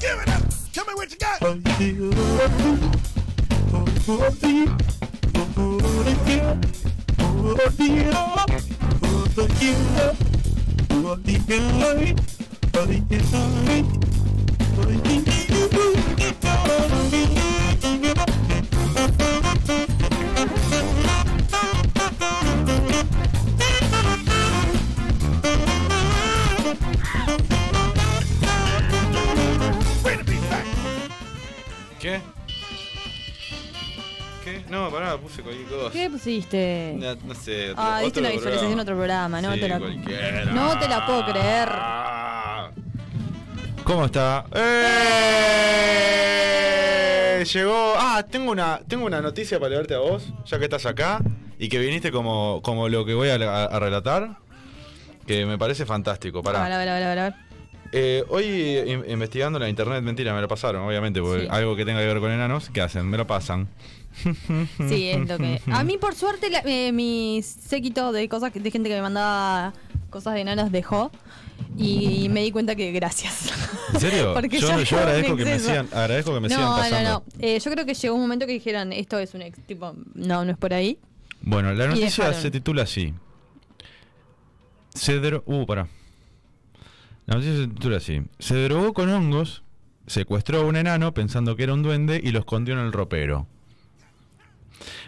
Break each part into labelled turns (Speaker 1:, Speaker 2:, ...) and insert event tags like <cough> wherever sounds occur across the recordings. Speaker 1: Give it up. Tell me what you got. Way to be back.
Speaker 2: ¿Qué? ¿Qué? No, pará, puse cualquier cosa.
Speaker 3: ¿Qué pusiste?
Speaker 2: No, no sé. otro-
Speaker 3: ah, diste una
Speaker 2: otro
Speaker 3: visualización
Speaker 2: programa.
Speaker 3: en otro programa, no
Speaker 2: Sí,
Speaker 3: te la
Speaker 2: cualquiera. Ah.
Speaker 3: No te la puedo creer.
Speaker 2: ¿Cómo está? ¡Eh! Llegó. Ah, tengo una, tengo una noticia para leerte a vos, ya que estás acá y que viniste como, como lo que voy a, a relatar, que me parece fantástico. Pará.
Speaker 3: A ver, a ver, a ver, a ver.
Speaker 2: Eh, hoy eh, in- investigando en la internet, mentira, me lo pasaron, obviamente, porque
Speaker 3: Sí.
Speaker 2: algo que tenga que ver con enanos, ¿qué hacen? Me lo pasan.
Speaker 3: Sí, es lo que. A mí, por suerte, la- eh, mi séquito de cosas que- de gente que me mandaba cosas de enanos dejó. Y, me di cuenta que gracias.
Speaker 2: ¿En
Speaker 3: <laughs>
Speaker 2: serio?
Speaker 3: Porque
Speaker 2: yo,
Speaker 3: ya
Speaker 2: yo
Speaker 3: fue un
Speaker 2: agradezco, que me
Speaker 3: exceso.
Speaker 2: sigan, agradezco que me sigan
Speaker 3: <laughs> no, no,
Speaker 2: pasando.
Speaker 3: no. Eh, yo creo que llegó un momento que dijeron, esto es un ex, tipo, no, no es por ahí.
Speaker 2: Bueno, la
Speaker 3: Y
Speaker 2: noticia
Speaker 3: dejaron.
Speaker 2: se titula así. Se dro- Uh, pará. La noticia se titula así. Se drogó con hongos, secuestró a un enano pensando que era un duende y lo escondió en el ropero.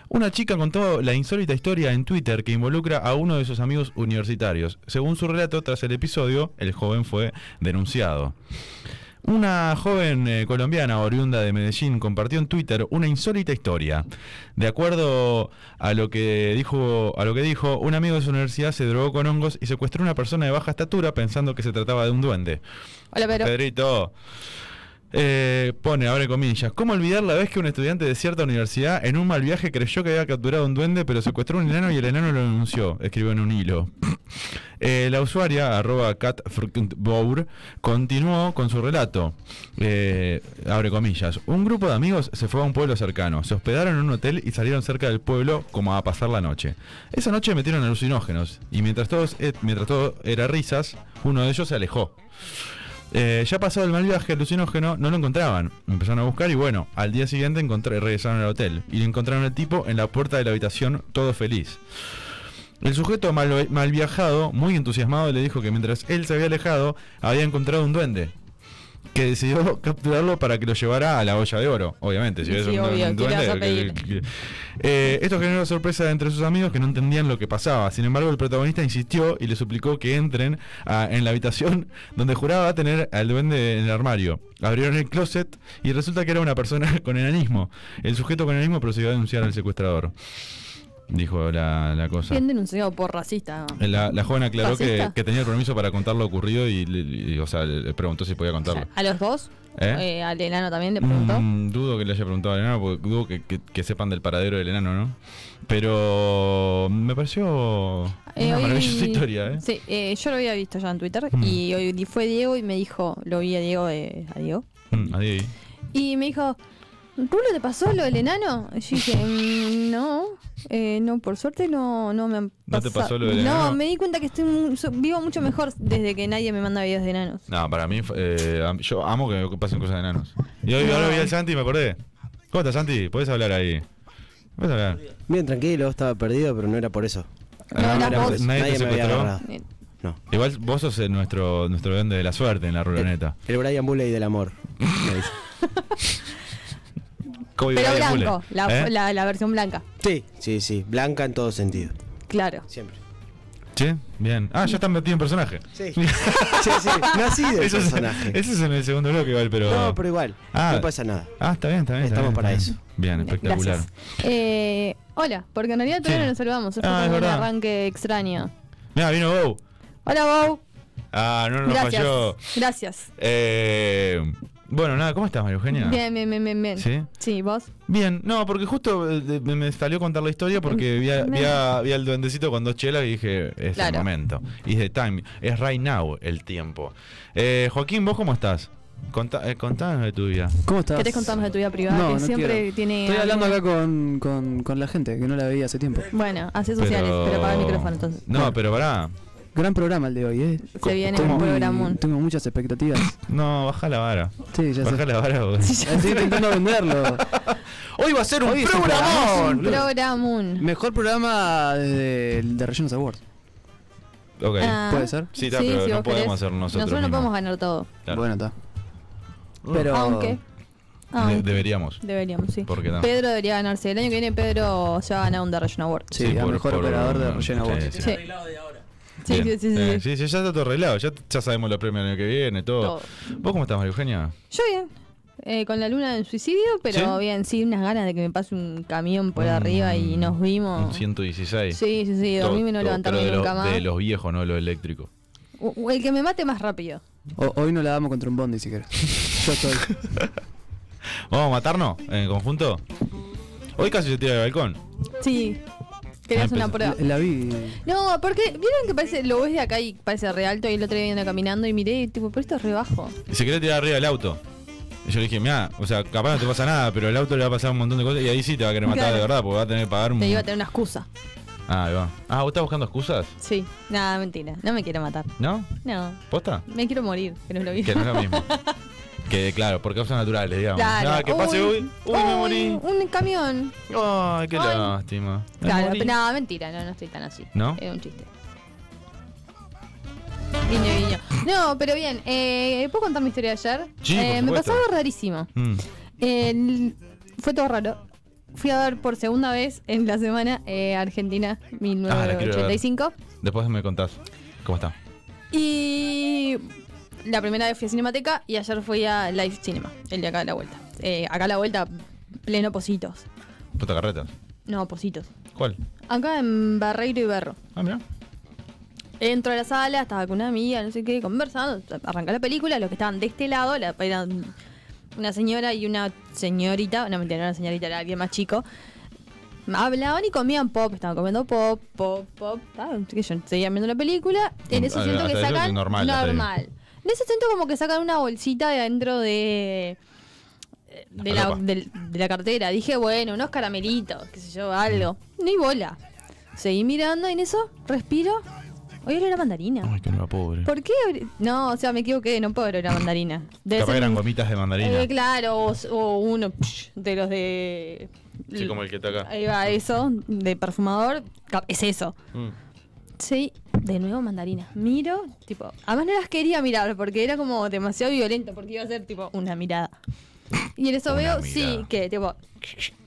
Speaker 2: Una chica contó la insólita historia en Twitter que involucra a uno de sus amigos universitarios. Según su relato, tras el episodio, el joven fue denunciado. Una joven eh, colombiana oriunda de Medellín compartió en Twitter una insólita historia. De acuerdo a lo que dijo, a lo que dijo, un amigo de su universidad se drogó con hongos y secuestró a una persona de baja estatura pensando que se trataba de un duende.
Speaker 3: Hola, pero.
Speaker 2: Pedrito. Eh, pone, abre comillas. ¿Cómo olvidar la vez que un estudiante de cierta universidad en un mal viaje creyó que había capturado a un duende, pero secuestró a un enano y el enano lo denunció? Escribió en un hilo. <clears throat> Eh, la usuaria, arroba catfruchtbour, continuó con su relato. Eh, abre comillas. Un grupo de amigos se fue a un pueblo cercano. Se hospedaron en un hotel y salieron cerca del pueblo como a pasar la noche. Esa noche metieron alucinógenos. Y mientras, todos, eh, mientras todo era risas, uno de ellos se alejó. Eh, ya pasado el mal viaje alucinógeno, no lo encontraban. Empezaron a buscar y bueno, al día siguiente encontré- regresaron al hotel. Y le encontraron al tipo en la puerta de la habitación, todo feliz. El sujeto mal, mal viajado, muy entusiasmado, le dijo que mientras él se había alejado, había encontrado un duende. Que decidió capturarlo para que lo llevara a la olla de oro, obviamente. Si
Speaker 3: Sí,
Speaker 2: ves un,
Speaker 3: obvio,
Speaker 2: un
Speaker 3: ¿qué le vas a pedir?
Speaker 2: eh, esto generó sorpresa entre sus amigos que no entendían lo que pasaba. Sin embargo, el protagonista insistió y le suplicó que entren ah, en la habitación <laughs> donde juraba tener al duende en el armario. Abrieron el closet y resulta que era una persona <laughs> con enanismo. El sujeto con enanismo procedió a denunciar al secuestrador. Dijo la, la cosa.
Speaker 3: Bien denunciado por racista.
Speaker 2: La, la joven aclaró que,
Speaker 3: ¿Fascista?
Speaker 2: que tenía el permiso para contar lo ocurrido y, le- y, o sea, le preguntó si podía
Speaker 3: O
Speaker 2: contarlo.
Speaker 3: sea, a los dos.
Speaker 2: ¿Eh?
Speaker 3: Eh, al enano también le preguntó.
Speaker 2: Mm, dudo que le haya preguntado al enano, porque dudo que, que- que sepan del paradero del enano, ¿no? Pero me pareció
Speaker 3: Eh,
Speaker 2: una
Speaker 3: hoy-
Speaker 2: maravillosa historia, ¿eh?
Speaker 3: Sí, eh, yo lo había visto ya en Twitter
Speaker 2: Mm.
Speaker 3: y hoy di- fue Diego y me dijo, lo vi a Diego, eh, a Diego,
Speaker 2: Mm, ahí.
Speaker 3: y me dijo, ¿Rulo te pasó lo del enano? Y yo dije, "Mm, no, eh, no, por suerte no, no me han
Speaker 2: ¿No te
Speaker 3: pasa-
Speaker 2: pasó lo del
Speaker 3: No,
Speaker 2: enano?
Speaker 3: me di cuenta que estoy, mu- so- vivo mucho mejor desde que nadie me manda videos de enanos.
Speaker 2: No, para mí, eh, am- yo amo que me pasen cosas de enanos. Y hoy
Speaker 3: No.
Speaker 2: ahora vi al Santi y me acordé. ¿Cómo estás, Santi? ¿Podés hablar ahí? ¿Podés hablar?
Speaker 4: Bien, tranquilo, estaba perdido, pero no era por eso.
Speaker 3: No,
Speaker 2: Ah,
Speaker 3: eras
Speaker 2: era-
Speaker 3: vos.
Speaker 2: nadie te
Speaker 4: pues, me había
Speaker 2: secuestró.
Speaker 4: agarrado.
Speaker 3: Eh,
Speaker 4: No.
Speaker 2: Igual vos sos eh, nuestro, nuestro duende de la suerte en la rulaneta.
Speaker 4: El Brian Bulley del amor. me dice.
Speaker 2: Kobe
Speaker 3: Pero
Speaker 2: Bryant
Speaker 3: blanco,
Speaker 2: Bullet,
Speaker 3: la,
Speaker 2: ¿eh?
Speaker 3: la- la versión blanca,
Speaker 4: Sí, sí, sí. Blanca en todo sentido.
Speaker 3: claro.
Speaker 4: Siempre.
Speaker 2: Sí, bien. Ah, ya están metidos en personaje. <laughs>
Speaker 4: Sí. sí, sí. Nací del
Speaker 2: Eso es,
Speaker 4: personaje.
Speaker 2: eso es en el segundo bloque igual, pero...
Speaker 4: No, pero igual.
Speaker 2: Ah.
Speaker 4: No pasa nada.
Speaker 2: Ah, está bien, está bien. está bien,
Speaker 4: Estamos para
Speaker 2: está bien. Bien, espectacular.
Speaker 3: Gracias. Eh, hola, porque en realidad todavía
Speaker 2: Sí.
Speaker 3: no nos saludamos, fue
Speaker 2: Ah, es
Speaker 3: como un
Speaker 2: verdad.
Speaker 3: arranque extraño.
Speaker 2: Mira, vino Bow.
Speaker 3: Hola, Bob.
Speaker 2: Ah, no nos
Speaker 3: Gracias.
Speaker 2: falló.
Speaker 3: Gracias.
Speaker 2: Eh, bueno, nada, ¿cómo estás, María Eugenia?
Speaker 3: Bien, bien, bien, bien, bien.
Speaker 2: Ah. ¿Sí?
Speaker 3: vos.
Speaker 2: Bien, no, porque justo eh, de- me- me salió contar la historia porque vi, a- vi, a- vi al duendecito con dos chelas y dije, es
Speaker 3: Claro.
Speaker 2: el momento. Is the time. Es right now el tiempo. Eh, Joaquín, ¿vos cómo estás? Contá, eh, contanos de tu vida.
Speaker 5: ¿Cómo estás?
Speaker 3: ¿Querés contarnos de tu vida privada?
Speaker 5: No,
Speaker 3: que
Speaker 5: no
Speaker 3: siempre
Speaker 5: quiero.
Speaker 3: tiene.
Speaker 5: Estoy hablando
Speaker 3: alguna-
Speaker 5: acá con, con, con la gente, que no la veía hace tiempo.
Speaker 3: Bueno, haces sociales, pero, para el micrófono entonces.
Speaker 2: No, pero pará.
Speaker 5: Gran programa el de hoy, ¿eh?
Speaker 3: Se viene un
Speaker 5: Tengo muy-
Speaker 3: programón.
Speaker 5: Tengo muchas expectativas.
Speaker 2: No, baja la vara.
Speaker 5: Sí, ya
Speaker 2: Baja
Speaker 5: sé.
Speaker 2: la vara, vos.
Speaker 5: Estoy intentando venderlo.
Speaker 2: Hoy va a ser un
Speaker 5: Hoy es un
Speaker 2: programón.
Speaker 5: boludo.
Speaker 3: Programón.
Speaker 5: Mejor programa desde el de Rellenos Awards.
Speaker 2: Ok.
Speaker 3: Ah,
Speaker 5: ¿Puede ser?
Speaker 2: Sí, está, pero no
Speaker 3: vos
Speaker 2: podemos
Speaker 3: querés.
Speaker 2: hacer nosotros
Speaker 3: Nosotros no
Speaker 2: mismos.
Speaker 3: podemos ganar todo.
Speaker 2: Claro.
Speaker 5: Bueno, está. Pero.
Speaker 3: Aunque.
Speaker 2: De-
Speaker 3: aunque
Speaker 2: deberíamos.
Speaker 3: Deberíamos, sí.
Speaker 2: ¿Por qué no?
Speaker 3: Pedro debería ganarse. El año que viene Pedro se va a ganar un Darren Award.
Speaker 5: Sí,
Speaker 2: Sí,
Speaker 5: a
Speaker 2: por-
Speaker 5: mejor
Speaker 2: por-
Speaker 5: operador de Relleno
Speaker 2: sí,
Speaker 5: Awards.
Speaker 2: sí.
Speaker 3: Sí. Sí,
Speaker 2: Bien.
Speaker 3: sí, sí, sí,
Speaker 2: Eh,
Speaker 3: sí.
Speaker 2: sí, sí, ya está todo arreglado. Ya, ya sabemos los premios del año que viene, todo.
Speaker 3: Todo.
Speaker 2: ¿Vos cómo estás, María Eugenia?
Speaker 3: Yo bien. Eh, con la luna del suicidio, pero
Speaker 2: ¿Sí?
Speaker 3: bien, sí, unas ganas de que me pase un camión por
Speaker 2: Mm,
Speaker 3: arriba y nos
Speaker 2: Un
Speaker 3: vimos.
Speaker 2: 116.
Speaker 3: Sí, sí, sí,
Speaker 2: Todo-
Speaker 3: dormirme y no
Speaker 2: todo,
Speaker 3: levantarme
Speaker 2: pero de
Speaker 3: nunca
Speaker 2: lo-
Speaker 3: más.
Speaker 2: De los viejos, no lo eléctrico. Mm.
Speaker 3: O- o El que me mate más rápido.
Speaker 5: O- hoy no la damos contra un bondi si querés. Yo estoy.
Speaker 2: ¿Vamos a matarnos en conjunto? Hoy casi se tira del balcón.
Speaker 3: Sí. Querías
Speaker 2: Ah,
Speaker 3: una
Speaker 2: empezó-
Speaker 3: prueba.
Speaker 5: La, la vi.
Speaker 3: No, porque vieron que parece, lo ves de acá y parece re alto y el otro día vino caminando y miré y tipo, pero esto es re bajo.
Speaker 2: Y se quería tirar arriba del auto. Y yo le dije, mira, o sea, capaz no te pasa nada, pero el auto le va a pasar un montón de cosas y ahí sí te va a querer matar
Speaker 3: Claro.
Speaker 2: de verdad, porque va a tener que pagar un.
Speaker 3: Te iba a tener una excusa.
Speaker 2: Ah, ahí va. Ah, ¿vos estás buscando excusas?
Speaker 3: Sí. Nada, mentira. No me quiero matar.
Speaker 2: ¿No?
Speaker 3: No.
Speaker 2: ¿Posta?
Speaker 3: Me quiero morir, que no es lo mismo.
Speaker 2: Que no es lo
Speaker 3: <laughs>
Speaker 2: mismo. que claro, por causas naturales, digamos.
Speaker 3: Claro.
Speaker 2: Ah, que pase, uy, uy, me morí.
Speaker 3: Un camión.
Speaker 2: Ay, qué
Speaker 3: Ay.
Speaker 2: lástima. Me
Speaker 3: Claro,
Speaker 2: morí.
Speaker 3: pero nada, mentira, no, no estoy tan así.
Speaker 2: ¿No?
Speaker 3: Es un chiste. Guiño, guiño. No, pero bien, eh, ¿puedo contar mi historia de ayer?
Speaker 2: Sí, por
Speaker 3: Eh, me
Speaker 2: supuesto.
Speaker 3: pasó algo rarísimo.
Speaker 2: Mm.
Speaker 3: El- fue todo raro. Fui a ver por segunda vez en la semana eh, Argentina
Speaker 2: Ah, la quiero ver.
Speaker 3: 1985.
Speaker 2: Después me contás cómo está.
Speaker 3: Y la primera vez fui a Cinemateca y ayer fui a Live Cinema, el de acá a la vuelta. Eh, acá a la vuelta, pleno Positos.
Speaker 2: Puta carreta.
Speaker 3: No, Positos.
Speaker 2: ¿Cuál?
Speaker 3: Acá en Barreiro y Berro.
Speaker 2: Ah, mira.
Speaker 3: Entro a la sala, estaba con una amiga, no sé qué, conversando. Arranca la película, los que estaban de este lado la- eran una señora y una señorita, no mentira, no era una señorita, era alguien más chico. Hablaban y comían pop, estaban comiendo pop, pop, pop. ah, qué sé yo, seguían viendo la película. En eso
Speaker 2: Ah,
Speaker 3: siento que
Speaker 2: hasta eso
Speaker 3: sacan.
Speaker 2: es normal, hasta ahí.
Speaker 3: normal. En ese siento como que sacan una bolsita de adentro de. De
Speaker 2: La
Speaker 3: la,
Speaker 2: falopa.
Speaker 3: del- de la cartera. Dije, bueno, unos caramelitos, qué sé yo, algo.
Speaker 2: Mm.
Speaker 3: Ni bola. Seguí mirando y en eso respiro. Oye, era mandarina.
Speaker 2: Ay, que no era pobre.
Speaker 3: ¿Por qué? abrí- No, o sea, me equivoqué, no puedo era mandarina. Debe
Speaker 2: Capaz
Speaker 3: ser
Speaker 2: eran
Speaker 3: un-
Speaker 2: gomitas de mandarina.
Speaker 3: eh, claro, o, o uno psh, de los de.
Speaker 2: Sí, como el que está acá.
Speaker 3: Ahí va, eso, de perfumador. Cap- Es eso.
Speaker 2: Mm.
Speaker 3: Sí, de nuevo mandarinas. Miro, tipo. Además no las quería mirar porque era como demasiado violento, porque iba a ser tipo una mirada. Y en eso
Speaker 2: Una
Speaker 3: veo,
Speaker 2: mirada.
Speaker 3: sí, que tipo.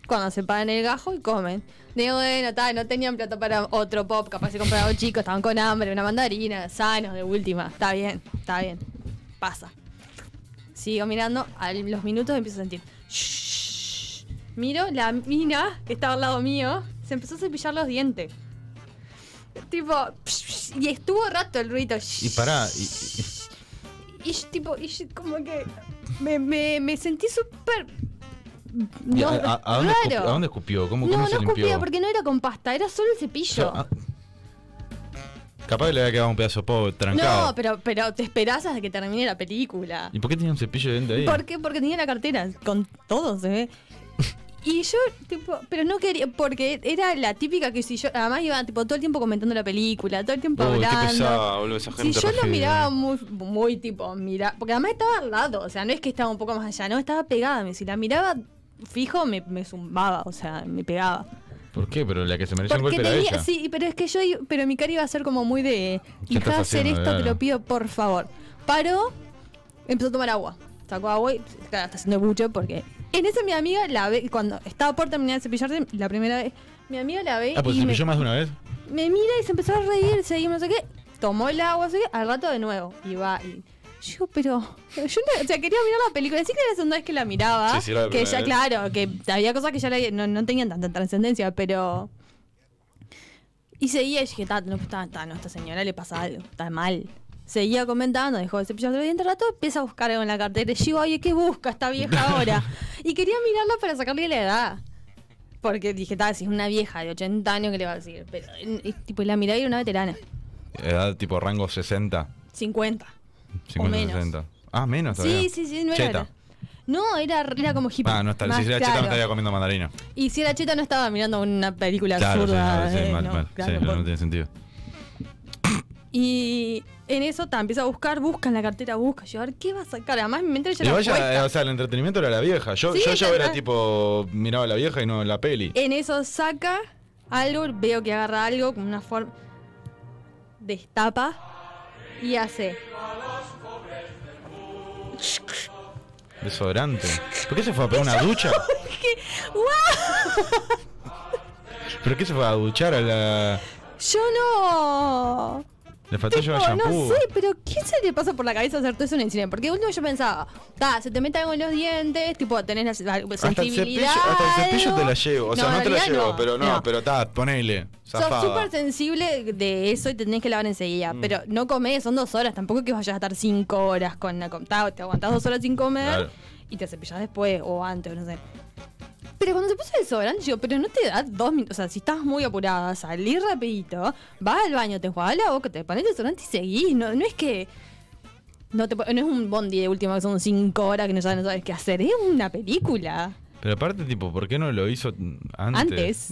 Speaker 3: Cuando se pagan el gajo y comen. Digo, bueno, tal, no tenían plata para otro pop, capaz se compraron chicos, estaban con hambre, una mandarina, sanos de última. Está bien, está bien. Pasa. Sigo mirando, a los minutos empiezo a sentir. "Shh". Miro, la mina que estaba al lado mío se empezó a cepillar los dientes. Tipo, y estuvo rato el ruido.
Speaker 2: Y pará. y- y-
Speaker 3: Y yo, tipo, y yo como que me, me, me sentí súper.
Speaker 2: y-
Speaker 3: No,
Speaker 2: a, a- a dónde escupió,
Speaker 3: raro.
Speaker 2: ¿A dónde escupió? ¿Cómo,
Speaker 3: no,
Speaker 2: cómo
Speaker 3: no
Speaker 2: se
Speaker 3: escupía
Speaker 2: limpió?
Speaker 3: porque no era con pasta, era solo el cepillo.
Speaker 2: Ah, Capaz que le había quedado un pedazo pobre trancado.
Speaker 3: no, pero, pero te esperás hasta que termine la película.
Speaker 2: ¿Y por qué tenía un cepillo de diente ahí?
Speaker 3: ¿Por qué? Porque tenía la cartera, con todo se ve. Y yo, tipo, pero no quería, porque era la típica que si yo, además iba, tipo, todo el tiempo comentando la película, todo el tiempo
Speaker 2: Uy, qué
Speaker 3: hablando.
Speaker 2: pesada, boludo, esa
Speaker 3: Si
Speaker 2: gente.
Speaker 3: yo
Speaker 2: eh.
Speaker 3: lo
Speaker 2: rajida.
Speaker 3: miraba muy, muy tipo, mira, porque además estaba al lado, o sea, no es que estaba un poco más allá, no, estaba pegada, me- si la miraba fijo me, me zumbaba, o sea, me pegaba.
Speaker 2: ¿Por qué? Pero la que se mereció un
Speaker 3: Porque
Speaker 2: golpe era
Speaker 3: tenía,
Speaker 2: ella.
Speaker 3: sí, pero es que yo, pero mi cara iba a ser como muy de, dejá
Speaker 2: ¿Qué estás
Speaker 3: de hacer
Speaker 2: haciendo,
Speaker 3: esto,
Speaker 2: claro?
Speaker 3: te lo pido por favor. Paró, empezó a tomar agua. Sacó agua y, claro, está haciendo buche porque... En esa mi amiga la ve, cuando estaba por terminar de cepillarse, la primera vez, mi amiga la ve
Speaker 2: Ah, pues
Speaker 3: y
Speaker 2: se
Speaker 3: me,
Speaker 2: cepilló más de una vez.
Speaker 3: me mira y se empezó a reír, seguimos, no sé qué. Tomó el agua, así, al rato de nuevo. Y va y... Yo, pero... Yo no- o sea, quería mirar la película. Así que era la segunda vez que la miraba.
Speaker 2: Sí, sí, era la
Speaker 3: que
Speaker 2: primera
Speaker 3: ya,
Speaker 2: vez.
Speaker 3: claro, que había cosas que ya la- no, no tenían tanta trascendencia, pero... Y seguía y dije, "Ta, no, ta, ta, no, esta señora le pasa algo, está mal. Seguía comentando, dejó de cepillar los dientes un rato, empieza a buscar algo en la cartera. Y yo, oye, ¿qué busca esta
Speaker 2: <laughs>
Speaker 3: vieja ahora? y quería mirarla para sacarle la edad. Porque dije, tal, si es una vieja de 80 años, ¿qué le va a decir? Pero, y, y, tipo, la mirada era una veterana,
Speaker 2: Edad tipo rango 60.
Speaker 3: 50.
Speaker 2: 50,
Speaker 3: menos.
Speaker 2: 60. Ah, menos todavía.
Speaker 3: Sí, sí, sí, no era.
Speaker 2: Cheta.
Speaker 3: No, era, era como hippie.
Speaker 2: Ah, no está.
Speaker 3: más
Speaker 2: Si era cheta, no
Speaker 3: claro.
Speaker 2: estaría comiendo mandarina.
Speaker 3: Y si era cheta, no estaba mirando una película
Speaker 2: Claro, sí,
Speaker 3: absurda.
Speaker 2: no, sí,
Speaker 3: eh,
Speaker 2: mal,
Speaker 3: no,
Speaker 2: mal. Sí,
Speaker 3: claro,
Speaker 2: no
Speaker 3: por-
Speaker 2: tiene sentido.
Speaker 3: Y en eso ta, empieza a buscar, busca en la cartera, busca, yo a ver qué va a sacar. Además, mi mente ya
Speaker 2: Y
Speaker 3: era
Speaker 2: vaya,
Speaker 3: puesta.
Speaker 2: eh, o sea, el entretenimiento era la vieja. Yo,
Speaker 3: Sí,
Speaker 2: yo ya era
Speaker 3: ¿entendés?
Speaker 2: tipo, miraba a la vieja y no la peli.
Speaker 3: En eso saca algo, veo que agarra algo con una forma. Destapa y hace.
Speaker 2: Desodorante. ¿Por qué se fue a pegar
Speaker 3: <laughs>
Speaker 2: una ducha? ¿Pero qué se fue a duchar a la.
Speaker 3: Yo no.
Speaker 2: Le faltó
Speaker 3: Tipo,
Speaker 2: llevar
Speaker 3: no
Speaker 2: shampoo?
Speaker 3: sé, pero ¿qué se le pasa por la cabeza hacer todo eso en el cine? Porque de último yo pensaba, ta, se te mete algo en los dientes, tipo, tenés la, la
Speaker 2: Hasta el, cepillo,
Speaker 3: sensibilidad.
Speaker 2: hasta el cepillo
Speaker 3: algo.
Speaker 2: te la llevo. O sea,
Speaker 3: en
Speaker 2: no te la
Speaker 3: realidad
Speaker 2: llevo, pero no, pero está, ponele.
Speaker 3: Sos súper
Speaker 2: Zafada.
Speaker 3: sensible de eso y te tenés que lavar enseguida.
Speaker 2: Mm.
Speaker 3: Pero no comés, son dos horas. Tampoco es que vayas a estar cinco horas con la com- ta, Te aguantás dos horas sin comer
Speaker 2: Claro.
Speaker 3: y te cepillás después o antes, no sé. Pero cuando se puso el desodorante, yo, pero no te da dos minutos. O sea, si estás muy apurada, salí rapidito, vas al baño, te enjuagás la boca, te pones el desodorante y seguís. No, no es que. No, te, po- no es un bondi de última que son cinco horas que no, ya no sabes qué hacer. Es una película.
Speaker 2: Pero aparte, tipo, ¿por qué no lo hizo antes?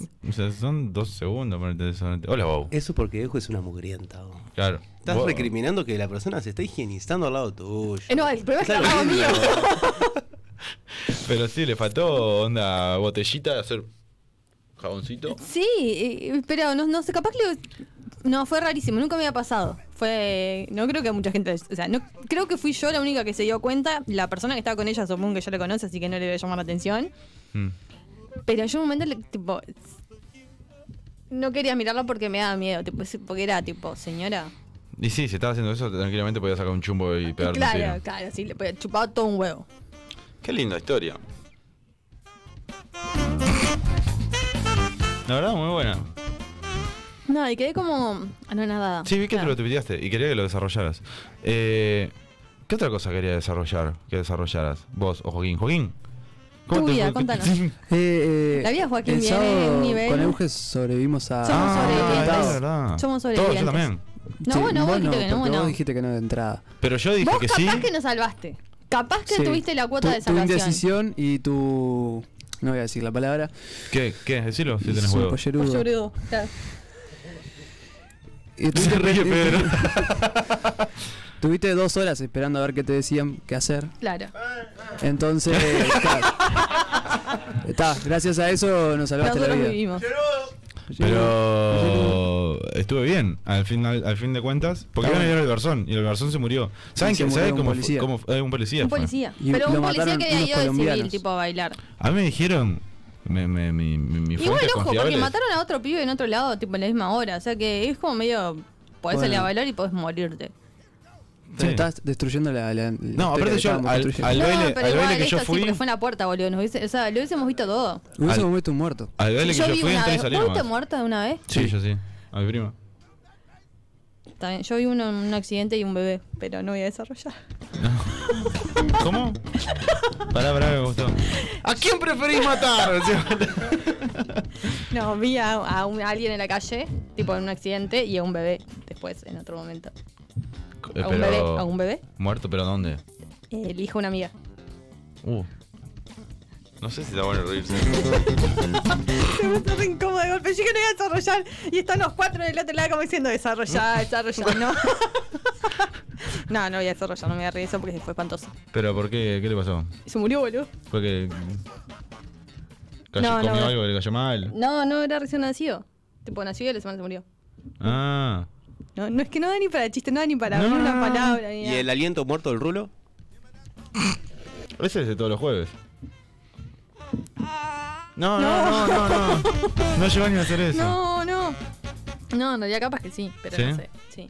Speaker 3: Antes.
Speaker 2: O sea, son dos segundos ponerte desodorante. Hola, Bob.
Speaker 6: Eso porque Dejo es una mugrienta. vos.
Speaker 2: Claro.
Speaker 6: Estás
Speaker 2: Vos-
Speaker 6: recriminando que la persona se está higienizando al lado tuyo.
Speaker 3: Eh, No, el problema es que
Speaker 6: Claro,
Speaker 3: estaba mío.
Speaker 2: Pero sí, le faltó onda botellita, hacer jaboncito.
Speaker 3: Sí, eh, pero no, no sé, capaz que lo- No, fue rarísimo, nunca me había pasado. Fue. No creo que mucha gente. O sea, no, creo que fui yo la única que se dio cuenta. La persona que estaba con ella, supongo que yo la conoce, así que no le voy a llamar la atención.
Speaker 2: Mm.
Speaker 3: Pero yo en un momento, le- tipo. No quería mirarla porque me daba miedo, tipo, se- porque era tipo, señora.
Speaker 2: Y sí, si estaba haciendo eso, tranquilamente podía sacar un chumbo y pegarle un
Speaker 3: claro,
Speaker 2: tiro.
Speaker 3: claro, sí, le podía chupar todo un huevo.
Speaker 2: Qué linda historia. La verdad, muy buena.
Speaker 3: No, y quedé como. ah, No, nada.
Speaker 2: Sí, vi que
Speaker 3: Claro.
Speaker 2: te lo tuiteaste y quería que lo desarrollaras. Eh, ¿Qué otra cosa quería desarrollar? Que desarrollaras vos o Joaquín. Joaquín.
Speaker 3: Tu
Speaker 2: te-
Speaker 3: vida, contanos.
Speaker 2: <laughs>
Speaker 5: Eh, eh,
Speaker 3: La vida de Joaquín
Speaker 5: el
Speaker 3: viene en un
Speaker 5: sábado
Speaker 3: nivel-
Speaker 5: Con Euge sobrevivimos a. Ah,
Speaker 3: Somos
Speaker 5: a un
Speaker 3: sobrevivientes.
Speaker 5: atentado.
Speaker 2: es verdad.
Speaker 3: Somos
Speaker 2: Todos, yo
Speaker 3: sobrevivientes.
Speaker 2: también.
Speaker 3: No,
Speaker 5: Sí,
Speaker 3: bueno, vos
Speaker 5: no,
Speaker 3: dijiste que no,
Speaker 5: porque
Speaker 3: bueno.
Speaker 5: Vos dijiste que no de entrada.
Speaker 2: Pero yo dije
Speaker 3: Vos
Speaker 2: que
Speaker 3: capaz
Speaker 2: sí.
Speaker 3: que nos salvaste. Capaz que
Speaker 5: Sí.
Speaker 3: tuviste la cuota
Speaker 5: Tu-
Speaker 3: de salvación.
Speaker 5: Tu indecisión y tu. No voy a decir la palabra.
Speaker 2: ¿Qué? ¿Qué? Decilo si
Speaker 5: Es
Speaker 2: tenés
Speaker 5: un
Speaker 2: huevo.
Speaker 5: pollerudo.
Speaker 3: Pollurudo, claro.
Speaker 5: Y
Speaker 2: <laughs> Se
Speaker 5: tuviste-
Speaker 2: ríe Pedro.
Speaker 5: <laughs> Tuviste dos horas esperando a ver qué te decían qué hacer.
Speaker 3: Claro.
Speaker 5: Entonces.
Speaker 2: <laughs>
Speaker 5: claro. Está, gracias a eso nos salvaste la
Speaker 3: Nosotros
Speaker 5: vida.
Speaker 3: vivimos.
Speaker 5: <laughs>
Speaker 2: Pero estuve bien, al final, al fin de cuentas. Porque
Speaker 5: Ah,
Speaker 2: iban a ir
Speaker 5: bueno.
Speaker 2: al Garzón y el Garzón se murió. ¿Saben
Speaker 5: se
Speaker 2: quién?
Speaker 5: murió
Speaker 2: ¿Saben
Speaker 5: un
Speaker 2: cómo,
Speaker 5: policía.
Speaker 2: fue- cómo fue? Eh, un policía?
Speaker 3: Un
Speaker 2: fue.
Speaker 3: policía.
Speaker 5: Y
Speaker 3: pero
Speaker 5: lo
Speaker 3: un policía
Speaker 5: mataron
Speaker 3: que había
Speaker 5: unos
Speaker 3: ido de civil,
Speaker 5: colombianos.
Speaker 3: tipo a bailar.
Speaker 2: A mí me dijeron. Me, me, mi, mi, mi
Speaker 3: Igual,
Speaker 2: fuentes
Speaker 3: ojo, porque
Speaker 2: confiables-
Speaker 3: mataron a otro pibe en otro lado, tipo en la misma hora. O sea que es como medio. Podés
Speaker 5: Bueno.
Speaker 3: salir a bailar y podés morirte.
Speaker 5: Te
Speaker 2: Sí.
Speaker 5: Estás destruyendo la. la- la historia
Speaker 2: aparte
Speaker 5: que
Speaker 2: yo
Speaker 5: estábamos
Speaker 2: al-
Speaker 5: construyendo.
Speaker 2: al-
Speaker 3: no,
Speaker 2: baile-
Speaker 3: pero
Speaker 2: al
Speaker 3: igual,
Speaker 2: baile que yo
Speaker 3: esto
Speaker 2: fui-
Speaker 3: sí, porque fue en la puerta, boludo. Nos hubiese- o sea, lo hubiésemos visto todo.
Speaker 5: Hubiésemos
Speaker 2: al-
Speaker 5: muerto un muerto.
Speaker 2: Al baile que
Speaker 3: yo
Speaker 2: yo,
Speaker 3: vi
Speaker 2: fui,
Speaker 3: una
Speaker 2: entré y
Speaker 3: vez.
Speaker 2: salí.
Speaker 3: ¿Vos
Speaker 2: nomás.
Speaker 3: viste muerta una vez?
Speaker 2: Sí, yo sí. A mi Eh, prima.
Speaker 3: Está bien, Yo vi uno en un accidente y un bebé, pero no voy a desarrollar.
Speaker 2: <laughs> ¿Cómo? Pará, pará, me gustó. ¿A quién preferís <laughs> matar?
Speaker 3: No, vi a, a un- a alguien en la calle, tipo en un accidente, y a un bebé después, en otro momento.
Speaker 2: Eh,
Speaker 3: ¿A un
Speaker 2: pero-
Speaker 3: bebé? ¿A un bebé?
Speaker 2: ¿Muerto, pero dónde?
Speaker 3: El hijo de una
Speaker 2: <laughs>
Speaker 3: amiga.
Speaker 2: Uh. No sé si está bueno reírse.
Speaker 3: Se me hace re incómodo de golpe. Yo que no iba a desarrollar. Y están los cuatro del otro lado como diciendo desarrollar, desarrollar,
Speaker 2: <laughs>
Speaker 3: no. no, no voy a desarrollar, no me voy a reír eso porque fue espantoso.
Speaker 2: ¿Pero por qué? ¿Qué le pasó?
Speaker 3: Y se murió, boludo.
Speaker 2: ¿Fue que. cayó-
Speaker 3: No, no,
Speaker 2: comió
Speaker 3: no.
Speaker 2: algo que le cayó mal?
Speaker 3: No, no era recién nacido. Tipo, nació y a la semana se murió.
Speaker 2: <laughs> Ah.
Speaker 3: No, no es que no da ni para chiste, no da ni para
Speaker 2: No,
Speaker 3: ni
Speaker 2: no,
Speaker 3: una
Speaker 2: no, no.
Speaker 3: palabra. Ni
Speaker 6: ¿Y
Speaker 3: nada.
Speaker 6: el aliento muerto del rulo?
Speaker 2: Ese es de todos los jueves. No, no, no, no, no.
Speaker 3: <laughs>
Speaker 2: No llegó ni a hacer eso.
Speaker 3: No, no. No, en realidad capaz que sí, pero
Speaker 2: ¿Sí?
Speaker 3: no sé. Sí.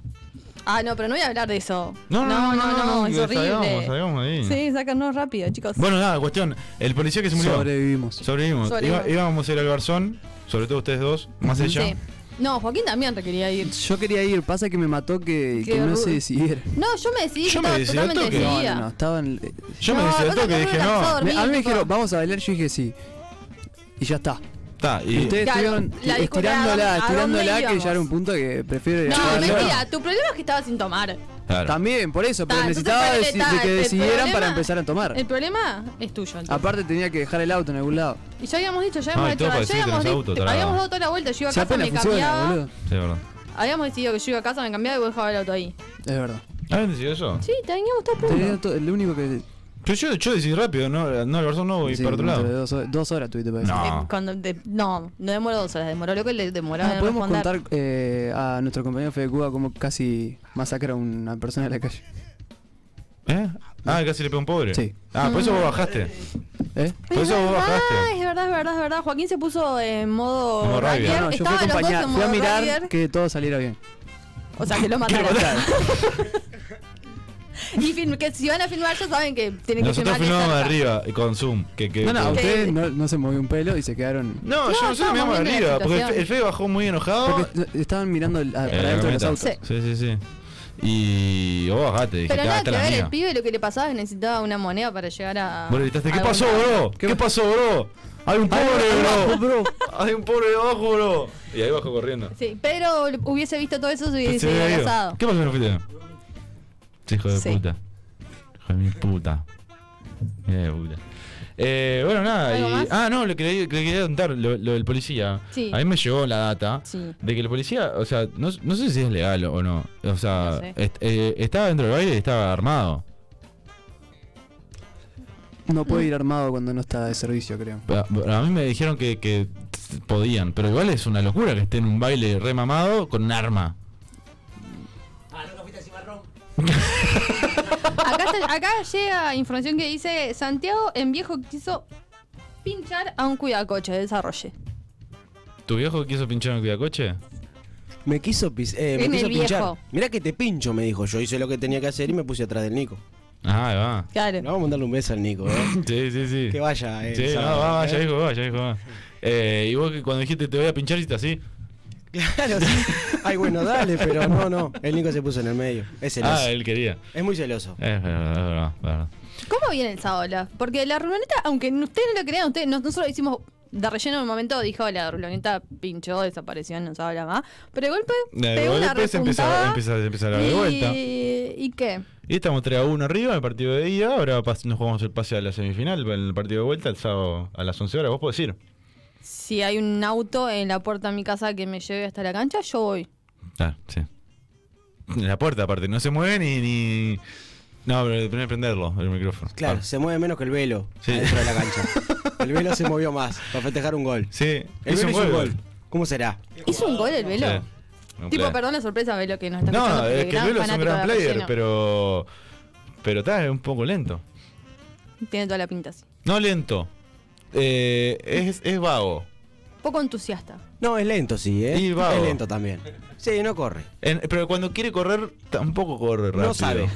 Speaker 3: Ah, no, pero no voy a hablar de eso.
Speaker 2: No, no, no, no, no,
Speaker 3: es
Speaker 2: que
Speaker 3: horrible.
Speaker 2: salgamos, salgamos de ahí.
Speaker 3: Sí, sácanos rápido, chicos.
Speaker 2: Bueno, nada, cuestión. El policía que se murió.
Speaker 5: Sobrevivimos.
Speaker 2: Sobrevivimos.
Speaker 3: Sobrevivimos.
Speaker 2: Iba- íbamos a ir al garzón, sobre todo ustedes dos, más ella.
Speaker 3: Sí. No, Joaquín también te quería ir.
Speaker 5: Yo quería ir, pasa que me mató que,
Speaker 3: Qué
Speaker 5: que no
Speaker 3: rudo.
Speaker 5: se decidiera.
Speaker 3: No, yo me decidí,
Speaker 2: Yo
Speaker 3: yo
Speaker 2: me
Speaker 3: estaba
Speaker 2: decidí al
Speaker 3: totalmente
Speaker 2: toque.
Speaker 5: No,
Speaker 3: decidida.
Speaker 5: no, no, estaban. eh,
Speaker 2: Yo me
Speaker 3: No,
Speaker 2: decía
Speaker 3: vos
Speaker 2: toque
Speaker 3: acá
Speaker 2: y dije,
Speaker 3: no
Speaker 2: no.
Speaker 3: lanzador.
Speaker 5: me- a
Speaker 3: Dormí,
Speaker 5: mí me
Speaker 3: tipo-
Speaker 5: dijeron, vamos a bailar, yo dije sí. Y ya está.
Speaker 2: Está, y.
Speaker 5: Y ustedes
Speaker 3: Claro,
Speaker 5: estuvieron
Speaker 3: la discusión era a
Speaker 5: estirándola,
Speaker 3: dónde- a
Speaker 5: estirándola
Speaker 3: dónde
Speaker 5: que
Speaker 3: íbamos.
Speaker 5: ya era un punto que prefiero ir a
Speaker 3: No,
Speaker 5: bailar.
Speaker 3: mentira, tu problema es que estaba sin tomar.
Speaker 2: Claro.
Speaker 5: También, por eso, pero
Speaker 3: Ta, entonces
Speaker 5: necesitaba
Speaker 3: ponele,
Speaker 5: deci-
Speaker 3: ta,
Speaker 5: de que
Speaker 3: el
Speaker 5: decidieran para
Speaker 3: problema-
Speaker 5: empezar a tomar. Ah.
Speaker 3: El problema es tuyo. entonces.
Speaker 5: Aparte tenía que dejar el auto en algún lado.
Speaker 3: Y ya habíamos dicho, ya habíamos
Speaker 2: Ay,
Speaker 3: hecho,
Speaker 2: todo para
Speaker 3: ya
Speaker 2: decirte
Speaker 3: habíamos,
Speaker 2: los
Speaker 3: di-
Speaker 2: autos, tarado.
Speaker 3: habíamos dado toda la vuelta, yo iba a
Speaker 5: Se
Speaker 3: casa,
Speaker 5: apenas
Speaker 3: me
Speaker 5: funciona,
Speaker 3: cambiaba.
Speaker 5: boludo.
Speaker 2: Sí, es verdad.
Speaker 3: Habíamos decidido que yo iba a casa, me cambiaba y vos dejabas el auto ahí.
Speaker 5: Es verdad.
Speaker 2: ¿Habían decidido eso?
Speaker 3: Sí, teníamos todo
Speaker 5: Te
Speaker 3: punto.
Speaker 5: digo to- el único que.
Speaker 2: Pero yo, yo decidí rápido, no, no el Barzón no voy
Speaker 5: sí,
Speaker 2: para otro
Speaker 5: no,
Speaker 2: lado.
Speaker 5: Dos, horas- dos horas tuviste para eso.
Speaker 2: No.
Speaker 3: Eh, cuando de- no, no demoró dos horas, demoró lo que le demoraba
Speaker 5: Ah,
Speaker 3: en
Speaker 5: podemos
Speaker 3: responder.
Speaker 5: contar eh, a nuestro compañero Fede Cuba cómo casi masacra a una persona en la calle.
Speaker 2: ¿Eh? Ah, casi le pegó un pobre.
Speaker 5: Sí.
Speaker 2: Ah, por eso vos bajaste.
Speaker 5: ¿Eh?
Speaker 2: Por eso vos
Speaker 3: verdad,
Speaker 2: bajaste.
Speaker 3: Ah, es verdad, es verdad, es verdad. Joaquín se puso en modo.
Speaker 2: Como rabia.
Speaker 3: rugby.
Speaker 5: No, no,
Speaker 2: Bien,
Speaker 5: yo fui
Speaker 3: Estaban
Speaker 5: a
Speaker 3: los dos
Speaker 5: acompañar,
Speaker 3: en
Speaker 5: fui a
Speaker 3: modo
Speaker 5: mirar
Speaker 3: rugby.
Speaker 5: que todo saliera
Speaker 2: <laughs>
Speaker 5: bien.
Speaker 3: O sea, que lo
Speaker 5: <laughs>
Speaker 3: mataron.
Speaker 5: Claro.
Speaker 3: y film- que si van a filmar, ya saben que tienen que filmar.
Speaker 2: Nosotros
Speaker 3: de
Speaker 2: filmamos de
Speaker 3: cerca.
Speaker 2: arriba y con Zoom. Que, que,
Speaker 5: No, no, a
Speaker 2: que-
Speaker 3: usted-
Speaker 5: ustedes no, no se movió un pelo y se quedaron.
Speaker 2: No, yo nosotros
Speaker 3: estábamos
Speaker 2: miramos de
Speaker 3: viendo la
Speaker 2: arriba. Porque el Fe-
Speaker 3: situación.
Speaker 2: el Fede bajó muy enojado.
Speaker 5: Porque est- estaban mirando el- a-
Speaker 2: Eh,
Speaker 5: para adentro de los
Speaker 2: la
Speaker 5: autos.
Speaker 2: camioneta. Sí, sí, sí. Y vos bajaste, dijiste,
Speaker 3: Pero
Speaker 2: ah,
Speaker 3: nada
Speaker 2: está
Speaker 3: que
Speaker 2: la
Speaker 3: ver,
Speaker 2: mía.
Speaker 3: el pibe lo que le pasaba es que necesitaba una moneda para llegar a.
Speaker 2: Vos le gritaste,
Speaker 3: a
Speaker 2: ¿qué
Speaker 3: algún
Speaker 2: pasó,
Speaker 3: lado".
Speaker 2: bro? ¿Qué pasó, bro? Hay un pobre, bro. <laughs> Hay un pobre debajo, bro. Y ahí bajó corriendo.
Speaker 3: Sí, pero hubiese visto todo eso, se
Speaker 2: Pues Se
Speaker 3: hubiese
Speaker 2: había ido.
Speaker 3: abrazado.
Speaker 2: <laughs> ¿Qué pasó en el hospital? Sí, hijo de
Speaker 3: Sí.
Speaker 2: puta. Hijo de mi puta. Mira de puta. Eh, bueno, nada.
Speaker 3: ¿Algo
Speaker 2: y-
Speaker 3: más?
Speaker 2: ah, no, lo que le, le quería contar, lo, lo del policía.
Speaker 3: Sí.
Speaker 2: A mí me llegó la data
Speaker 3: Sí.
Speaker 2: de que el policía, o sea, no, no sé si es legal o no. O sea,
Speaker 3: No sé.
Speaker 2: est- eh, estaba dentro del baile y estaba armado.
Speaker 5: No puede
Speaker 3: Mm.
Speaker 5: ir armado cuando no está de servicio, creo.
Speaker 2: A, a mí me dijeron que, que podían, pero igual es una locura que esté en un baile remamado con un arma.
Speaker 3: Acá, está- acá llega información que dice: Santiago en viejo quiso pinchar a un cuidacoche de desarrolle.
Speaker 2: ¿Tu viejo quiso pinchar en el cuidacoche?
Speaker 4: Me quiso, pis- eh, me
Speaker 3: En
Speaker 4: quiso
Speaker 3: el
Speaker 4: pinchar.
Speaker 3: viejo.
Speaker 4: Mirá que te pincho, me dijo. Yo hice lo que tenía que hacer y me puse atrás del Nico.
Speaker 2: Ah, ahí va.
Speaker 3: Claro.
Speaker 4: Le vamos a mandarle un beso al Nico, ¿eh?
Speaker 2: <laughs> Sí, sí, sí.
Speaker 4: que vaya, eh.
Speaker 2: Sí, no,
Speaker 4: sábado,
Speaker 2: va,
Speaker 4: ¿eh?
Speaker 2: vaya, hijo, vaya, hijo, va. Eh, y vos que cuando dijiste te voy a pinchar, hiciste así.
Speaker 4: Claro, sí. Ay, bueno, dale, pero no, no. El Nico se puso en el medio. Es celoso.
Speaker 2: Ah, él quería.
Speaker 4: Es muy celoso.
Speaker 2: Eh, Es verdad, es verdad, es verdad.
Speaker 3: ¿Cómo viene el sábado? la- Porque la ruloneta, aunque n- ustedes no lo crean, ustedes, nos- nosotros hicimos de relleno en un momento, dijo la ruloneta pinchó, desapareció, no se habla más. Pero de golpe
Speaker 2: De
Speaker 3: pegó una
Speaker 2: golpe se empieza,
Speaker 3: repuntada
Speaker 2: empieza, empieza la
Speaker 3: y...
Speaker 2: vuelta.
Speaker 3: ¿Y qué?
Speaker 2: Y estamos 3 a 1 arriba en el partido de ida. Ahora pas- nos jugamos el pase a la semifinal. En el partido de vuelta, el sábado a las 11 horas. Vos podés ir.
Speaker 3: Si hay un auto en la puerta de mi casa que me lleve hasta la cancha, yo voy.
Speaker 2: Ah, sí. En la puerta, aparte. No se mueve ni. ni... No, pero tenés que prenderlo, el micrófono.
Speaker 4: Claro,
Speaker 2: Ah.
Speaker 4: se mueve menos que el velo
Speaker 2: Sí.
Speaker 4: dentro de la cancha. El velo se movió más para festejar un gol.
Speaker 2: Sí,
Speaker 4: El
Speaker 2: hizo
Speaker 4: velo
Speaker 2: un
Speaker 4: hizo un
Speaker 2: gol.
Speaker 4: gol. ¿Cómo será?
Speaker 3: ¿Hizo un gol el
Speaker 2: Sí.
Speaker 3: velo?
Speaker 2: Un
Speaker 3: Tipo,
Speaker 2: play.
Speaker 3: perdón la sorpresa, Velo, que no está escuchando,
Speaker 2: <laughs> No,
Speaker 3: pero
Speaker 2: es que el Velo es un
Speaker 3: fanático
Speaker 2: gran
Speaker 3: de
Speaker 2: player,
Speaker 3: relleno.
Speaker 2: pero. Pero está, es un poco lento.
Speaker 3: Tiene toda la pinta así.
Speaker 2: No lento. Eh, es, es vago.
Speaker 3: Poco entusiasta.
Speaker 4: No, es lento, sí, ¿eh?
Speaker 2: Y vago.
Speaker 4: Es lento también. Sí, no corre.
Speaker 2: En- pero cuando quiere correr, tampoco corre rápido.
Speaker 4: No sabe.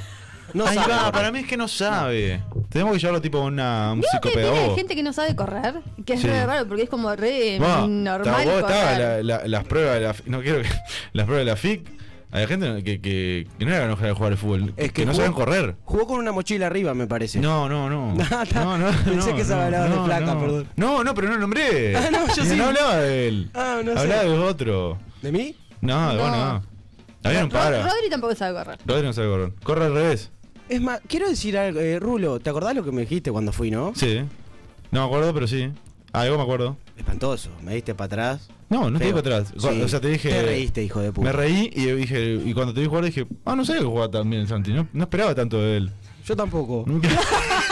Speaker 4: No
Speaker 2: Ahí
Speaker 4: sabe.
Speaker 2: va,
Speaker 4: correr.
Speaker 2: para mí es que no sabe. Tenemos que llevarlo tipo a una, un
Speaker 3: Creo que tiene
Speaker 2: psicopedagogo.
Speaker 3: gente que no sabe correr, que es
Speaker 2: Sí.
Speaker 3: re raro porque es como re eh,
Speaker 2: Va,
Speaker 3: normal
Speaker 2: ta- vos estabas
Speaker 3: correr.
Speaker 2: la- la- las pruebas de la FIC, no quiero que <laughs> las pruebas de la FIC, hay gente que, que, que no era enojada de jugar al fútbol, que,
Speaker 4: Es que
Speaker 2: no
Speaker 4: jugó-
Speaker 2: saben correr.
Speaker 4: Jugó con una mochila arriba, me parece.
Speaker 2: No, no,
Speaker 4: <laughs>
Speaker 2: no.
Speaker 4: Ah, ta.
Speaker 2: no, no,
Speaker 4: Pensé que se hablaba de placa,
Speaker 2: no.
Speaker 4: perdón.
Speaker 2: No, no, pero no lo nombré.
Speaker 4: <laughs> Ah, no, yo
Speaker 2: Y
Speaker 4: sí.
Speaker 2: no hablaba de él.
Speaker 4: Ah, no sé.
Speaker 2: hablaba de otro.
Speaker 4: ¿De mí?
Speaker 2: No, de vos
Speaker 3: No.
Speaker 2: no. Había un
Speaker 3: Rod-
Speaker 2: para.
Speaker 3: Rodri tampoco sabe correr.
Speaker 2: Rodri no sabe correr. Corre al revés.
Speaker 4: Es más, quiero decir algo, eh, Rulo, ¿te acordás lo que me dijiste cuando fui, no?
Speaker 2: Sí. No me acuerdo, pero sí. Algo me acuerdo.
Speaker 4: Espantoso, me diste para atrás.
Speaker 2: No, no te
Speaker 4: Feo.
Speaker 2: digo atrás. Cu-
Speaker 4: Sí.
Speaker 2: O sea, te dije.
Speaker 4: Te reíste, hijo de puta.
Speaker 2: Me reí y dije. Y cuando te vi jugar dije, ah, no sabía que jugaba tan bien el Santi. No, no esperaba tanto de él.
Speaker 4: Yo tampoco.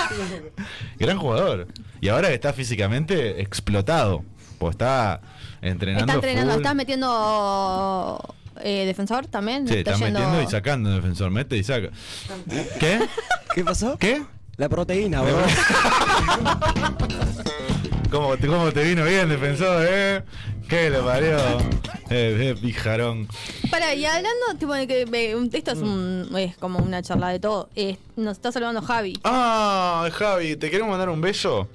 Speaker 4: <laughs>
Speaker 2: Gran jugador. Y ahora que está físicamente explotado. Pues está entrenando.
Speaker 3: Está entrenando,
Speaker 2: full.
Speaker 3: estás metiendo eh, defensor también.
Speaker 2: Sí,
Speaker 3: está
Speaker 2: está
Speaker 3: yendo-
Speaker 2: metiendo y sacando el defensor. Mete y saca. ¿Qué?
Speaker 4: ¿Qué pasó?
Speaker 2: ¿Qué?
Speaker 4: La proteína, bro.
Speaker 2: ¿Cómo te, cómo te vino bien, defensor, eh? ¿Qué lo parió? Eh, eh, pijarón.
Speaker 3: Pará, y hablando, tipo, de que me- un- esto es, un- es como una charla de todo. Eh, nos está saludando Javi.
Speaker 2: Ah, Javi, te queremos mandar un beso.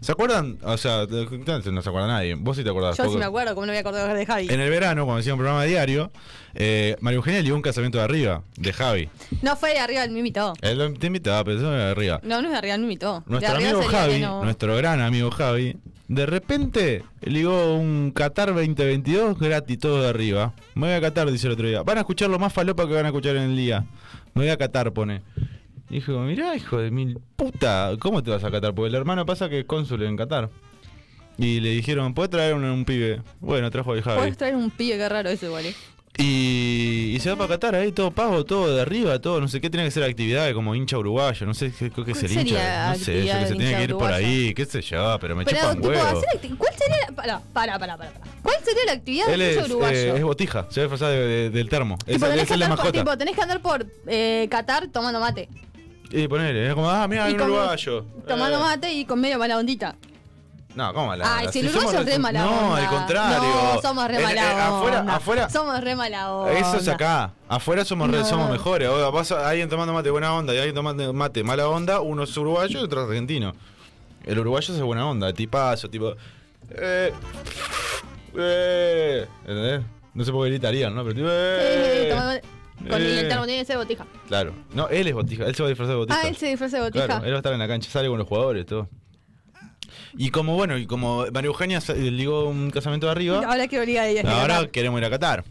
Speaker 2: ¿Se acuerdan? O sea, no se acuerda nadie. Vos sí te acordás.
Speaker 3: Yo sí
Speaker 2: porque-
Speaker 3: me acuerdo, como no me voy a acordar de Javi.
Speaker 2: En el verano, cuando hacía un programa diario, eh, María Eugenia le dio un casamiento de arriba, de Javi.
Speaker 3: No fue de arriba, él me invitó.
Speaker 2: Él lo- te invitaba, pero eso no era de arriba.
Speaker 3: No, no es de arriba, él me invitó.
Speaker 2: Nuestro
Speaker 3: de arriba
Speaker 2: amigo
Speaker 3: sería que
Speaker 2: Javi,
Speaker 3: no-
Speaker 2: nuestro gran amigo Javi, de repente ligó un Qatar 2022 gratis todo de arriba. Me voy a Qatar, dice el otro día. Van a escuchar lo más falopa que van a escuchar en el día. Me voy a Qatar, pone. Dijo, mirá, hijo de mil puta, ¿cómo te vas a Qatar? Porque el hermano pasa que es cónsul en Qatar. Y le dijeron, ¿puedes traer un, un pibe? Bueno, trajo el Javi.
Speaker 3: Podés traer un pibe, qué raro eso, igual. eh.
Speaker 2: Y, y se va para Qatar ahí, todo pago, todo de arriba, todo, no sé qué, tiene que ser actividades como hincha uruguayo, no sé qué, qué es
Speaker 3: ¿Cuál
Speaker 2: el hincha,
Speaker 3: sería
Speaker 2: no sé,
Speaker 3: actividad
Speaker 2: yo que se
Speaker 3: del
Speaker 2: tiene que
Speaker 3: hincha
Speaker 2: ir por
Speaker 3: uruguayo?
Speaker 2: ahí, qué sé yo, pero me
Speaker 3: Pero,
Speaker 2: chupan
Speaker 3: tipo,
Speaker 2: huevo.
Speaker 3: hacer acti- ¿cuál sería la, para, para, para, para. ¿Cuál sería la actividad
Speaker 2: Él
Speaker 3: del
Speaker 2: es,
Speaker 3: hincha uruguayo?
Speaker 2: eh, es botija, se ve disfrazado de- de- del termo.
Speaker 3: Tipo,
Speaker 2: Esa-
Speaker 3: tenés,
Speaker 2: esa
Speaker 3: que
Speaker 2: es la
Speaker 3: andar por,
Speaker 2: mascota. Eh.
Speaker 3: tipo, tenés que andar por eh, Qatar tomando mate.
Speaker 2: Y ponele, es como, ah, mira, hay
Speaker 3: Y
Speaker 2: un
Speaker 3: con-
Speaker 2: uruguayo.
Speaker 3: Tomando
Speaker 2: Eh.
Speaker 3: mate y con medio mala ondita.
Speaker 2: No, ¿cómo la
Speaker 3: Ay,
Speaker 2: onda?
Speaker 3: si el
Speaker 2: somos
Speaker 3: uruguayo es re mala
Speaker 2: No,
Speaker 3: onda.
Speaker 2: al contrario.
Speaker 3: No, somos re
Speaker 2: En-
Speaker 3: mala
Speaker 2: eh,
Speaker 3: onda.
Speaker 2: Afuera, afuera. Eh,
Speaker 3: Somos re mala onda.
Speaker 2: Eso es acá. Afuera somos, re-
Speaker 3: No.
Speaker 2: somos mejores. Ahora pasa alguien tomando mate buena onda y alguien tomando mate mala onda. Uno es uruguayo y otro es argentino. El uruguayo es de buena onda, tipazo, tipo. Eh, eh, ¿Entendés? No sé por qué gritarían, ¿no? Pero tipo.
Speaker 3: Eh,
Speaker 2: Eh,
Speaker 3: tomando mate. Con
Speaker 2: Eh.
Speaker 3: el termo tiene que ser botija.
Speaker 2: Claro. No, él es botija. Él se va a disfrazar de botija.
Speaker 3: Ah, él se disfraza de botija.
Speaker 2: Claro, él va a estar en la cancha, sale con los jugadores, todo. Y como, bueno, y como María Eugenia sa- eh, ligó un casamiento de arriba.
Speaker 3: Ahora quiero ligar de
Speaker 2: Ahora queremos ir a Qatar.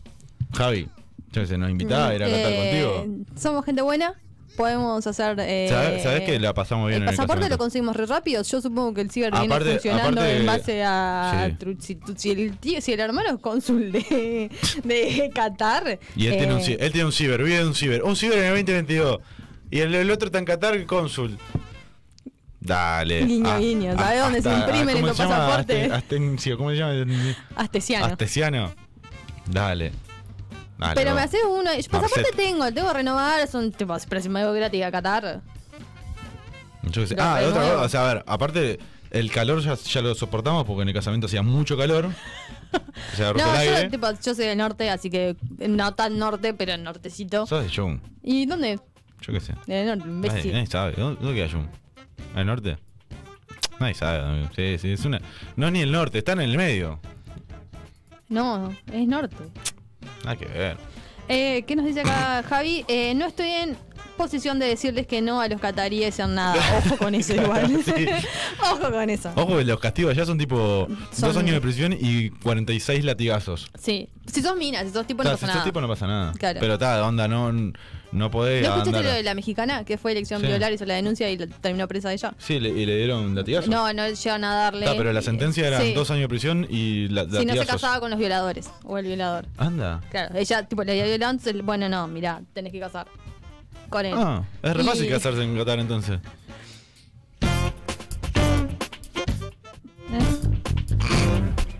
Speaker 2: Javi, yo qué sé, nos invitaba a ir a Qatar contigo.
Speaker 3: Eh, Somos gente buena. Podemos hacer. Eh,
Speaker 2: ¿Sabes, que la pasamos bien
Speaker 3: el
Speaker 2: en el
Speaker 3: pasaporte lo
Speaker 2: casamiento?
Speaker 3: conseguimos re rápido. Yo supongo que el ciber
Speaker 2: Aparte-
Speaker 3: viene funcionando
Speaker 2: aparte-
Speaker 3: en base a.
Speaker 2: sí.
Speaker 3: tru- Si, tu- si el tío, si el hermano es cónsul de, <laughs> de Qatar.
Speaker 2: Y este él, tiene un,
Speaker 3: eh,
Speaker 2: ci- él tiene un ciber, vive de un ciber. Un ciber en el 2022. Y el, el otro está en Qatar, el cónsul. Dale. Ah,
Speaker 3: Guiño, guiño, ¿sabe dónde se imprimen
Speaker 2: ¿cómo
Speaker 3: estos
Speaker 2: se llama?
Speaker 3: pasaportes?
Speaker 2: Aste- astencio, ¿Cómo se llama?
Speaker 3: Astesiano.
Speaker 2: Astesiano. Dale. Dale,
Speaker 3: Pero
Speaker 2: vos.
Speaker 3: me haces uno. Yo pasaporte
Speaker 2: Marcet.
Speaker 3: tengo, tengo que renovar. Son tipo, pero si me voy gratis a Qatar.
Speaker 2: Yo qué sé.
Speaker 3: Lo
Speaker 2: Ah, la otra
Speaker 3: renuevo.
Speaker 2: cosa, o sea, a ver, aparte, el calor ya, ya lo soportamos porque en el casamiento hacía
Speaker 3: <laughs>
Speaker 2: mucho calor. Se agarró el
Speaker 3: No,
Speaker 2: aire.
Speaker 3: yo, tipo, yo soy del norte, así que no tan norte, pero nortecito.
Speaker 2: Sos de Jung,
Speaker 3: ¿Y dónde?
Speaker 2: yo qué sé.
Speaker 3: Del norte,
Speaker 2: Nadie,
Speaker 3: imbécil.
Speaker 2: nadie sabe. ¿Dónde, dónde queda Jung? ¿Al norte? Nadie sabe. amigo. Sí, sí, es una. No es ni el norte, están en el medio. E.
Speaker 3: No, es norte.
Speaker 2: Nada que ver.
Speaker 3: Eh, ¿Qué nos dice acá Javi? Eh, no estoy en posición de decirles que no a los cataríes en
Speaker 2: <laughs>
Speaker 3: nada. Ojo con eso igual.
Speaker 2: Sí.
Speaker 3: <laughs> Ojo con eso.
Speaker 2: Ojo, que los castigos allá son tipo dos
Speaker 3: Son-
Speaker 2: años de prisión y 46 latigazos.
Speaker 3: Sí. Si sos mina, si sos tipo
Speaker 2: O
Speaker 3: no
Speaker 2: sea,
Speaker 3: pasa
Speaker 2: si sos
Speaker 3: nada.
Speaker 2: tipo no pasa nada.
Speaker 3: Claro.
Speaker 2: Pero está, onda, no, no podés.
Speaker 3: ¿No escuchaste
Speaker 2: andar-
Speaker 3: lo de la mexicana que fue elección
Speaker 2: Sí.
Speaker 3: violar, hizo la denuncia y la- terminó presa ella?
Speaker 2: Sí, le, y le dieron latigazos.
Speaker 3: No, no llegan a darle.
Speaker 2: Ah, pero la sentencia era
Speaker 3: Sí.
Speaker 2: dos años de prisión y la,
Speaker 3: Si no se
Speaker 2: latigazos.
Speaker 3: casaba con los violadores o el violador.
Speaker 2: Anda.
Speaker 3: Claro, ella tipo le había violado, entonces, bueno, no, mirá, tenés que casar con él.
Speaker 2: Ah, es re
Speaker 3: Y-
Speaker 2: fácil casarse en Qatar entonces.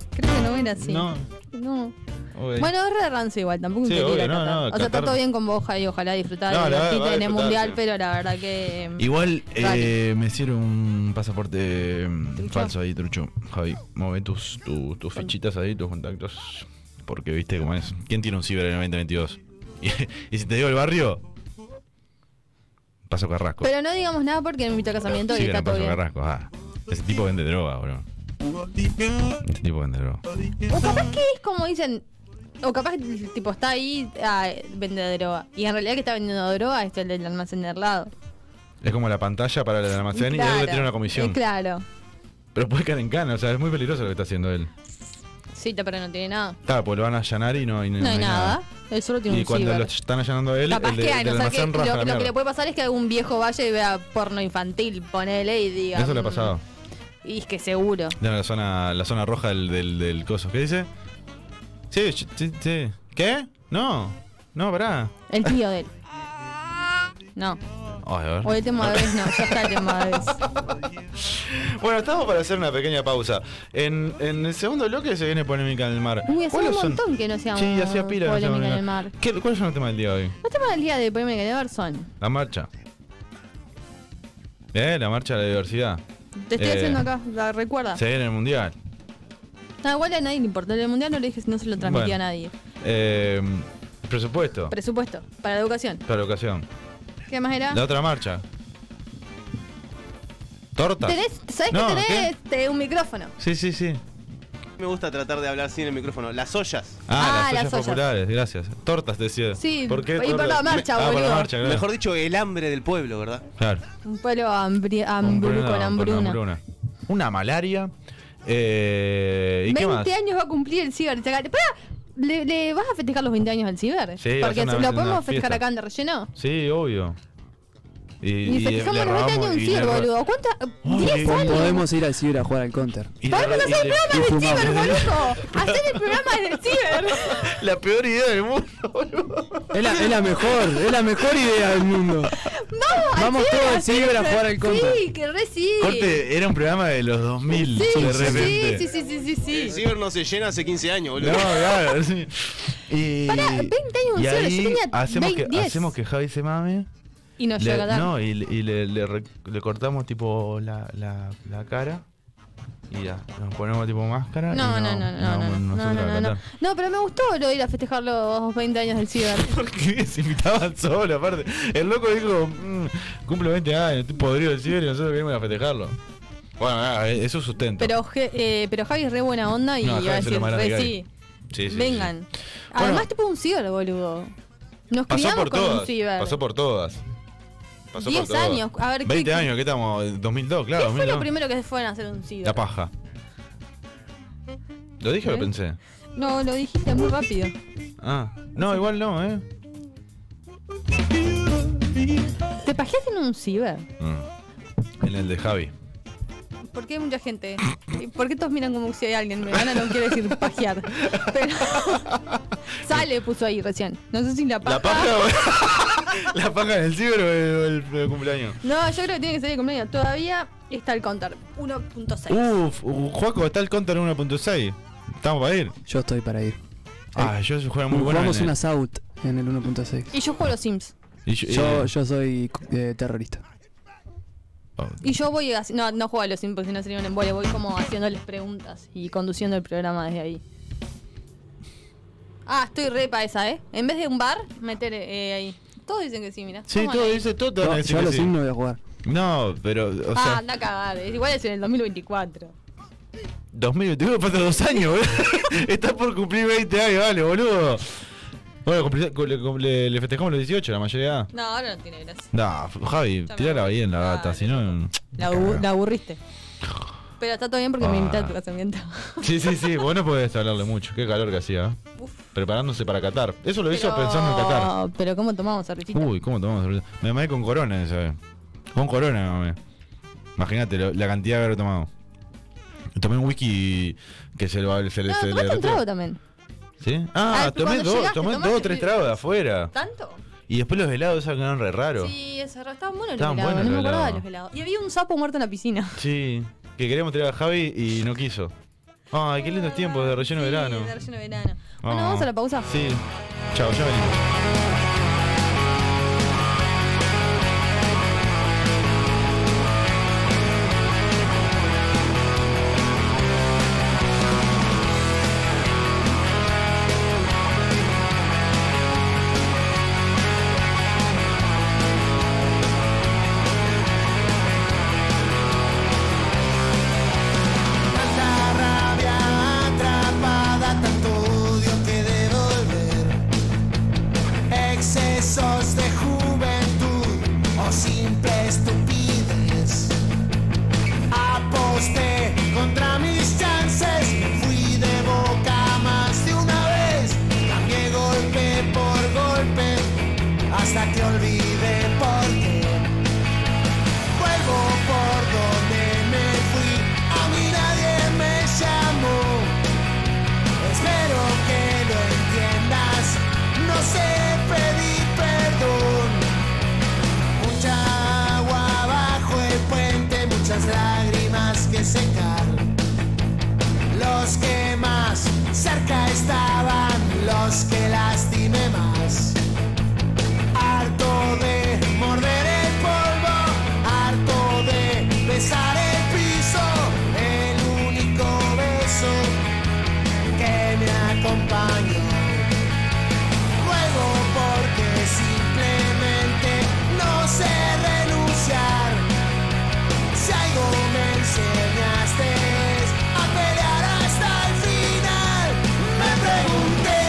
Speaker 3: Creo que no era así.
Speaker 2: No.
Speaker 3: No.
Speaker 2: Uy.
Speaker 3: Bueno, es re rancio igual, tampoco
Speaker 2: Sí,
Speaker 3: te quiero
Speaker 2: obvio, no,
Speaker 3: Qatar.
Speaker 2: no,
Speaker 3: o sea,
Speaker 2: Qatar-
Speaker 3: está todo bien con vos, Javi, ojalá disfrutar
Speaker 2: No, la
Speaker 3: de
Speaker 2: verdad, va a
Speaker 3: en el
Speaker 2: disfrutar,
Speaker 3: mundial,
Speaker 2: sí.
Speaker 3: pero la verdad que. mm,
Speaker 2: Igual
Speaker 3: Dale.
Speaker 2: eh, me hicieron un pasaporte mm,
Speaker 3: ¿Trucho?
Speaker 2: falso ahí, trucho. Javi, mueve tus, tu- tus fichitas ahí, tus contactos. Porque viste cómo es. ¿Quién tiene un ciber en el 2022? <laughs> Y, y si te digo el barrio, Paso Carrasco.
Speaker 3: Pero no digamos nada porque me invitó a casamiento
Speaker 2: Sí,
Speaker 3: y
Speaker 2: que
Speaker 3: está
Speaker 2: no
Speaker 3: todo
Speaker 2: Paso
Speaker 3: bien.
Speaker 2: Carrasco. Ah, ese tipo vende droga, bro. Ese tipo vende droga.
Speaker 3: O capaz que es como dicen. O capaz que tipo está ahí, ah, vende droga. Y en realidad que está vendiendo droga es el del almacén de al lado.
Speaker 2: Es como la pantalla para el almacén y él le
Speaker 3: Claro,
Speaker 2: tiene una comisión.
Speaker 3: eh, claro.
Speaker 2: Pero puede caer en cana, o sea, es muy peligroso lo que está haciendo él.
Speaker 3: Sí, pero no tiene nada.
Speaker 2: Está, pues lo van a allanar y no, y no-
Speaker 3: No, hay nada. Él solo tiene
Speaker 2: Y
Speaker 3: un
Speaker 2: cuando
Speaker 3: ciber.
Speaker 2: lo están allanando a él,
Speaker 3: Capaz
Speaker 2: el de,
Speaker 3: que, a
Speaker 2: del
Speaker 3: no ser que
Speaker 2: almacén raja
Speaker 3: lo,
Speaker 2: la
Speaker 3: lo que le
Speaker 2: mierda.
Speaker 3: puede pasar es que algún viejo vaya y vea porno infantil, ponele y diga.
Speaker 2: Eso le ha
Speaker 3: mm,
Speaker 2: pasado.
Speaker 3: Y es que seguro.
Speaker 2: De la zona, la zona roja del, del, del coso. ¿Qué dice? Sí, ch- sí, sí. ¿Qué? No. No, pará.
Speaker 3: El tío de él. No.
Speaker 2: Ay, a ver.
Speaker 3: O el tema de vez no. Ya está el tema de vez.
Speaker 2: <laughs> Bueno, estamos para hacer una pequeña pausa. En, en el segundo bloque se viene polémica en el mar.
Speaker 3: Uy, hace un
Speaker 2: ¿Cuáles son?
Speaker 3: montón que no seamos
Speaker 2: Sí, hacía pila. que no hacíamos
Speaker 3: polémica en el
Speaker 2: nada.
Speaker 3: mar.
Speaker 2: ¿Qué- ¿Cuáles son los temas del día de hoy?
Speaker 3: Los temas del día de polémica en el mar son.
Speaker 2: La marcha. ¿Eh? La marcha de la diversidad.
Speaker 3: Te estoy
Speaker 2: Eh,
Speaker 3: haciendo acá, la recuerda.
Speaker 2: Se viene el mundial.
Speaker 3: No, igual a nadie le importó. El mundial no le dije, no se lo transmití
Speaker 2: Bueno.
Speaker 3: a nadie.
Speaker 2: Eh, presupuesto.
Speaker 3: Presupuesto para la educación.
Speaker 2: para la ocasión.
Speaker 3: ¿Qué más era?
Speaker 2: La otra marcha. Torta.
Speaker 3: ¿Tenés, ¿Sabés
Speaker 2: No,
Speaker 3: que tenés este, un micrófono?
Speaker 2: Sí, sí, sí.
Speaker 6: Me gusta tratar de hablar sin el micrófono. Las ollas.
Speaker 2: Ah,
Speaker 3: Ah,
Speaker 2: las
Speaker 3: las
Speaker 2: ollas
Speaker 3: ollas.
Speaker 2: populares, gracias. Tortas decía.
Speaker 3: Sí,
Speaker 2: ¿Por qué?
Speaker 3: y por
Speaker 2: tortas?
Speaker 3: la marcha,
Speaker 2: ah, por la
Speaker 3: boludo.
Speaker 2: marcha, claro.
Speaker 6: Mejor dicho, el hambre del pueblo, ¿verdad?
Speaker 2: Claro.
Speaker 3: Un pueblo hambri- hambru-
Speaker 2: Hambruna,
Speaker 3: con hambruna.
Speaker 2: hambruna. Una malaria. Eh, ¿Y qué más?
Speaker 3: 20 años va a cumplir el ciber. Pará, ¿le, le vas a festejar los 20 años al ciber?
Speaker 2: Sí, va a
Speaker 3: Porque
Speaker 2: ser una-
Speaker 3: lo
Speaker 2: una
Speaker 3: podemos festejar
Speaker 2: fiesta.
Speaker 3: acá en de relleno.
Speaker 2: Sí, obvio. Y,
Speaker 3: Infectizamos
Speaker 2: le
Speaker 3: los 20 años
Speaker 2: robamos-
Speaker 3: de un
Speaker 2: y le
Speaker 3: cielo,
Speaker 2: ro-
Speaker 3: boludo. ¿Cuántas?
Speaker 2: Ay,
Speaker 3: ¿10
Speaker 2: po-
Speaker 3: años?
Speaker 5: Podemos ir al ciber a jugar al counter.
Speaker 2: y le
Speaker 3: Podemos
Speaker 2: ro- y
Speaker 3: hacer
Speaker 2: le-
Speaker 5: y
Speaker 3: programas del
Speaker 5: fumamos.
Speaker 3: ciber, <laughs>
Speaker 2: <laughs>
Speaker 3: boludo. Hacer el programa del ciber.
Speaker 2: La peor idea del mundo, boludo.
Speaker 5: Es la, es la mejor, es la mejor idea del mundo.
Speaker 3: Vamos, al
Speaker 5: Vamos todos al ciber a
Speaker 3: hacer-
Speaker 5: jugar al contra.
Speaker 3: Sí, que re sí.
Speaker 2: Corte, era un programa de los 2000,
Speaker 3: Sí,
Speaker 2: de
Speaker 3: sí,
Speaker 2: repente.
Speaker 3: sí, sí, sí, sí, sí.
Speaker 6: El ciber no se llena hace 15 años,
Speaker 2: No,
Speaker 6: boludo.
Speaker 2: claro, sí. Y,
Speaker 3: Pará, 20 años,
Speaker 2: y
Speaker 3: en serio, yo
Speaker 2: ahí
Speaker 3: tenía
Speaker 2: hacemos,
Speaker 3: 20,
Speaker 2: que,
Speaker 3: 10.
Speaker 2: hacemos que Javi se mame.
Speaker 3: Y nos
Speaker 2: le-
Speaker 3: llega tarde.
Speaker 2: no, y, le- y le, le re- le cortamos tipo la, la, la cara. Y ya, nos ponemos tipo máscara. y
Speaker 3: No, no, no, no,
Speaker 2: nos vamos
Speaker 3: no, no, no,
Speaker 2: nosotros a
Speaker 3: no, no,
Speaker 2: cantar.
Speaker 3: no. No, pero me gustó lo de ir a festejar los 20 años del
Speaker 2: <laughs>
Speaker 3: ciber.
Speaker 2: Porque se invitaban solo, aparte. El loco dijo, "Mm, cumple 20 años, estoy podrido del ciber y nosotros venimos a festejarlo. Bueno, nada, eh, eso es sustento.
Speaker 3: Pero, Je- eh, pero Javi es re buena onda y
Speaker 2: No,
Speaker 3: iba
Speaker 2: Javi
Speaker 3: a
Speaker 2: es lo
Speaker 3: decir,
Speaker 2: más grande
Speaker 3: re
Speaker 2: que
Speaker 3: sí,
Speaker 2: hay. Sí, sí, sí.
Speaker 3: vengan.
Speaker 2: Bueno.
Speaker 3: Además, tipo un ciber, boludo. Nos
Speaker 2: Pasó
Speaker 3: criamos
Speaker 2: por
Speaker 3: con un
Speaker 2: todas.
Speaker 3: ciber.
Speaker 2: Pasó por todas. Pasó
Speaker 3: 10
Speaker 2: por todas.
Speaker 3: años, a ver, ¿qué-
Speaker 2: 20
Speaker 3: qué-
Speaker 2: años, ¿qué estamos? 2002,
Speaker 3: ¿Qué
Speaker 2: claro.
Speaker 3: fue lo
Speaker 2: 2002.
Speaker 3: primero que se fueron a hacer un ciber?
Speaker 2: La paja. ¿Lo dije o lo
Speaker 3: ¿Eh?
Speaker 2: pensé?
Speaker 3: No, lo dijiste muy rápido.
Speaker 2: Ah. No, igual no, ¿eh?
Speaker 3: ¿Te pajeas en un ciber?
Speaker 2: Mm. En el de Javi.
Speaker 3: ¿Por qué hay mucha gente? ¿Y ¿Por qué todos miran como si hay alguien? Me gana, no quiere decir pajear.
Speaker 2: <laughs>
Speaker 3: Pero. Sale, puso ahí recién. No sé si la paja.
Speaker 2: ¿La paja? o- <laughs> ¿La paja en el ciber o el, o el cumpleaños?
Speaker 3: No, yo creo que tiene que salir de cumpleaños. Todavía está el counter. 1.6.
Speaker 2: Uf, uh, Juaco, está el counter 1.6. Estamos para ir.
Speaker 5: Yo estoy para ir.
Speaker 2: Ah, yo juego muy bueno.
Speaker 5: Jugamos
Speaker 2: en el-
Speaker 5: una SAUT en el 1.6.
Speaker 3: Y yo juego los Sims.
Speaker 2: Y yo-
Speaker 5: Yo,
Speaker 2: eh,
Speaker 5: yo soy eh, terrorista.
Speaker 2: oh,
Speaker 3: Y yo voy así. No, no juego a los Sims porque si no sería un embole. Voy como haciéndoles preguntas y conduciendo el programa desde ahí. Ah, estoy re pa' esa, ¿eh? En vez de un bar, meter eh, ahí. Todos dicen que sí, mira.
Speaker 2: Sí, todo dice todo. te van a
Speaker 5: No,
Speaker 2: decir
Speaker 5: yo a
Speaker 2: que
Speaker 5: los
Speaker 2: sí.
Speaker 5: signos voy a jugar.
Speaker 2: No, pero, o
Speaker 3: ah,
Speaker 2: sea,
Speaker 3: anda a cagar. Es Igual es en el 2024.
Speaker 2: 2021 faltan dos años, boludo. <laughs> Estás por cumplir 20 años, vale, boludo. Bueno, cumplí- cu- le, cum- le- le festejamos los 18, la mayoría.
Speaker 3: No, ahora no tiene gracia.
Speaker 2: Nah, Javi,
Speaker 3: me
Speaker 2: tirala
Speaker 3: voy.
Speaker 2: bien la
Speaker 3: Ah,
Speaker 2: gata, si no.
Speaker 3: La, abu- la aburriste. Pero está todo bien porque me
Speaker 2: Ah.
Speaker 3: invita a tu casamiento.
Speaker 2: Sí, sí, sí, vos
Speaker 3: <laughs>
Speaker 2: no podés hablarle mucho. Qué calor que hacía. ¿eh?
Speaker 3: Uf.
Speaker 2: Preparándose para Qatar. Eso lo hizo pensando en Qatar. Uh,
Speaker 3: Pero ¿cómo tomamos cervecita?
Speaker 2: Uy, ¿cómo tomamos cerveza? Me mamé con corona esa vez. Con corona me mamé. Imagínate lo- la cantidad de haber tomado. Tomé un whisky que se, lo, se, le-
Speaker 3: no,
Speaker 2: se
Speaker 3: tomaste
Speaker 2: le
Speaker 3: un
Speaker 2: retró.
Speaker 3: trago también.
Speaker 2: ¿Sí? Ah,
Speaker 3: Ah,
Speaker 2: tomé
Speaker 3: cuando
Speaker 2: dos,
Speaker 3: llegaste,
Speaker 2: tomé
Speaker 3: tomaste-
Speaker 2: dos o tres tragos de afuera.
Speaker 3: ¿Tanto?
Speaker 2: Y después los helados esos quedaron re raros. Sí.
Speaker 3: Sí, eso, estaban buenos los
Speaker 2: Estaban
Speaker 3: helados,
Speaker 2: buenos
Speaker 3: no me
Speaker 2: los
Speaker 3: acordaba de
Speaker 2: helados.
Speaker 3: los helados. Y había un sapo muerto en la
Speaker 2: <laughs>
Speaker 3: piscina.
Speaker 2: Que queríamos tirar a Javi y no quiso. Ay, qué lindos tiempos de relleno
Speaker 3: Sí,
Speaker 2: de verano.
Speaker 3: de relleno de verano. Bueno,
Speaker 2: Ah.
Speaker 3: vamos a la pausa.
Speaker 2: Sí. Chao, ya venimos.
Speaker 7: Tanta rabia atrapada, tanto odio que devolver. Excesos de juventud o simple estupidez. Aposté contra mis chances, me fui de boca más de una vez. Cambié golpe por golpe hasta que olvidé por qué. Vuelvo por donde me fui, a mí nadie me llamó. Espero que lo entiendas, no sé pedir perdón. Mucha agua bajo el puente, muchas lágrimas que secar. Los que más cerca estaban, los que lastimé más. Harto de morder el polvo, harto de besar el piso, el único beso que me acompaña. Juego porque simplemente no sé renunciar. Si algo me enseñaste es a pelear hasta el final, me pregunté.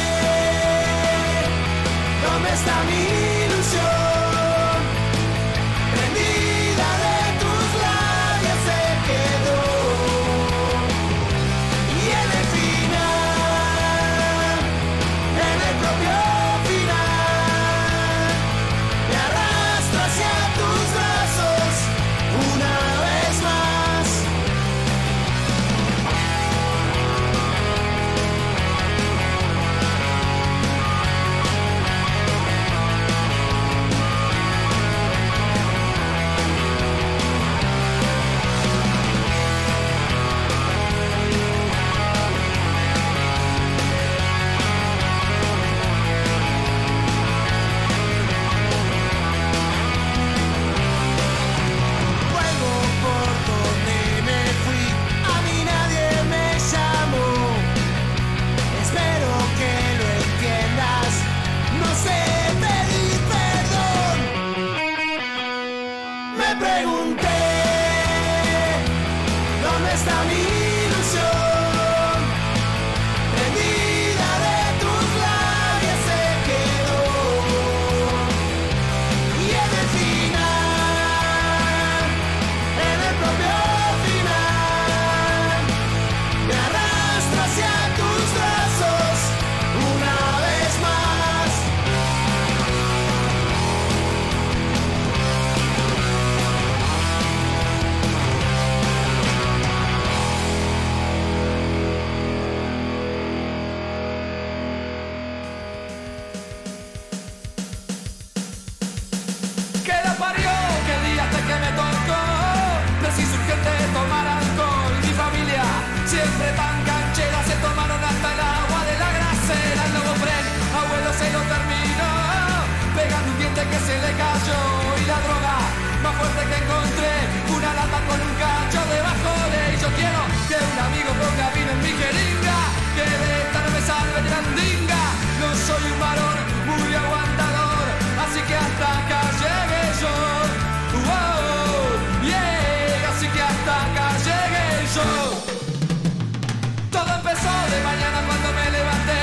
Speaker 7: hasta mi ilusión. Prendida de tus labios se quedó. Y en el final, en el propio final, me arrastra hacia tus brazos una vez más.
Speaker 8: que la parió, que el día hasta que me tocó. Preciso urgente tomar alcohol. Mi familia, siempre tan canchera, se tomaron hasta el agua de la grasera. El lobo fren, abuelo se lo terminó. Pegando un diente que se le cayó. Y la droga más fuerte que encontré, una lata con un cacho debajo de. Y yo quiero que un amigo ponga vino en mi jeringa. Que de esta no me salve ni la andinga. No soy un varón muy aguantador, así que hasta acá llegué yo. Wow, yeah, así que hasta acá llegué yo. Todo empezó de mañana cuando me levanté,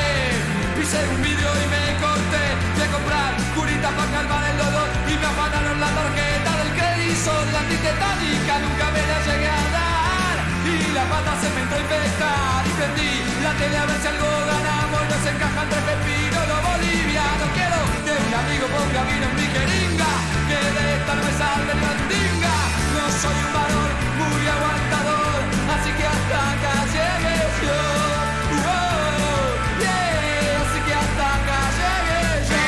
Speaker 8: pisé un vidrio y me corté. Fui a comprar curita para calmar el dolor y me afanaron la tarjeta del crédito de la antitetánica, nunca me la llegué a dar. Y la pata se me entró a infectar y prendí la tele a ver si algo ganamos. Nos encajan tres pepinos, los bolivianos. Quiero que un amigo ponga vino en mi jeringa, que de esta no me salve ni mandinga. No soy un varón muy aguantador, así que hasta acá llegué yo. Wow, Uh, oh, yeah, así que hasta acá llegué yo.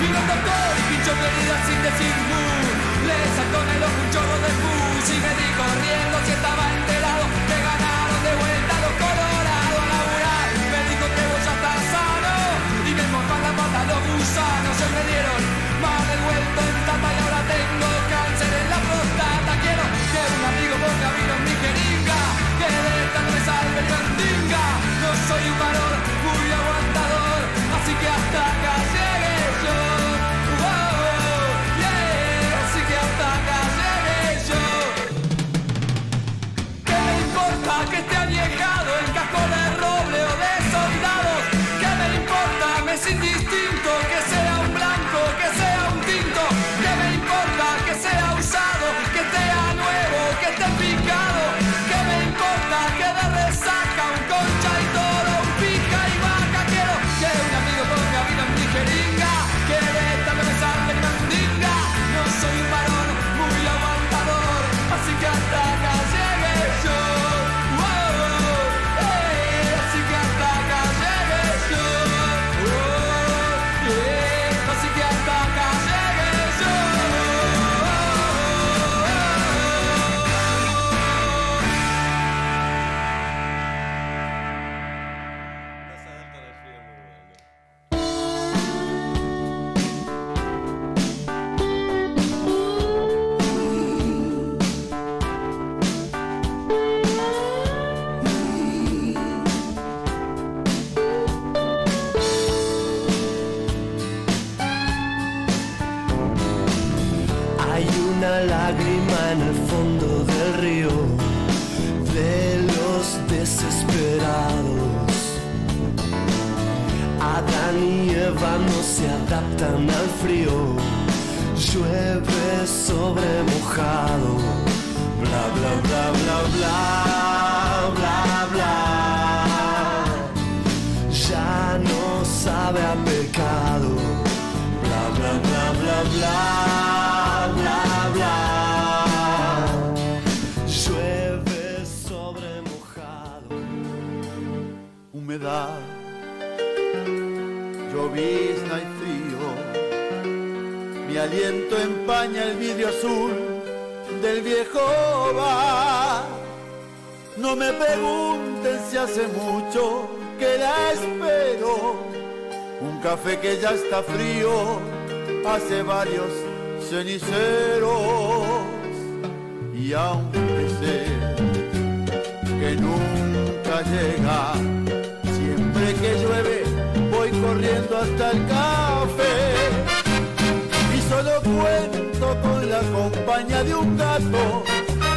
Speaker 8: Vino el doctor y pinchó mi herida sin decir mu Le sacó en el ojo un chorro de pus Y me dijo riendo si estaba enterado Que ganaron de vuelta los colorados a laburar Me dijo que vos ya estás sano Y me mojan la pata los gusanos Se me dieron más de vuelto en tapa Y ahora tengo cáncer en la prostata Quiero que un amigo ponga vino en mi jeringa Que de esta no me salve ni mandinga No soy un varón muy aguantador Así que hasta acá llegué yo Wow, yeah Así que hasta acá llegué yo ¿Qué me importa que esté añejado en casco de roble o de soldados? ¿Qué me importa? Me es indistinto que sea un blanco, que sea un tinto. ¿Qué me importa que sea usado, que sea nuevo, que esté picado? ¿Qué me importa que de resaca un concha y toro, un pica y vaca? Quiero que un amigo ponga vino en mi jeringa, que de esta no me salve ni mandinga. No soy un varón muy aguantador, así que hasta acá llegué yo. Oh, eh, así que hasta acá llegué yo. Oh, yeah, así que hasta acá llegué yo.
Speaker 7: Hay una lágrima en el fondo del río de los desesperados. Adán y Eva no se adaptan al frío. Llueve sobre mojado. Bla bla bla bla bla bla bla. Ya no sabe a pecado. Bla bla bla bla bla bla bla. Llueve sobre mojado. Humedad
Speaker 9: llovizna y frío. Mi aliento empaña el vidrio azul del viejo bar. No me pregunten si hace mucho que la espero. Un café que ya está frío hace varios ceniceros. Y aunque sé que nunca llega, siempre que llueve voy corriendo hasta el café y solo cuento con la compañía de un gato.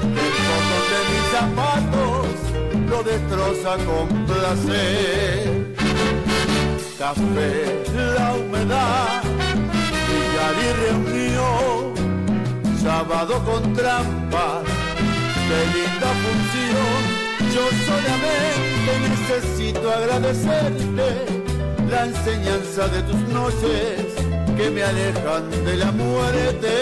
Speaker 9: El botón de mis zapatos lo destroza con placer. Café, la humedad, billar y reunión, sábado con trampas, qué linda función. Yo solamente necesito agradecerte la enseñanza de tus noches que me alejan de la muerte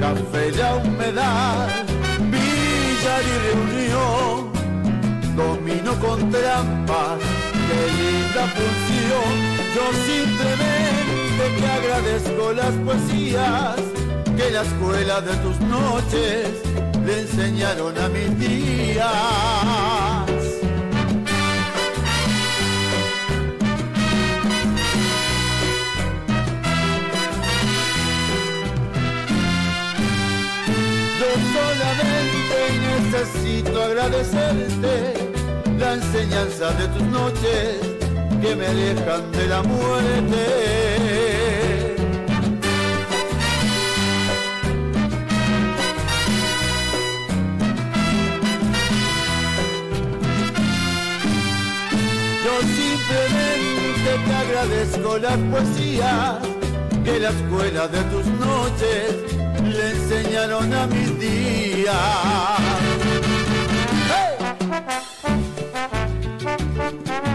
Speaker 9: café la humedad, billar y reunión, domino con trampas, qué linda función, yo simplemente te agradezco las poesías que la escuela de tus noches le enseñaron a mis días. Yo solamente necesito agradecerte la enseñanza de tus noches que me alejan de la muerte. Yo simplemente te agradezco las poesías que la escuela de tus noches le enseñaron a mis días.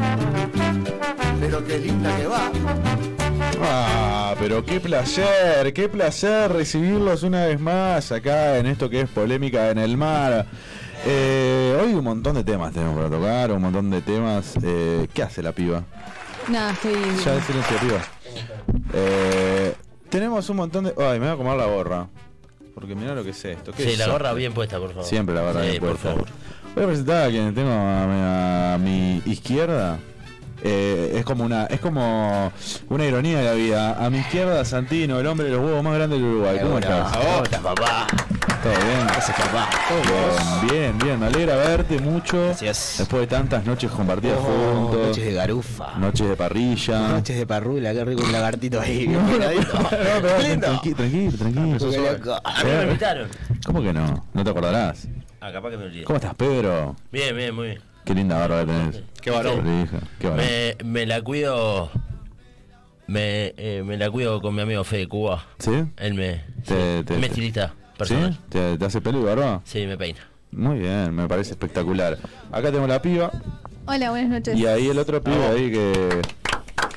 Speaker 9: ¡Hey! Pero qué linda que va.
Speaker 2: Ah, pero qué placer, qué placer recibirlos una vez más acá en esto que es polémica en el mar. Eh, hoy un montón de temas tenemos para tocar, un montón de temas. Eh, ¿Qué hace la piba?
Speaker 3: Nada, estoy.
Speaker 2: Ya de silencio, piba. Eh, tenemos un montón de. Ay, me voy a comer la gorra. Porque mirá lo que es esto. ¿Qué
Speaker 10: Sí,
Speaker 2: es
Speaker 10: la
Speaker 2: esto?
Speaker 10: gorra bien puesta, por favor.
Speaker 2: Siempre la gorra
Speaker 10: Sí,
Speaker 2: bien
Speaker 10: por
Speaker 2: puesta.
Speaker 10: favor.
Speaker 2: Voy a presentar a quien tengo a, a mi izquierda. Eh, es como una es como una ironía de la vida. A mi izquierda, Santino, el hombre de los huevos más grande del Uruguay. ¿Cómo estás?
Speaker 10: ¿Cómo estás, papá?
Speaker 2: ¿Todo bien?
Speaker 10: papá?
Speaker 2: Todo bien, bien, bien. Me alegra verte mucho.
Speaker 10: Gracias.
Speaker 2: Después de tantas noches compartidas
Speaker 10: Oh,
Speaker 2: juntos.
Speaker 10: noches de garufa.
Speaker 2: Noches de parrilla.
Speaker 10: Noches de parrula, qué rico un lagartito ahí.
Speaker 2: No, no, pero tranqui- tranquilo, tranquilo.
Speaker 10: A mí Ah, me invitaron.
Speaker 2: ¿Cómo que no? No te acordarás.
Speaker 10: Ah, capaz que me olvidé.
Speaker 2: ¿Cómo estás, Pedro?
Speaker 10: Bien, bien, muy bien.
Speaker 2: Qué linda barba que tenés.
Speaker 10: Qué varón.
Speaker 2: Te dije, Qué varón.
Speaker 10: Me, me la cuido. Me, eh, me la cuido con mi amigo Fede Cuba.
Speaker 2: ¿Sí?
Speaker 10: Él me.
Speaker 2: Te- te-
Speaker 10: él me estilista personal.
Speaker 2: ¿Sí? ¿Te, te hace pelo y barba?
Speaker 10: Sí, me peina.
Speaker 2: Muy bien, me parece espectacular. Acá tengo la piba
Speaker 3: Hola, buenas noches.
Speaker 2: y ahí el otro pibe ahí que...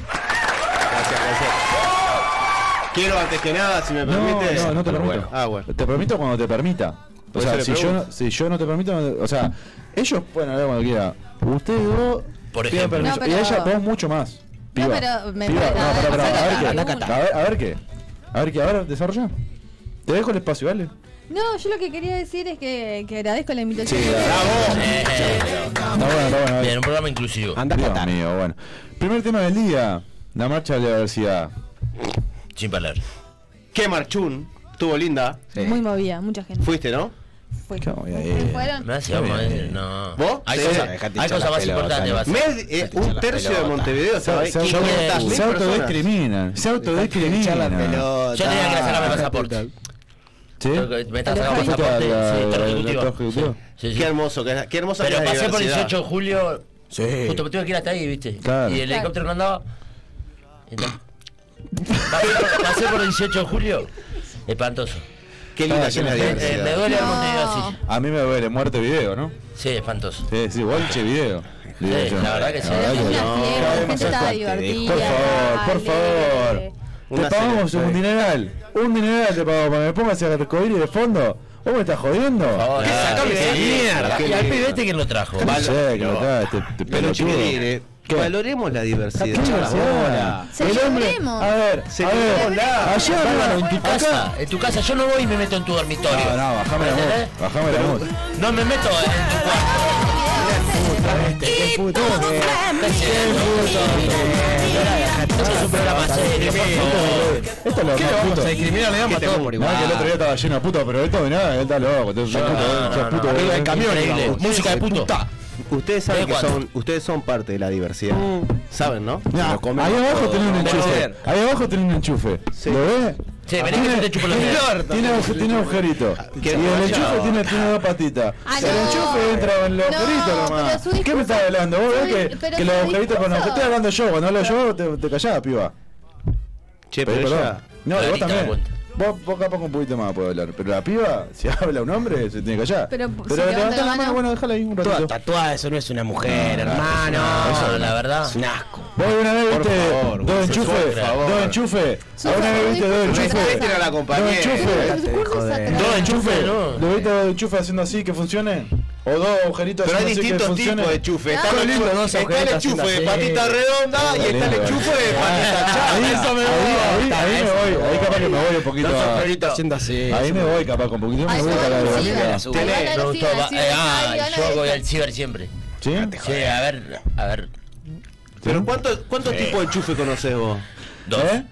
Speaker 6: Gracias, gracias. Quiero antes que nada, si me
Speaker 2: No,
Speaker 6: permite.
Speaker 2: no, no te permito.
Speaker 6: Bueno, Ah, bueno.
Speaker 2: Te permito cuando te permita. O
Speaker 6: Pues
Speaker 2: sea,
Speaker 6: yo le
Speaker 2: si yo,
Speaker 6: pregunto.
Speaker 2: no, si yo no te permito, no te- o sea, ellos pueden hablar cuando quieran. Ustedes dos
Speaker 10: Por
Speaker 2: piden
Speaker 10: ejemplo.
Speaker 2: permiso.
Speaker 3: No, pero-
Speaker 2: Y ella, vos mucho más. Piba.
Speaker 3: pero me-
Speaker 2: Piba,
Speaker 3: me-
Speaker 2: no,
Speaker 3: nada,
Speaker 2: pará, pará,
Speaker 3: pasa
Speaker 2: a ver
Speaker 3: la
Speaker 2: qué.
Speaker 3: pregunta.
Speaker 2: A ver, a ver qué. A ver qué, a ver, desarrolla. Te dejo el espacio, ¿vale?
Speaker 3: No, yo lo que quería decir es que, que agradezco la invitación.
Speaker 10: Eh, eh,
Speaker 2: Está bueno, está bueno.
Speaker 10: bien, un programa inclusivo.
Speaker 4: Anda a
Speaker 2: Dios
Speaker 4: catar.
Speaker 2: mío, bueno. Primer tema del día, la marcha de la diversidad.
Speaker 10: Sin palabras.
Speaker 6: Qué marchún. Estuvo linda.
Speaker 3: Muy movida, mucha gente.
Speaker 6: Fuiste, ¿no?
Speaker 3: Fue.
Speaker 2: Qué movida, eh.
Speaker 3: ¿Fueron?
Speaker 10: Me hace vamos,
Speaker 2: bien.
Speaker 10: eh, No.
Speaker 6: ¿Vos?
Speaker 10: Hay
Speaker 6: Sí.
Speaker 10: cosas,
Speaker 4: Dejate
Speaker 10: hay
Speaker 4: hinchar
Speaker 10: cosas
Speaker 4: las
Speaker 10: más
Speaker 4: pelotas,
Speaker 10: importantes. vas a-
Speaker 6: Med- eh, un tercio de Montevideo,
Speaker 2: Se,
Speaker 6: ¿sabes?
Speaker 2: se auto-
Speaker 6: 500.000
Speaker 2: se
Speaker 6: personas.
Speaker 2: autodiscriminan, se autodiscriminan.
Speaker 10: Yo tenía que sacarme el pasaporte.
Speaker 2: ¿Sí?
Speaker 10: Me estás
Speaker 3: ¿Te
Speaker 10: sacando el pasaporte.
Speaker 2: fuiste a
Speaker 10: Sí,
Speaker 2: la- la-
Speaker 10: torre
Speaker 2: la-
Speaker 10: ejecutiva.
Speaker 2: torre ejecutiva?
Speaker 10: Sí, sí.
Speaker 6: Qué hermoso, qué, qué hermoso.
Speaker 10: Pero
Speaker 6: que es la
Speaker 10: pasé por el
Speaker 6: diversidad.
Speaker 10: 18 de julio.
Speaker 4: Sí.
Speaker 10: Justo me tuve que ir hasta ahí, viste.
Speaker 2: Claro.
Speaker 10: Y el
Speaker 3: Claro.
Speaker 10: helicóptero no andaba. Y ta. Pasé por- Pasé por el 18 de julio. Espantoso.
Speaker 6: Qué linda
Speaker 2: Ah,
Speaker 6: que es la
Speaker 10: Me,
Speaker 2: sí,
Speaker 10: eh,
Speaker 6: diversidad.
Speaker 10: me duele el
Speaker 3: No.
Speaker 10: Montevideo así.
Speaker 2: A mí me duele muerte video, ¿no?
Speaker 10: Sí, espantoso.
Speaker 2: Sí, sí, bolche video. Digo yo.
Speaker 10: la verdad que sí.
Speaker 3: Era
Speaker 10: Ay,
Speaker 3: una
Speaker 2: que
Speaker 3: fiesta,
Speaker 2: no.
Speaker 3: la gente
Speaker 2: Más
Speaker 3: estaba
Speaker 2: fuerte,
Speaker 3: divertida.
Speaker 2: Por favor, por
Speaker 3: alegre.
Speaker 2: favor.
Speaker 6: Una
Speaker 2: te pagamos
Speaker 6: serie,
Speaker 2: un
Speaker 6: sí.
Speaker 2: dineral. Un dineral te pagamos para que me pongas el arcoíris de fondo. ¿Vos me estás jodiendo?
Speaker 10: Oh,
Speaker 6: sacame
Speaker 10: qué
Speaker 6: de
Speaker 10: lindo.
Speaker 6: mierda.
Speaker 10: Y al pibe este que lo trajo.
Speaker 2: No sé, que
Speaker 6: no.
Speaker 2: acá, este- este
Speaker 6: Pero
Speaker 2: pelotudo.
Speaker 6: chiquitín, eh. Valoremos la diversidad. chaval.
Speaker 7: El hombre. A ver, a ver. Ayer
Speaker 10: Bárbaro, en
Speaker 7: acá-
Speaker 10: tu casa, en tu casa yo no voy y me meto en tu dormitorio.
Speaker 7: No, no, bajame el amor,
Speaker 10: ¿Entendés?
Speaker 7: bajame el
Speaker 10: Pero
Speaker 7: amor.
Speaker 10: No me meto eh. en tu cuarto. Qué puto, qué puto. Esto es un programa serio, por favor.
Speaker 2: Esto lo
Speaker 10: ¿Qué lo vamos a discriminar? Le damos a todos por igual.
Speaker 2: No, que el otro día estaba lleno de putos, pero esto de nada, él está loco. Entonces, sos puto, sos puto,
Speaker 6: Arriba
Speaker 2: sos
Speaker 6: del camión,
Speaker 2: increíble.
Speaker 6: digamos. Música de puto. Ustedes saben
Speaker 2: ¿De
Speaker 6: que
Speaker 2: cuánto?
Speaker 6: son, ustedes son parte de la diversidad. Saben, ¿no?
Speaker 2: Mm. Mirá,
Speaker 6: Lo comen
Speaker 2: ahí abajo
Speaker 6: todo.
Speaker 2: tiene un
Speaker 6: Pero
Speaker 2: enchufe.
Speaker 6: bien.
Speaker 2: Ahí abajo tiene un enchufe. ¿Lo ves?
Speaker 6: Sí, vení que yo te chupo los
Speaker 2: tiene,
Speaker 6: dedos.
Speaker 2: tiene, agu- tiene agujerito. Y
Speaker 6: Qué
Speaker 2: el enchufe
Speaker 6: rayado.
Speaker 2: tiene, tiene dos patitas.
Speaker 3: Ah,
Speaker 2: el
Speaker 3: no.
Speaker 2: enchufe entra en los
Speaker 3: No,
Speaker 2: agujeritos
Speaker 3: pero
Speaker 2: nomás.
Speaker 3: su discurso-
Speaker 2: ¿Qué me estás hablando? ¿Vos
Speaker 3: su
Speaker 2: ves
Speaker 3: di-
Speaker 2: que,
Speaker 3: pero
Speaker 2: que los
Speaker 3: su
Speaker 2: agujeritos con los que
Speaker 3: discurso-
Speaker 2: estoy hablando yo? Cuando hablo yo, te, te callás, piba.
Speaker 6: Che,
Speaker 2: Pedí
Speaker 6: pero
Speaker 2: perdón.
Speaker 6: ya.
Speaker 2: No, y vos
Speaker 6: Ahorita me
Speaker 2: también.
Speaker 6: cuento.
Speaker 2: Vos, vos capaz que un poquito más podés hablar. Pero la piba, si habla un hombre, se tiene que callar.
Speaker 3: Pero, si
Speaker 2: levantá
Speaker 3: levanta la mano-
Speaker 2: bueno, déjala ahí un ratito.
Speaker 4: Toda tatuada, eso no es una mujer, hermano.
Speaker 2: Eso,
Speaker 10: la verdad.
Speaker 4: Es un asco.
Speaker 2: Vos una vez viste dos enchufes,
Speaker 4: por favor.
Speaker 2: dos enchufes, una vez viste dos enchufes,
Speaker 6: Respeten a la
Speaker 2: dos
Speaker 6: compañera.
Speaker 2: enchufes, dos enchufes,
Speaker 6: No.
Speaker 2: ¿lo viste dos enchufes haciendo así que funcionen? O dos agujeritos
Speaker 6: Pero hay
Speaker 2: haciendo así que
Speaker 6: distintos
Speaker 2: funcionen.
Speaker 6: tipos de enchufe. Está el enchufe- está el enchufe de patita redonda y está el enchufe de patita
Speaker 2: Ahí,
Speaker 6: chata.
Speaker 2: ahí, ahí, ahí me voy, ahí capaz que me voy un poquito
Speaker 6: Dos
Speaker 2: a-
Speaker 6: agujeritos.
Speaker 2: haciendo así. Ahí me voy capaz con poquito, me voy a la verga.
Speaker 10: Tenés, me gustó.
Speaker 6: ciber,
Speaker 10: va-
Speaker 6: ciber,
Speaker 10: eh, ah,
Speaker 6: ahí,
Speaker 10: yo
Speaker 6: ahí.
Speaker 10: voy al ciber siempre.
Speaker 2: ¿Sí?
Speaker 10: Sí, a ver, a ver.
Speaker 6: Pero ¿cuántos cuánto tipos de enchufe conoces vos?
Speaker 10: Dos.
Speaker 2: ¿Eh?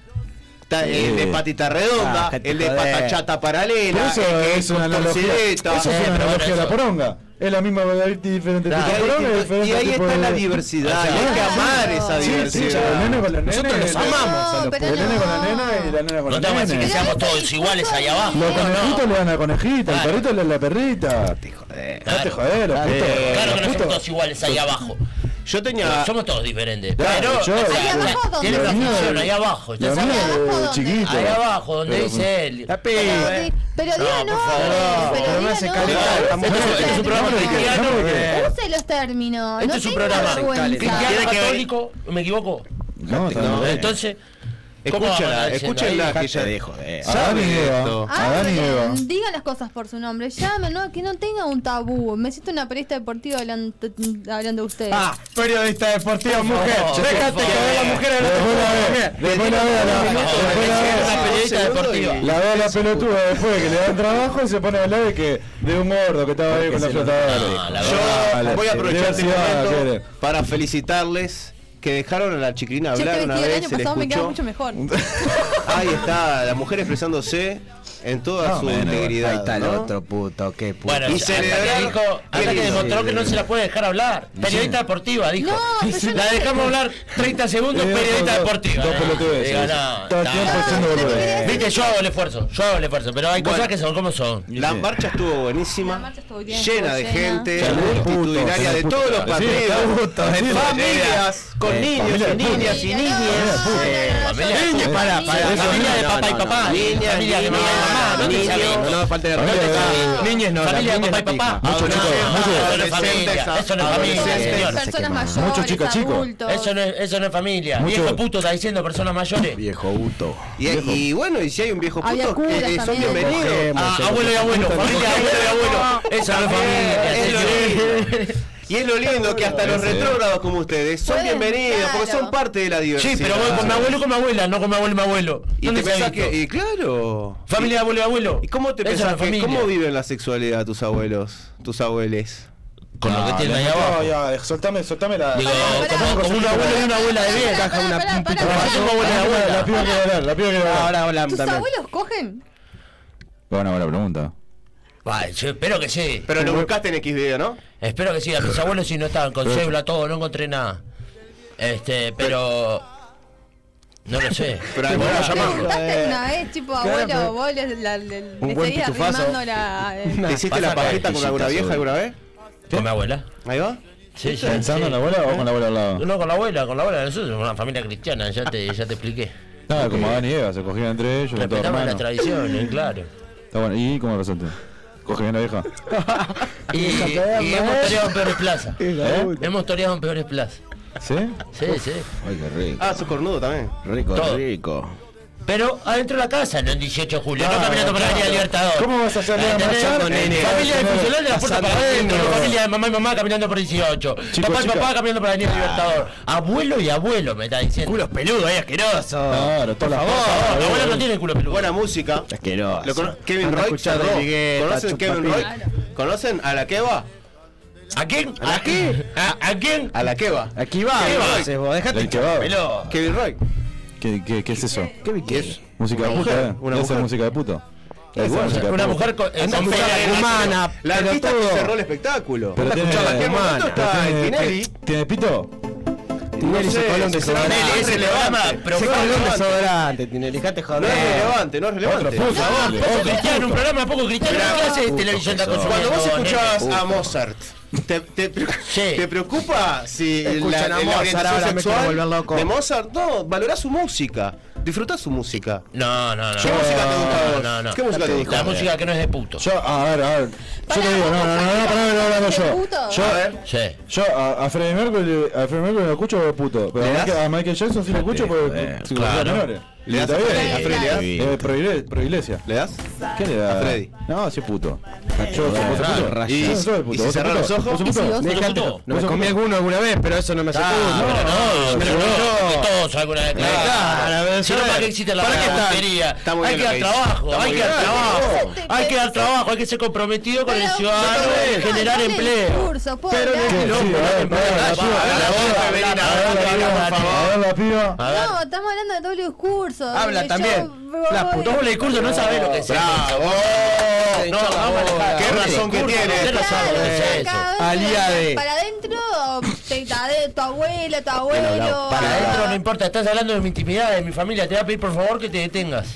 Speaker 6: Está el de patita redonda,
Speaker 2: Ah, que te
Speaker 6: el de
Speaker 2: jodés. Pero
Speaker 6: patachata paralela,
Speaker 2: eso
Speaker 6: el que
Speaker 2: es una
Speaker 6: con
Speaker 2: analogía,
Speaker 6: torcedeta.
Speaker 2: eso
Speaker 10: Eh,
Speaker 2: es una analogía a la poronga. Es la misma hay diferente
Speaker 6: Claro.
Speaker 2: tipo de
Speaker 6: Y hay
Speaker 2: poronga y
Speaker 6: distinto-
Speaker 2: diferente
Speaker 6: y ahí
Speaker 2: tipo
Speaker 6: está
Speaker 2: de- Ah,
Speaker 6: la diversidad, y hay que amar esa
Speaker 2: Sí, sí,
Speaker 6: diversidad.
Speaker 2: los nenes con los nenes,
Speaker 6: Nosotros los
Speaker 2: los-
Speaker 6: amamos
Speaker 2: a los
Speaker 6: pero
Speaker 2: pobres.
Speaker 6: no.
Speaker 2: El nene con la nena y la nena con
Speaker 10: No
Speaker 2: el
Speaker 10: te vamos a decir
Speaker 2: nene.
Speaker 10: que seamos todos iguales ahí abajo.
Speaker 2: Los
Speaker 10: No,
Speaker 2: conejitos
Speaker 10: no.
Speaker 2: le dan a la conejita, el perrito le dan a la perrita. No te
Speaker 6: jodés.
Speaker 2: No te jodés, los putos.
Speaker 10: Claro que no
Speaker 2: los
Speaker 10: somos
Speaker 2: putos.
Speaker 10: todos iguales ahí abajo.
Speaker 6: Yo
Speaker 10: tenía. Somos todos diferentes.
Speaker 2: Claro,
Speaker 10: Pero.
Speaker 2: yo-
Speaker 10: o sea,
Speaker 2: Ahí abajo, ¿dónde?
Speaker 10: Tiene una
Speaker 2: Lo mío
Speaker 10: función
Speaker 2: de-
Speaker 10: ahí abajo.
Speaker 2: lo mío de chiquito.
Speaker 10: Ahí abajo, donde
Speaker 2: Pero-
Speaker 10: dice él.
Speaker 2: La peli.
Speaker 10: eh.
Speaker 3: Pero diga no, pero diga no.
Speaker 10: Esto es un programa cristiano.
Speaker 3: Use los términos.
Speaker 10: Esto es
Speaker 3: no
Speaker 2: Este
Speaker 10: un
Speaker 3: tenga
Speaker 10: programa
Speaker 3: vergüenza.
Speaker 10: cristiano católico. ¿Me equivoco?
Speaker 2: No,
Speaker 6: eh,
Speaker 10: No,
Speaker 2: también.
Speaker 10: Entonces. ¿cómo vamos a
Speaker 6: Escúchala,
Speaker 10: andar diciendo
Speaker 6: escúchala
Speaker 10: ahí?
Speaker 6: que ella dijo. eh,
Speaker 2: Adán
Speaker 6: sabe
Speaker 2: y Eva.
Speaker 6: esto.
Speaker 3: Ah,
Speaker 2: Adán y Eva.
Speaker 3: bien, diga las cosas por su nombre. Llame, no, que no tenga un tabú. Me siento una periodista deportiva hablando, hablando de ustedes.
Speaker 4: Ah, periodista deportiva mujer.
Speaker 2: favor,
Speaker 4: Déjate
Speaker 2: por
Speaker 4: que vea la
Speaker 2: favor.
Speaker 4: mujer en
Speaker 2: Después la ve,
Speaker 4: otro
Speaker 2: después la ve a la- después la ve.
Speaker 4: Una periodista deportiva.
Speaker 2: La ve a la pelotuda después que le dan trabajo y se pone a hablar de que de un gordo que estaba ahí con la flotadora.
Speaker 6: Yo voy a aprovechar este momento
Speaker 2: ¿qué
Speaker 6: para felicitarles que dejaron a la chiquilina
Speaker 3: Yo
Speaker 6: hablar
Speaker 3: este
Speaker 6: una
Speaker 3: vestido del
Speaker 6: vez,
Speaker 3: año
Speaker 6: se le
Speaker 3: pasado me queda
Speaker 6: escuchó.
Speaker 3: mucho mejor.
Speaker 6: Ahí está, la mujer expresándose en toda
Speaker 4: No,
Speaker 6: su
Speaker 4: bueno,
Speaker 6: integridad.
Speaker 4: ahí está el
Speaker 6: ¿no?
Speaker 4: otro puto, qué puto.
Speaker 10: Bueno,
Speaker 6: Y
Speaker 10: hasta que
Speaker 6: celebrar-
Speaker 10: dijo, hasta
Speaker 6: Qué
Speaker 10: que
Speaker 6: lindo.
Speaker 10: demostró que no se la puede dejar hablar. Periodista deportiva, dijo.
Speaker 3: No, pero yo no
Speaker 10: la
Speaker 3: sé.
Speaker 10: dejamos hablar 30 segundos,
Speaker 2: Eh,
Speaker 10: periodista
Speaker 2: dos-
Speaker 10: deportiva.
Speaker 2: dos
Speaker 10: eh.
Speaker 2: pelotudeces.
Speaker 10: Digo, no,
Speaker 2: Todo el
Speaker 10: no,
Speaker 2: tiempo
Speaker 10: no.
Speaker 2: haciendo boludeces.
Speaker 10: Viste, yo hago el esfuerzo, yo hago el esfuerzo, pero hay cosas que son como son.
Speaker 6: La marcha estuvo buenísima,
Speaker 3: estuvo bien,
Speaker 6: llena de
Speaker 3: estuvo
Speaker 6: gente,
Speaker 10: Llena de
Speaker 6: multitudinaria de todos los
Speaker 2: Sí,
Speaker 6: partidos,
Speaker 2: puto, sí,
Speaker 6: de familias,
Speaker 2: sí.
Speaker 6: con
Speaker 2: Eh,
Speaker 6: niños
Speaker 2: familia de
Speaker 6: y niñas y niñas.
Speaker 11: Eh,
Speaker 10: Familia,
Speaker 6: Niña, para, para,
Speaker 10: Familia de
Speaker 6: no,
Speaker 10: papá y
Speaker 6: no, no,
Speaker 10: papá.
Speaker 6: niña,
Speaker 10: Familia de
Speaker 6: niña,
Speaker 10: mamá, mamá, no te
Speaker 6: niño,
Speaker 10: sabes.
Speaker 6: no, falta de
Speaker 10: No te
Speaker 6: respeto.
Speaker 10: sabes.
Speaker 6: Niñes no,
Speaker 10: Familia de
Speaker 6: las
Speaker 10: papá
Speaker 6: niñas
Speaker 10: y papá.
Speaker 6: no.
Speaker 10: Mucho
Speaker 6: Mucho chico, mucho.
Speaker 10: Eso no es
Speaker 6: Adolescentes,
Speaker 10: familia, eso no es familia,
Speaker 6: adolescentes.
Speaker 10: señor.
Speaker 3: Personas mayores,
Speaker 2: Mucho chico, chico.
Speaker 3: adultos.
Speaker 10: Eso no es, eso no es familia.
Speaker 2: Mucho-
Speaker 10: Viejo puto está diciendo personas mayores.
Speaker 2: Viejo gusto.
Speaker 6: Y, y bueno, y si hay un viejo
Speaker 3: Había
Speaker 6: puto,
Speaker 3: curas
Speaker 6: eh, eh, son
Speaker 3: también.
Speaker 6: bienvenidos.
Speaker 10: Ah, abuelo y abuelo, familia de abuelo y abuelo. Esa no es
Speaker 6: Es lo
Speaker 10: familia.
Speaker 6: lindo. Y es lo lindo que hasta los retrógrados como ustedes son
Speaker 3: Pueden,
Speaker 6: bienvenidos, porque
Speaker 3: claro.
Speaker 6: son parte de la
Speaker 10: Sí,
Speaker 6: diversidad.
Speaker 10: pero voy con mi abuelo y con mi abuela, no con mi abuelo y mi abuelo.
Speaker 6: Y
Speaker 10: ¿Dónde
Speaker 6: te
Speaker 10: se ha
Speaker 6: pensás
Speaker 10: visto?
Speaker 6: que. Y claro.
Speaker 10: Familia de abuelo y abuelo.
Speaker 6: ¿Y cómo te
Speaker 10: Esa es la
Speaker 6: pensás que,
Speaker 10: familia.
Speaker 6: cómo viven la sexualidad tus abuelos, tus abueles?
Speaker 10: Con lo que
Speaker 2: Ah,
Speaker 10: tiene
Speaker 6: Ah,
Speaker 10: ahí abajo.
Speaker 2: No, ya, soltame, soltame la.
Speaker 10: Digo,
Speaker 2: soltame
Speaker 10: como-
Speaker 2: la
Speaker 10: como
Speaker 2: cosita.
Speaker 10: un abuelo y una abuela de bien.
Speaker 3: Pará, pará, pará, pará, pará.
Speaker 2: La piba que va a hablar, La piba que va a hablar, la piba que va a hablar.
Speaker 4: Ahora hablamos
Speaker 3: ¿Tus
Speaker 4: también.
Speaker 3: abuelos cogen?
Speaker 2: Bueno, buena pregunta.
Speaker 10: Va, yo espero que sí.
Speaker 6: Pero lo buscaste en X video, ¿no?
Speaker 10: Espero que sí. A mis abuelos sí no estaban con
Speaker 2: Pero-
Speaker 10: cédula, todo, no encontré nada. Este, pero. No lo sé.
Speaker 6: <laughs> Pero
Speaker 10: Te
Speaker 6: alguna
Speaker 10: vuelvo a
Speaker 3: ¿Te
Speaker 10: llamar. Eh,
Speaker 3: preguntaste una vez, tipo, abuelo, vos le, la, le, le
Speaker 4: buen
Speaker 3: seguías
Speaker 4: pitufazo.
Speaker 3: rimando la... eh,
Speaker 6: ¿Te hiciste la
Speaker 10: Pasa
Speaker 6: pajita
Speaker 10: la
Speaker 6: con alguna
Speaker 10: pijita,
Speaker 6: vieja
Speaker 10: seguro.
Speaker 6: alguna vez?
Speaker 10: Con mi abuela.
Speaker 6: Ahí va.
Speaker 10: Sí, sí, sí.
Speaker 2: ¿Pensando en la abuela o con la abuela al lado?
Speaker 10: No, con la abuela, con la abuela. Nosotros somos una familia cristiana, ya te, ya te expliqué.
Speaker 2: Nada, como Adán y Eva, se cogían entre ellos, con todo
Speaker 10: Respetamos ¿eh?
Speaker 2: hermano.
Speaker 10: las tradiciones, claro.
Speaker 2: Está bueno, ¿y cómo resuelto? ¿Coge bien la vieja?
Speaker 10: <laughs> Y, y hemos toreado en peores plazas.
Speaker 2: <laughs> ¿Eh?
Speaker 10: Hemos toreado en peores plazas.
Speaker 2: ¿Sí?
Speaker 10: Sí, sí.
Speaker 2: Ay, qué rico.
Speaker 6: Ah, sos cornudo también.
Speaker 2: Rico,
Speaker 10: Todo.
Speaker 2: rico.
Speaker 10: Pero adentro de la casa, no en 18 de julio, no caminando por la avenida Libertador.
Speaker 2: ¿Cómo vas a salir a
Speaker 10: ¿Entendés?
Speaker 2: marchar?
Speaker 10: Familia de funcionarios de la puerta para adentro, familia de mamá y mamá caminando por 18,
Speaker 2: Chicos,
Speaker 10: papá y
Speaker 2: chicas.
Speaker 10: papá caminando por la avenida Libertador, abuelo y abuelo me está diciendo. Culos peludos, ahí asqueroso.
Speaker 2: Claro,
Speaker 10: por
Speaker 2: todas las
Speaker 10: favor,
Speaker 2: patas,
Speaker 10: los abuelos
Speaker 2: boludo.
Speaker 10: no tienen culo peludo.
Speaker 6: Buena música.
Speaker 11: Asqueroso.
Speaker 6: Lo cono- Kevin
Speaker 11: Anda a
Speaker 6: Roy
Speaker 11: escuchar
Speaker 6: cerró.
Speaker 11: David Guetta,
Speaker 6: ¿Conocen Kevin
Speaker 11: Chupapi.
Speaker 6: Roy? ¿Conocen a la que va?
Speaker 10: ¿A quién?
Speaker 6: ¿A la qué?
Speaker 10: ¿A, quién?
Speaker 6: A la que va.
Speaker 11: Aquí va,
Speaker 6: Kevin Roy.
Speaker 11: entonces, vos, dejate
Speaker 2: El que va.
Speaker 10: Peludo.
Speaker 6: Kevin Roy.
Speaker 2: ¿Qué, qué, ¿Qué es eso?
Speaker 6: ¿Qué es?
Speaker 2: Música
Speaker 6: Una
Speaker 2: de puto,
Speaker 6: mujer,
Speaker 2: eh.
Speaker 6: una
Speaker 2: Esa es
Speaker 6: mujer.
Speaker 2: música de puto. Esa es
Speaker 6: Una
Speaker 2: música de
Speaker 10: Una
Speaker 2: puto.
Speaker 10: mujer con, eh,
Speaker 6: Anda a
Speaker 10: con
Speaker 6: escuchar
Speaker 10: pelo.
Speaker 6: a
Speaker 11: humana,
Speaker 6: La artista que
Speaker 11: pelotudo.
Speaker 6: cerró el espectáculo.
Speaker 2: Pero
Speaker 6: Anda a
Speaker 2: tiene,
Speaker 6: escuchar a Guillermo
Speaker 2: humana.
Speaker 6: Montero, está
Speaker 2: Pero
Speaker 6: en
Speaker 2: tiene-
Speaker 6: Tinelli.
Speaker 2: ¿Tiene pito?
Speaker 11: Tinelli se coló un
Speaker 6: si será
Speaker 11: desodorante. Se
Speaker 6: Tinelli, es relevante.
Speaker 10: pero
Speaker 6: no,
Speaker 11: coló un
Speaker 6: relevante.
Speaker 11: desodorante, Tinelli, dejate
Speaker 6: No es
Speaker 11: joder.
Speaker 6: relevante, no es relevante.
Speaker 2: Otro puto.
Speaker 10: Vos, poco
Speaker 2: Otro
Speaker 10: cristiano, un
Speaker 2: puto.
Speaker 10: programa poco cristiano, ¿qué clase de televisión está consumiendo?
Speaker 6: Cuando vos
Speaker 10: nene?
Speaker 6: escuchabas a Mozart, ¿te, te, pre-
Speaker 10: Sí.
Speaker 6: te preocupa si la,
Speaker 11: Escuchan a
Speaker 6: la
Speaker 11: Mozart,
Speaker 6: orientación
Speaker 11: ahora me quiero
Speaker 6: sexual
Speaker 11: volver loco.
Speaker 6: de Mozart? No, valorás su música, disfrutás su música.
Speaker 10: No, no, no.
Speaker 6: ¿Qué música te gusta a vos?
Speaker 10: No, no.
Speaker 6: ¿Qué música te gusta?
Speaker 10: La música que no es de puto.
Speaker 2: Yo, a ver, a ver. Yo te digo, no, no, no, no, no, no, no, no, no, yo.
Speaker 3: puto?
Speaker 2: Yo, eh,
Speaker 6: A ver.
Speaker 10: Sí.
Speaker 2: yo a, a Freddie Mercury, a Freddie Mercury lo escucho de puto. Pero a
Speaker 6: ¿Le das?
Speaker 2: Michael, a Michael Jackson sí lo escucho por
Speaker 6: joder,
Speaker 2: circunstancias
Speaker 10: claro.
Speaker 2: menores.
Speaker 6: ¿Le
Speaker 2: Y
Speaker 6: das a
Speaker 2: está bien.
Speaker 6: Freddy? ¿A Freddy le das?
Speaker 2: Eh, prohibile- prohibilencia.
Speaker 6: ¿Le das?
Speaker 2: ¿Qué le da?
Speaker 6: A Freddy.
Speaker 2: No, sí es puto. Yo, ¿vos sos
Speaker 6: claro,
Speaker 2: puto?
Speaker 6: rayos.
Speaker 2: Yo no soy
Speaker 6: ¿Y
Speaker 2: puto.
Speaker 6: si
Speaker 2: ¿Vos sos
Speaker 6: cerrás
Speaker 2: puto?
Speaker 6: los ojos?
Speaker 2: ¿Vos sos
Speaker 3: ¿Y si
Speaker 2: puto?
Speaker 3: vos
Speaker 10: sos puto?
Speaker 2: ¿Vos
Speaker 11: No me
Speaker 2: sos
Speaker 11: comí
Speaker 2: puto?
Speaker 11: alguno alguna vez, pero eso no me hace
Speaker 10: Pero
Speaker 11: puto.
Speaker 10: no, pero no,
Speaker 11: yo-
Speaker 10: que todos alguna vez.
Speaker 11: Claro, a ver,
Speaker 10: Si no,
Speaker 11: yo-
Speaker 10: ¿para qué existe la
Speaker 11: ¿para qué está?
Speaker 10: putería?
Speaker 6: Está muy
Speaker 10: Hay
Speaker 6: bien
Speaker 10: que
Speaker 6: lo
Speaker 10: dar
Speaker 6: que dice.
Speaker 10: trabajo,
Speaker 6: Está
Speaker 10: hay
Speaker 6: muy
Speaker 10: que dar
Speaker 6: bien.
Speaker 10: trabajo.
Speaker 3: Pero-
Speaker 10: Hay que dar trabajo, hay que ser comprometido con el ciudadano, en generar empleo.
Speaker 3: Pero
Speaker 2: Sí,
Speaker 3: no,
Speaker 2: sí, a ver, pará, la piba. A ver, la piba.
Speaker 3: estamos hablando de doble discurso.
Speaker 11: Habla
Speaker 3: Yo-
Speaker 11: también.
Speaker 3: voy-
Speaker 11: La puta.
Speaker 10: Doble discurso, no sabés lo que es eso.
Speaker 6: ¡Bravo!
Speaker 10: No, vamos a dejar.
Speaker 6: Qué
Speaker 10: Doble
Speaker 6: razón que
Speaker 10: discurso,
Speaker 6: tiene.
Speaker 10: usted no sabe lo que es
Speaker 3: Claro,
Speaker 10: eso.
Speaker 3: cada vez
Speaker 11: Alía
Speaker 3: que-
Speaker 11: de-
Speaker 3: Para adentro, te- ta- de tu abuela, tu
Speaker 6: hablado.
Speaker 3: abuelo.
Speaker 10: Para eh.
Speaker 3: ah,
Speaker 10: adentro no importa, estás hablando de mi intimidad, de mi familia. Te voy a pedir por favor que te detengas.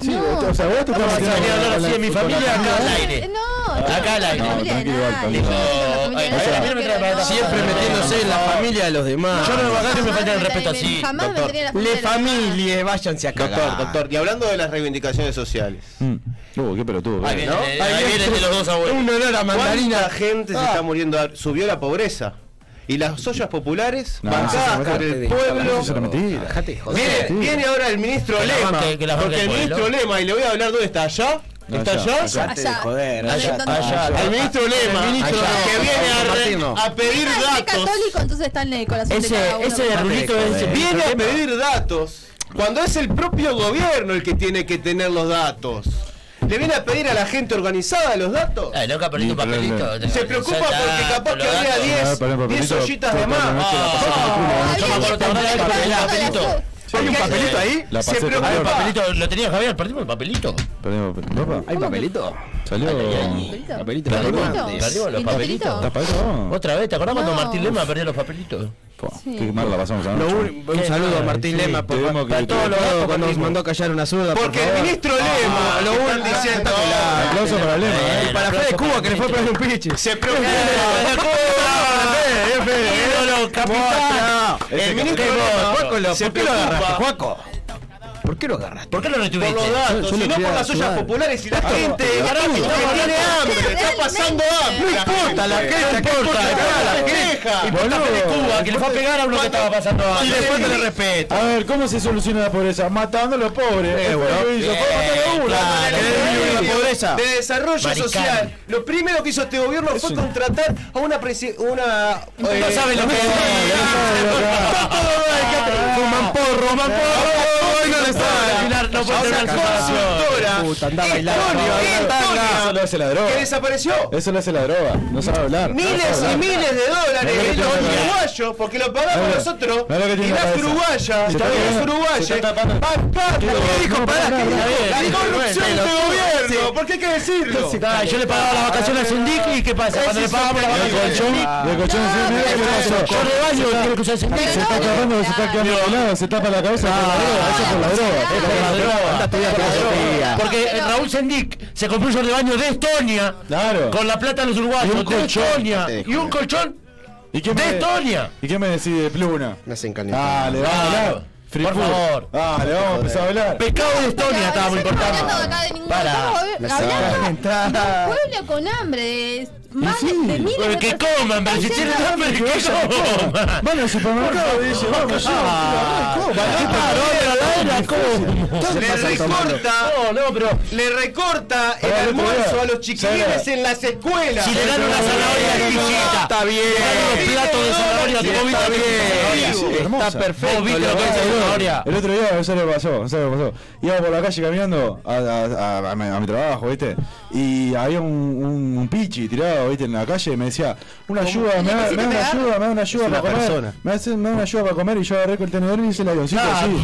Speaker 2: Sí, o sea, vos te estás
Speaker 10: Vamos a
Speaker 2: metiendo
Speaker 10: salir a hablar
Speaker 2: con la-
Speaker 10: así de mi
Speaker 2: con la-
Speaker 10: familia acá al
Speaker 3: eh,
Speaker 10: aire.
Speaker 3: No,
Speaker 10: Acá al aire.
Speaker 3: no,
Speaker 2: No, tranquilo,
Speaker 3: nadie,
Speaker 2: tranquilo.
Speaker 3: no, no,
Speaker 10: Ay,
Speaker 3: no,
Speaker 10: o sea, siempre
Speaker 3: no, no, no, no, no,
Speaker 11: Siempre
Speaker 3: no,
Speaker 11: metiéndose en la familia de los demás.
Speaker 10: Yo no me voy a
Speaker 3: no,
Speaker 10: ganar, me
Speaker 3: jamás
Speaker 10: falta el
Speaker 3: me
Speaker 10: respeto
Speaker 3: metería-
Speaker 10: así.
Speaker 3: jamás me
Speaker 6: doctor.
Speaker 3: metería en la
Speaker 11: Le
Speaker 3: familia de los demás.
Speaker 11: familie, váyanse a cagar.
Speaker 6: Doctor, doctor, y hablando de las reivindicaciones sociales.
Speaker 2: Mm. Uh, qué pelotudo.
Speaker 10: Ahí
Speaker 2: eh.
Speaker 10: viene, ahí viene de los dos abuelos.
Speaker 11: Un olor a
Speaker 6: ¿Cuánta
Speaker 11: mandarina.
Speaker 6: gente se está muriendo? de hambre? Subió la pobreza. Y las ollas populares,
Speaker 2: No,
Speaker 6: bancadas
Speaker 2: eso es
Speaker 6: por el
Speaker 2: mentira.
Speaker 6: pueblo.
Speaker 2: Eso es mentira.
Speaker 11: Dejate de joder.
Speaker 6: Viene, viene ahora el ministro
Speaker 10: Que la
Speaker 6: Lema.
Speaker 10: banque- que la banque
Speaker 6: porque el
Speaker 10: el pueblo.
Speaker 6: ministro Lema, y le voy a hablar dónde está, allá.
Speaker 2: No,
Speaker 6: ¿Está
Speaker 2: allá,
Speaker 6: allá?
Speaker 2: allá.
Speaker 11: Dejate de joder.
Speaker 3: Allá,
Speaker 11: allá,
Speaker 3: allá,
Speaker 11: allá.
Speaker 6: El ministro Lema,
Speaker 11: ministro Lema.
Speaker 6: que viene a re-
Speaker 11: Compartirnos.
Speaker 6: a, pedir
Speaker 3: Ah, es
Speaker 6: datos.
Speaker 3: católico, entonces está en el corazón de cada
Speaker 10: Ese,
Speaker 3: uno.
Speaker 10: ese de Rulito es
Speaker 6: Viene a pedir datos cuando es el propio gobierno el que tiene que tener los datos. Le viene a pedir a la gente organizada los datos.
Speaker 10: Ah, no, papelito, papelito.
Speaker 6: Se preocupa porque capaz que habría
Speaker 2: Ah,
Speaker 6: 10
Speaker 2: pará,
Speaker 6: 10
Speaker 2: papelito.
Speaker 6: ollitas de
Speaker 2: Pará,
Speaker 6: más.
Speaker 2: pará, no es que la pasé por el culo,
Speaker 6: Ah,
Speaker 2: eh.
Speaker 10: Yo me acuerdo, ¿te acordás del papelito?
Speaker 6: Hay un papelito ahí.
Speaker 2: La
Speaker 6: Se
Speaker 2: pasé por el culo.
Speaker 6: preocupa.
Speaker 10: El papelito, lo tenía Javier, perdimos el papelito.
Speaker 2: Perdimos, papá.
Speaker 11: ¿Hay papelito?
Speaker 2: Salió.
Speaker 3: ¿Papelito?
Speaker 11: Papelito,
Speaker 10: Perdimos,
Speaker 11: papelito.
Speaker 10: perdimos los
Speaker 3: ¿Y
Speaker 10: papelitos.
Speaker 2: ¿Estás para eso?
Speaker 10: Otra vez, ¿te acordás cuando
Speaker 3: No.
Speaker 10: Martín Lema perdió los papelitos?
Speaker 2: Fua, Qué mal la pasamos
Speaker 11: Lo
Speaker 2: anoche.
Speaker 11: un, un saludo a Martín Lema por,
Speaker 2: Tuvimos que-
Speaker 11: para todos los datos cuando nos mandó callar una zurda. por
Speaker 6: Porque el
Speaker 11: favor.
Speaker 6: ministro Lema, lo único diciendo.
Speaker 2: Ah, Aplauso para Lema. eh.
Speaker 11: Y para Fede Cuba que le fue a pegar un pinche. <laughs>
Speaker 6: Se preocupa.
Speaker 10: ¡Ídolo, capitán!
Speaker 6: El ministro
Speaker 11: Lema, Juaco,
Speaker 6: Lema
Speaker 11: lo-
Speaker 6: se
Speaker 11: ¿por qué lo agarraste,
Speaker 6: preocupa
Speaker 11: Juaco? ¿Por qué lo agarraste?
Speaker 10: ¿Por qué lo
Speaker 6: por
Speaker 10: retuviste?
Speaker 6: los datos,
Speaker 11: yo lo
Speaker 6: sino
Speaker 11: quería
Speaker 6: por las ollas
Speaker 11: ayudar.
Speaker 6: populares y la gente
Speaker 2: pero-
Speaker 6: carajo, que tiene hambre,
Speaker 3: Pero
Speaker 6: está pasando hambre.
Speaker 3: realmente.
Speaker 6: No importa la queja, no importa la queja.
Speaker 10: Y por la fe de Cuba, que le fue a pegar a uno que estaba pasando hambre.
Speaker 6: respeto.
Speaker 2: A ver, ¿cómo se soluciona la pobreza? Matando a los pobres. Eh,
Speaker 6: De
Speaker 11: la pobreza.
Speaker 6: De desarrollo
Speaker 10: Maricano.
Speaker 6: social. Lo primero que hizo este gobierno fue contratar a una presi- una
Speaker 10: No saben lo que es.
Speaker 11: Fuman porro, fuman porro. no le
Speaker 10: Al final no puede tener
Speaker 6: Ahora,
Speaker 10: información.
Speaker 6: consultora.
Speaker 11: Puta, anda bailando.
Speaker 6: Estonio,
Speaker 2: Eso
Speaker 6: Estonio,
Speaker 2: lo hace la droga.
Speaker 6: Que desapareció.
Speaker 2: Eso lo hace la droga. No sabe hablar.
Speaker 6: Miles y miles de dólares
Speaker 2: Mirá lo que tiene
Speaker 6: de los
Speaker 2: la cabeza.
Speaker 6: uruguayos, porque lo pagamos
Speaker 2: Mirá,
Speaker 6: nosotros,
Speaker 2: mirá lo que tiene
Speaker 6: y
Speaker 2: la
Speaker 6: las
Speaker 2: cabeza.
Speaker 6: uruguayas,
Speaker 2: Se está
Speaker 6: y los
Speaker 2: tapando- se
Speaker 6: uruguayas,
Speaker 2: está tapando-
Speaker 6: bancaron
Speaker 2: ¿Qué dijo? Pará, que dijo.
Speaker 6: la corrupción del gobierno, ¿por qué hay que decirlo?
Speaker 10: Ah, Yo le pagaba las vacaciones a un dick y ¿qué pasa? Cuando le pagamos las
Speaker 2: Y el
Speaker 10: vacaciones.
Speaker 2: colchón, y el colchón se mira qué pasó.
Speaker 10: Yo rebaño, quiero que ustedes
Speaker 2: Se está agarrando, se está quedando de lado, se tapa la cabeza por la droga, eso por la droga.
Speaker 3: Claro.
Speaker 2: Es por la droga.
Speaker 11: Anda a estudiar filosofía.
Speaker 10: Porque eh, Raúl Sendic se compró un rebaño de Estonia
Speaker 2: Claro.
Speaker 10: con la plata de los uruguayos.
Speaker 2: Y un
Speaker 10: de
Speaker 2: colchón.
Speaker 10: Estonia.
Speaker 11: Te dejo,
Speaker 10: Y un colchón
Speaker 2: ¿Y qué
Speaker 10: de
Speaker 2: me,
Speaker 10: Estonia.
Speaker 2: ¿Y qué me decís de Pluna?
Speaker 11: Me hacen calentar.
Speaker 2: Ah, le vamos a hablar. Free
Speaker 10: Por
Speaker 2: food.
Speaker 10: favor.
Speaker 2: Ah, le vamos a empezar a hablar.
Speaker 10: Pescado de Estonia
Speaker 3: Pero
Speaker 10: estaba muy
Speaker 3: no estamos hablando
Speaker 10: importante.
Speaker 3: acá de ningún-
Speaker 10: Para.
Speaker 3: estamos
Speaker 11: saca.
Speaker 3: hablando de
Speaker 11: Está.
Speaker 3: un pueblo con hambre, de más
Speaker 11: sí.
Speaker 3: de miles de
Speaker 11: Porque
Speaker 3: personas
Speaker 11: coman, pero si
Speaker 3: están
Speaker 11: tienen
Speaker 3: yendo-
Speaker 11: hambre, que coman.
Speaker 2: Van al supermercado y dicen, vamos, yo,
Speaker 11: Ah.
Speaker 2: coman.
Speaker 11: Ah,
Speaker 2: ¿Dónde
Speaker 6: Le
Speaker 2: pasan tomando?
Speaker 6: recorta, le recorta el
Speaker 2: Pará, el otro
Speaker 6: almuerzo
Speaker 2: día,
Speaker 6: a los chiquilines
Speaker 2: ¿sabes?
Speaker 6: en las escuelas.
Speaker 2: Si le dan una zanahoria exquisita,
Speaker 6: está bien.
Speaker 2: le dan unos platos de
Speaker 11: zanahoria,
Speaker 6: Sí,
Speaker 11: vos viste
Speaker 6: está
Speaker 11: lo que es
Speaker 6: bien.
Speaker 11: zanahoria. Sí,
Speaker 2: hermosa.
Speaker 11: Está perfecto,
Speaker 2: Vos viste
Speaker 11: lo que
Speaker 2: el
Speaker 11: es
Speaker 2: otro día,
Speaker 11: zanahoria.
Speaker 2: El otro día, eso le pasó, eso le pasó. Iba por la calle caminando a, a- a- a mi, a mi trabajo, ¿viste? Y había un, un, un pichi tirado, ¿viste? En la calle y me decía, una ayuda, me da, me da una ayuda, me da una ayuda
Speaker 11: Es una
Speaker 2: para comer.
Speaker 11: persona.
Speaker 2: Me, hace- me da una ayuda para comer y yo agarré con el tenedor y hice el avioncito
Speaker 11: Ah.
Speaker 2: así.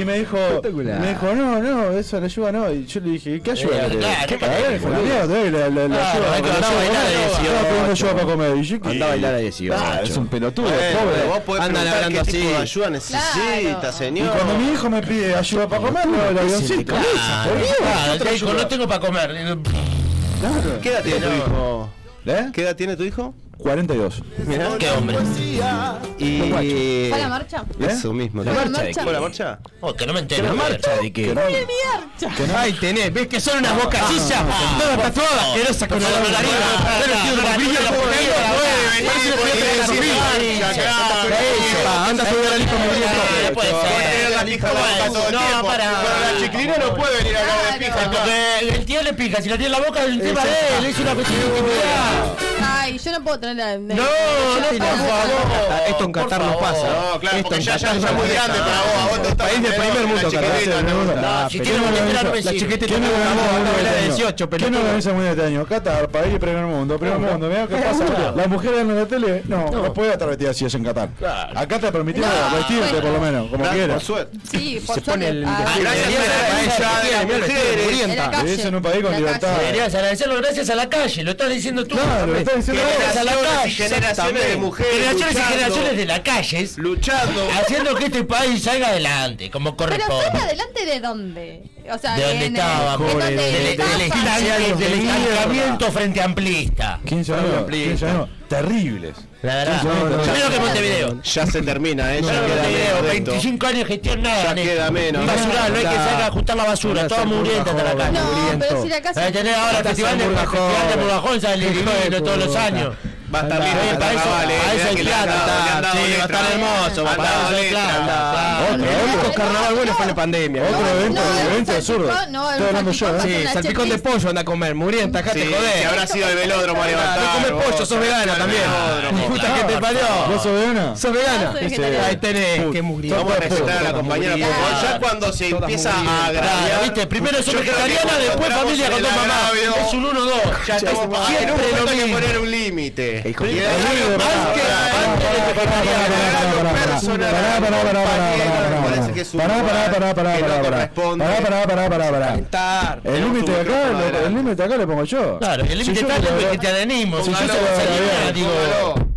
Speaker 2: Y me dijo,
Speaker 11: Espectacular.
Speaker 2: me dijo, no, no, eso la ayuda no. Y yo le dije, ¿qué ayuda?
Speaker 11: Eh,
Speaker 2: querés?
Speaker 11: claro, ¿qué
Speaker 2: A ver,
Speaker 11: querés,
Speaker 2: fue la
Speaker 11: boludo?
Speaker 2: mierda, te doy la- la-
Speaker 6: Ah,
Speaker 2: la
Speaker 11: Claro,
Speaker 2: ayuda,
Speaker 11: hay que
Speaker 2: la
Speaker 11: andar a
Speaker 2: ayuda,
Speaker 11: bailar a
Speaker 2: ¿no? Estaba
Speaker 11: 18.
Speaker 2: pidiendo ayuda para comer. Y yo, ¿qué?
Speaker 11: Anda a bailar a 18.
Speaker 2: Ah, es un pelotudo,
Speaker 6: Bueno,
Speaker 2: pobre.
Speaker 6: Eh, pero vos podés
Speaker 11: Andan
Speaker 6: preguntar
Speaker 11: hablando
Speaker 6: qué tipo
Speaker 11: así.
Speaker 6: de ayuda necesita,
Speaker 2: Y
Speaker 6: señor.
Speaker 2: cuando mi hijo me pide ayuda para comer, no, el avioncito.
Speaker 10: Claro,
Speaker 2: Esa, boludo,
Speaker 10: claro,
Speaker 2: otra
Speaker 10: te dijo,
Speaker 2: ayuda.
Speaker 10: no tengo para comer.
Speaker 2: Claro.
Speaker 6: ¿Qué edad tiene tu
Speaker 2: No.
Speaker 6: hijo?
Speaker 2: ¿Eh?
Speaker 6: ¿Qué edad tiene tu hijo?
Speaker 2: 42.
Speaker 6: Mirá, qué hombre.
Speaker 3: ¿Fue
Speaker 6: Y...
Speaker 3: a la marcha?
Speaker 6: Eso mismo.
Speaker 3: ¿La marcha de qué?
Speaker 6: ¿Fue a la marcha?
Speaker 10: Oh, que no me entero.
Speaker 6: ¿Qué
Speaker 10: ¿verdad?
Speaker 6: marcha de qué?
Speaker 10: Que no-
Speaker 3: ¡Qué mierda!
Speaker 10: Ahí tenés, ves que son unas bocachillas, todas tatuadas, asquerosas con la margarina. Pero tío, la niña la porquería, güey, parece una pelota de la
Speaker 11: Anda a subir la lista muy bien.
Speaker 10: puede ser. No, para.
Speaker 6: La chiquilina no puede venir a hablar de pija.
Speaker 10: Porque el tío le pija, si la tiene en la boca, el tema de él es una cuestión de intimidad.
Speaker 3: Ay, yo no puedo tener la. No,
Speaker 11: Esto en Qatar no pasa. No, claro, porque ya ya muy grande para vos. A vos te País del primer mundo,
Speaker 2: Ah,
Speaker 11: Qatar. Si tiene una letra, no me La chiqueta
Speaker 2: ¿Quién organiza
Speaker 11: la de
Speaker 2: Mundial de
Speaker 11: 18,
Speaker 2: Antaño? ¿Quién organiza el mundial de este año? Qatar, país primer mundo, primer mundo. Mirá qué pasa. Las mujeres en la tele, no, no, puede estar vestida así es en Qatar. Acá te permitido
Speaker 3: No,
Speaker 2: vestirte
Speaker 3: bueno.
Speaker 2: por lo menos, como
Speaker 6: Gracias,
Speaker 2: quieras.
Speaker 6: por suerte.
Speaker 3: Sí, por
Speaker 2: Se pone el-
Speaker 3: Ah,
Speaker 6: Gracias a la ella, de las mujeres.
Speaker 3: En la calle.
Speaker 2: Vivís en un país con libertad.
Speaker 10: Deberías agradecerlo gracias a la calle, lo estás diciendo tú.
Speaker 2: Claro, lo estás diciendo vos.
Speaker 10: gracias a la
Speaker 6: Generaciones y
Speaker 10: calle.
Speaker 6: generaciones de mujeres
Speaker 10: Generaciones y
Speaker 6: luchando.
Speaker 10: generaciones de las calles.
Speaker 6: Luchando.
Speaker 10: Haciendo que este país salga adelante, como
Speaker 3: Pero salga
Speaker 10: corresponde.
Speaker 3: adelante de dónde? O sea,
Speaker 10: De
Speaker 3: en
Speaker 10: donde
Speaker 3: el-
Speaker 10: estábamos.
Speaker 3: en
Speaker 10: Del
Speaker 3: donde
Speaker 10: del- del
Speaker 3: estaban.
Speaker 10: estanque- del estancamiento frente amplista.
Speaker 2: ¿Quién se
Speaker 10: Pablo
Speaker 2: llama?
Speaker 10: Amplín.
Speaker 2: ¿Quién se llama? Terribles.
Speaker 10: La verdad.
Speaker 2: ¿Quién se llama?
Speaker 10: Yo creo que Montevideo.
Speaker 6: Ya se termina, ¿eh?
Speaker 10: Yo
Speaker 6: Ya
Speaker 10: creo que
Speaker 6: queda
Speaker 10: Montevideo,
Speaker 6: menos de esto.
Speaker 10: 25 años de gestión
Speaker 6: Ya
Speaker 10: nada.
Speaker 6: queda menos.
Speaker 10: menos. Basural, no hay que
Speaker 6: Anda.
Speaker 10: sacar a ajustar la basura, toda mugrienta hasta la calle.
Speaker 3: No, pero si la casa.
Speaker 10: Ahí tenés ahora el festival de festival de Burgajón, sale lindo todos los años.
Speaker 6: Va a estar lindo,
Speaker 10: Oye,
Speaker 6: va a
Speaker 10: para
Speaker 6: estar
Speaker 10: eso-
Speaker 6: Carnaval, eh,
Speaker 10: para eso
Speaker 6: mirá
Speaker 10: hay
Speaker 6: que le han
Speaker 10: plata,
Speaker 6: dado- le han
Speaker 10: está,
Speaker 6: dado
Speaker 10: sí, va a
Speaker 11: ¿eh?
Speaker 6: letra.
Speaker 10: estar hermoso,
Speaker 6: Han
Speaker 10: para
Speaker 6: dado
Speaker 10: eso hay
Speaker 6: letra,
Speaker 10: plata,
Speaker 6: han dado.
Speaker 2: Otro,
Speaker 3: No,
Speaker 2: otro.
Speaker 3: no,
Speaker 11: carnaval bueno
Speaker 3: no,
Speaker 11: fue en la pandemia.
Speaker 2: Otro evento,
Speaker 3: no, el
Speaker 2: evento absurdo.
Speaker 3: salpicón, no, el
Speaker 2: Estoy hablando yo,
Speaker 3: salpicón
Speaker 2: ¿eh?
Speaker 3: Sí,
Speaker 11: Sí, salpicón de pollo anda a comer, murienta, acá te
Speaker 6: Sí,
Speaker 11: jodés.
Speaker 6: que habrá sido de velódromo a levantar.
Speaker 11: No comes
Speaker 6: vos,
Speaker 11: pollo, sos vegana
Speaker 6: al
Speaker 11: también.
Speaker 6: velódromo,
Speaker 11: Puta
Speaker 6: claro.
Speaker 11: que te parió.
Speaker 2: ¿Vos sos vegana?
Speaker 11: Sos vegana.
Speaker 3: soy vegetariana.
Speaker 11: Ahí tenés, que mugrienta.
Speaker 6: Vamos a respetar a la compañera
Speaker 11: mugrientas.
Speaker 6: porque ya cuando se
Speaker 11: Todas
Speaker 6: empieza a
Speaker 11: mugrientas.
Speaker 6: agraviar,
Speaker 10: Claro, viste, primero
Speaker 6: yo
Speaker 10: soy
Speaker 6: creo que
Speaker 10: vegetariana,
Speaker 6: cuando
Speaker 10: después
Speaker 6: entramos
Speaker 10: familia
Speaker 6: en
Speaker 10: con
Speaker 6: el
Speaker 10: dos mamás.
Speaker 6: agravio,
Speaker 10: Es un 1-2.
Speaker 6: Ya estamos en un
Speaker 10: siempre
Speaker 6: momento
Speaker 10: lo
Speaker 6: hay que
Speaker 10: mismo.
Speaker 6: poner un límite. Y
Speaker 11: Hijo de-
Speaker 6: el agravio
Speaker 2: Pará,
Speaker 6: más que
Speaker 2: pará, pará, pará, pará, pará, pará, pará,
Speaker 6: personal,
Speaker 2: pará,
Speaker 6: compañero, me parece que es un
Speaker 2: pará,
Speaker 6: lugar
Speaker 2: pará, pará, pará, pará, pará, pará,
Speaker 6: que no
Speaker 2: pará, pará,
Speaker 6: corresponde.
Speaker 2: pará, pará, pará, pará, pará.
Speaker 11: Estar.
Speaker 2: El límite de acá, lo- el límite de acá lo pongo yo.
Speaker 10: Claro, el
Speaker 2: Si
Speaker 10: límite
Speaker 2: yo
Speaker 10: está en
Speaker 2: se
Speaker 10: el
Speaker 2: lo agravo-
Speaker 10: vegetarianismo. Si yo
Speaker 2: Póngalo,
Speaker 10: soy vegetariana,
Speaker 2: póngalo,
Speaker 10: digo.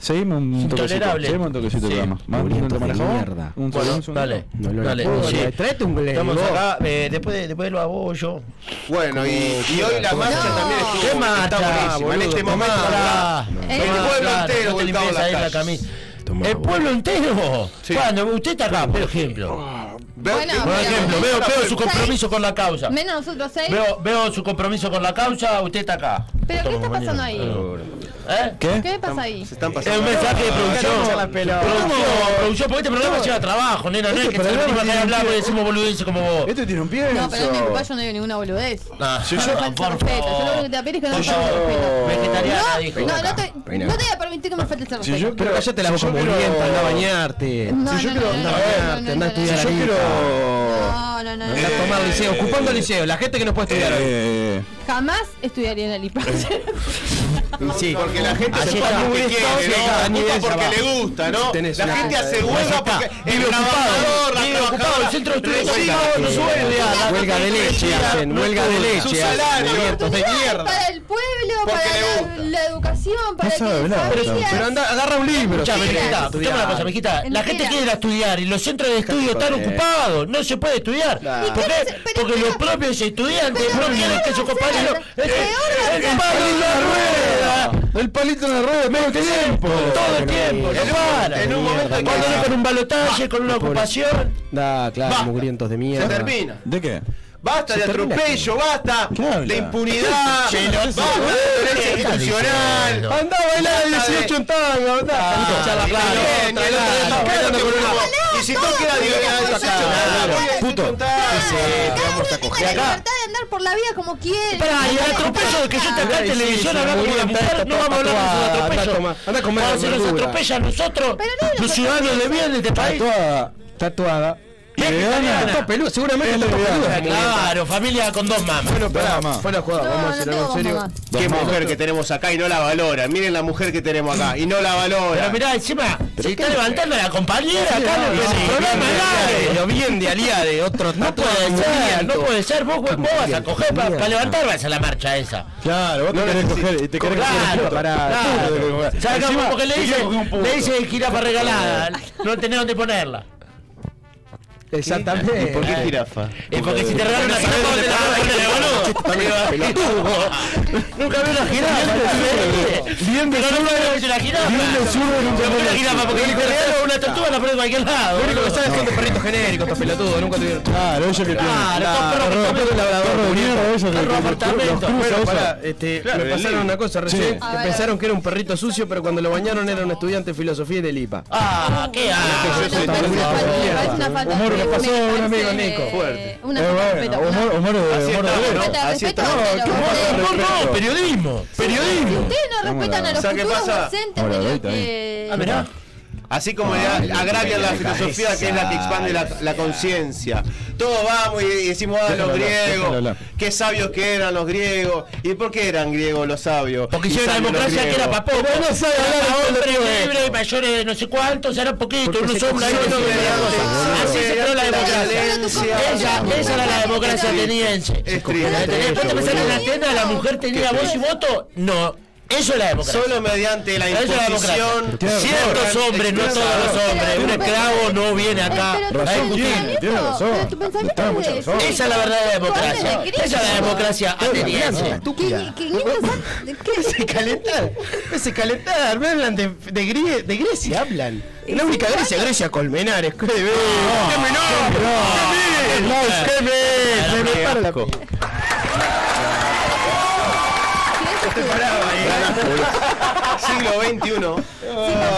Speaker 2: Seguimos un toquecito,
Speaker 10: Intolerable.
Speaker 2: seguimos un
Speaker 10: Sí.
Speaker 2: toquecito programa. Más un
Speaker 11: Mugrientos de
Speaker 2: tomarajó,
Speaker 11: mierda.
Speaker 2: un
Speaker 10: Bueno,
Speaker 2: segundo.
Speaker 10: dale, dale.
Speaker 11: puedo
Speaker 10: sí.
Speaker 11: creer. Traete un Glen,
Speaker 10: Estamos
Speaker 11: vos.
Speaker 10: acá, eh, después de- después lo hago yo.
Speaker 6: Bueno, y, y hoy la marcha también estuvo
Speaker 10: ¿Qué
Speaker 6: está
Speaker 10: mata,
Speaker 6: buenísima. En este momento
Speaker 10: Ah, Pará.
Speaker 6: está-
Speaker 3: Eh,
Speaker 6: el
Speaker 3: Tomá,
Speaker 6: pueblo
Speaker 10: Claro,
Speaker 6: entero
Speaker 10: no te
Speaker 6: volcado
Speaker 10: limpies
Speaker 6: a
Speaker 10: ahí
Speaker 6: la
Speaker 10: la
Speaker 6: calle.
Speaker 10: camisa. El pueblo entero.
Speaker 6: Sí.
Speaker 10: Cuando usted está acá, por ejemplo.
Speaker 6: Veo-
Speaker 3: Bueno,
Speaker 10: Por
Speaker 3: pero-
Speaker 10: ejemplo, veo, veo su compromiso con la causa.
Speaker 3: Menos nosotros ¿eh? seis.
Speaker 10: Veo, veo su compromiso con la causa, usted está acá.
Speaker 3: ¿Pero qué está pasando ahí?
Speaker 10: ¿Eh?
Speaker 2: ¿Qué?
Speaker 3: ¿Qué me pasa ahí?
Speaker 6: Se están
Speaker 10: Es
Speaker 6: pasando.
Speaker 10: un mensaje de
Speaker 11: Ganamos las
Speaker 10: producción.
Speaker 11: pelotas.
Speaker 10: Producción, producción, porque este programa lleva trabajo, nena. No es
Speaker 2: Este
Speaker 10: que se
Speaker 2: programa
Speaker 10: venimos acá y
Speaker 2: tiene
Speaker 10: hablamos y
Speaker 2: un-
Speaker 10: decimos boludeces como vos.
Speaker 2: Este tiene un pie.
Speaker 3: No, pero no me culpa, yo no digo ninguna boludez.
Speaker 10: Ah,
Speaker 2: Si
Speaker 3: No
Speaker 2: yo-
Speaker 3: me falta
Speaker 10: por
Speaker 3: respeto. Yo lo único que te pido es que no me falte el respeto.
Speaker 10: Vegetariana, dijo.
Speaker 3: No, no te, no te voy a permitir que me falte el
Speaker 2: Si yo
Speaker 3: respeto.
Speaker 11: Pero
Speaker 2: quiero-
Speaker 11: callate la
Speaker 2: si
Speaker 11: boca
Speaker 2: yo quiero-
Speaker 11: mugrienta, anda a bañarte.
Speaker 3: No,
Speaker 2: si yo
Speaker 3: no,
Speaker 2: quiero-
Speaker 3: no, no,
Speaker 2: a
Speaker 3: no,
Speaker 2: ver,
Speaker 3: no, no,
Speaker 11: anda a
Speaker 3: no,
Speaker 2: Si
Speaker 11: estudiar
Speaker 2: yo
Speaker 11: ahí.
Speaker 2: quiero...
Speaker 3: No, no, no, no,
Speaker 11: Anda a
Speaker 3: no.
Speaker 11: tomar liceo, ocupando liceo, la gente que no puede estudiar hoy.
Speaker 2: Eh,
Speaker 3: Jamás estudiaría en el IPA. <laughs>
Speaker 11: Sí.
Speaker 6: Porque la gente
Speaker 11: Así
Speaker 6: se ocupa
Speaker 11: está.
Speaker 6: porque quiere,
Speaker 11: Sí, está,
Speaker 6: ¿no? Se ocupa
Speaker 11: ni
Speaker 6: porque
Speaker 11: esa
Speaker 6: le gusta, ¿no?
Speaker 11: Tenés
Speaker 6: La
Speaker 11: una
Speaker 6: gente
Speaker 11: puta
Speaker 6: hace
Speaker 11: de-
Speaker 6: huelga
Speaker 11: Ahí
Speaker 6: porque
Speaker 11: está.
Speaker 6: el
Speaker 11: Vive ocupado,
Speaker 6: trabajador, la
Speaker 10: Vive ocupado, el
Speaker 6: trabajadora,
Speaker 10: centro de estudios
Speaker 6: recibe
Speaker 10: ocupados no
Speaker 11: Eh,
Speaker 10: suelve a la
Speaker 11: Huelga de leche hacen, huelga de leche.
Speaker 6: Su
Speaker 11: hacen,
Speaker 6: salario.
Speaker 11: abiertos de
Speaker 3: Oportunidades
Speaker 11: mierda.
Speaker 3: para el pueblo,
Speaker 6: Porque
Speaker 3: para
Speaker 6: le
Speaker 3: la,
Speaker 6: gusta.
Speaker 3: la educación, para
Speaker 2: sabe
Speaker 3: que
Speaker 2: hablar,
Speaker 3: familias-
Speaker 2: pero-
Speaker 11: Pero anda, agarra un libro.
Speaker 10: Escuchame,
Speaker 3: Mentira.
Speaker 10: mijita, escuchame una cosa, mijita. La
Speaker 3: Mentira.
Speaker 10: gente quiere ir a estudiar y los centros de estudio están ocupados. No se puede estudiar.
Speaker 3: ¿Y
Speaker 10: ¿Por
Speaker 3: qué
Speaker 10: qué?
Speaker 3: hace? Pero
Speaker 10: Porque
Speaker 3: esto
Speaker 10: los
Speaker 3: no-
Speaker 10: propios estudiantes
Speaker 3: pero
Speaker 10: no
Speaker 3: peor
Speaker 10: quieren que
Speaker 3: va
Speaker 10: sus
Speaker 3: a ser,
Speaker 10: compañeros.
Speaker 3: peor va a
Speaker 10: ¡El
Speaker 3: ser.
Speaker 10: palo en la rueda!
Speaker 2: El palito en la rueda, medio tiempo.
Speaker 10: Todo el tiempo,
Speaker 6: En
Speaker 10: no
Speaker 6: un-
Speaker 10: para.
Speaker 6: en un momento hay que-
Speaker 10: Cuando no con un balotaje, con una ocupación.
Speaker 11: Da, claro, mugrientos de
Speaker 6: Se
Speaker 11: mierda.
Speaker 6: termina.
Speaker 2: ¿De qué?
Speaker 6: basta
Speaker 12: Se
Speaker 6: de
Speaker 12: termina
Speaker 6: atropello, basta
Speaker 12: habla?
Speaker 6: de impunidad,
Speaker 12: Che, no,
Speaker 6: basta
Speaker 12: no,
Speaker 6: de violencia
Speaker 12: ¿qué estás
Speaker 6: institucional.
Speaker 12: diciendo?
Speaker 6: Andá a bailar el
Speaker 12: Basta de-
Speaker 6: 18 en tango, andá.
Speaker 12: charla
Speaker 6: Y
Speaker 12: plana, otra,
Speaker 6: bien, y el otro día
Speaker 12: claro,
Speaker 6: estás bailando
Speaker 12: claro,
Speaker 6: con una-
Speaker 12: claro,
Speaker 6: Y si
Speaker 12: todo,
Speaker 6: toca la
Speaker 12: todo,
Speaker 6: violencia
Speaker 12: todo,
Speaker 6: institucional,
Speaker 12: claro,
Speaker 11: pues, eh,
Speaker 6: boludo,
Speaker 12: puto.
Speaker 6: estoy contando.
Speaker 12: vamos a coger acá.
Speaker 3: libertad de andar por la vida como quiere.
Speaker 10: Pará, y el atropello de que yo te acá en televisión hablando con una mujer, no vamos a hablar de
Speaker 4: Anda a
Speaker 10: esos
Speaker 4: tomar-
Speaker 10: atropellos.
Speaker 4: anda a comer
Speaker 10: Cuando se nos
Speaker 4: verdura.
Speaker 10: atropella a nosotros, los ciudadanos de bien de este país.
Speaker 4: Tatuada. Tatuada. Vegana. Está peluda, seguramente está peluda.
Speaker 10: Claro, familia con dos mamas.
Speaker 6: Bueno, pará,
Speaker 4: mamá.
Speaker 6: fuera jugada,
Speaker 4: No,
Speaker 6: vamos a
Speaker 4: no
Speaker 6: hacer
Speaker 4: tengo
Speaker 6: algo en serio.
Speaker 4: mamá.
Speaker 6: Qué mujer que tenemos acá y no la valora. Miren la mujer que tenemos acá y no la valora.
Speaker 10: Pero mirá, encima, se está levantando la compañera acá en
Speaker 6: Sí,
Speaker 10: el programa,
Speaker 6: bien de
Speaker 10: dale.
Speaker 6: Aliade, lo bien de Aliade,
Speaker 10: No
Speaker 6: otro tanto
Speaker 10: puede ser,
Speaker 6: movimiento.
Speaker 10: no puede ser, vos, vos vas a coger para
Speaker 6: mierda.
Speaker 10: levantar, vas a la marcha esa.
Speaker 11: Claro, vos te querés coger y te querés coger
Speaker 10: Claro,
Speaker 11: puta, pará, puta, te querés coger.
Speaker 10: ¿Sabes
Speaker 11: Encima,
Speaker 10: Porque le
Speaker 11: te querés
Speaker 10: dice,
Speaker 11: coger un puto.
Speaker 10: le dice jirafa <laughs>
Speaker 11: <laughs>
Speaker 10: regalada, no tenés dónde ponerla.
Speaker 4: Exactamente.
Speaker 6: ¿Y por qué jirafa?
Speaker 10: Y porque si te regalan una jirafa, vos te la vas a poner, boludo. Nunca vi una jirafa. Bien de Pero nunca vi una jirafa. Bien de una jirafa, porque si te regalan una tortuga, la pones en cualquier lado.
Speaker 6: Lo único que sabes son de perritos genéricos, estos pelotudos, nunca tuvieron. Claro, ellos que tienen. Claro, perros perros labradores, boludo. Perros apartamentos. Bueno, pará, este,
Speaker 4: Claro,
Speaker 6: me
Speaker 4: del
Speaker 6: pasaron
Speaker 4: Lima.
Speaker 6: una cosa
Speaker 4: Sí.
Speaker 6: recién.
Speaker 4: A
Speaker 6: Que
Speaker 4: ver.
Speaker 6: pensaron que era un perrito sucio, pero cuando lo bañaron era un estudiante de filosofía y del IPA. Este,
Speaker 10: Ah, qué
Speaker 3: Es una falta de respeto, me parece,
Speaker 6: Fuerte.
Speaker 3: Una falta de respeto.
Speaker 11: Humor, humor de humor de
Speaker 3: Una falta de respeto, pero ustedes-
Speaker 10: No, periodismo, periodismo.
Speaker 3: Ustedes no respetan a los
Speaker 6: O sea, ¿qué
Speaker 3: futuros
Speaker 6: pasa?
Speaker 3: docentes
Speaker 6: Ahora,
Speaker 3: de
Speaker 6: ahí
Speaker 3: los
Speaker 6: está bien.
Speaker 3: que...
Speaker 6: Ah, mirá. Así como le
Speaker 12: Ay,
Speaker 6: agravian Ah, la
Speaker 12: qué
Speaker 6: filosofía que es la que expande la, la conciencia. Todos vamos y y decimos, ah,
Speaker 12: Déjalo
Speaker 6: los
Speaker 12: hablar, déjalo
Speaker 6: griegos,
Speaker 12: hablar.
Speaker 6: qué sabios que eran los griegos. ¿Y por qué eran griegos los sabios?
Speaker 10: Porque
Speaker 6: Y
Speaker 10: hicieron la
Speaker 6: sabios los
Speaker 10: democracia que era
Speaker 6: griegos.
Speaker 10: papá. libre, mayores de no sé cuántos, eran poquitos, unos hombres, Así se creó la democracia. Esa era la democracia ateniense. Después te pensaron en Atenas, la mujer tenía voz y voto. No. Eso es la democracia.
Speaker 6: Solo mediante la
Speaker 10: Eso es la
Speaker 6: imposición.
Speaker 10: democracia. Ciertos hombres, no todos los hombres. Un esclavo no viene acá.
Speaker 3: Pero tu
Speaker 10: a
Speaker 3: pensamiento-
Speaker 10: discutir.
Speaker 3: pero tu pensamiento es de-
Speaker 10: Esa es la verdadera democracia. Esa es la democracia ateniense.
Speaker 3: ¿Qué- qué pensás?
Speaker 6: Ese calentar, ese calentar, me hablan de, de, Grie- de Grecia, hablan. La única Grecia, Grecia Colmenares, qué bien, qué menor, qué bien, qué bien, se me para la co. Estoy parado ahí. <laughs> Siglo XXI.
Speaker 10: La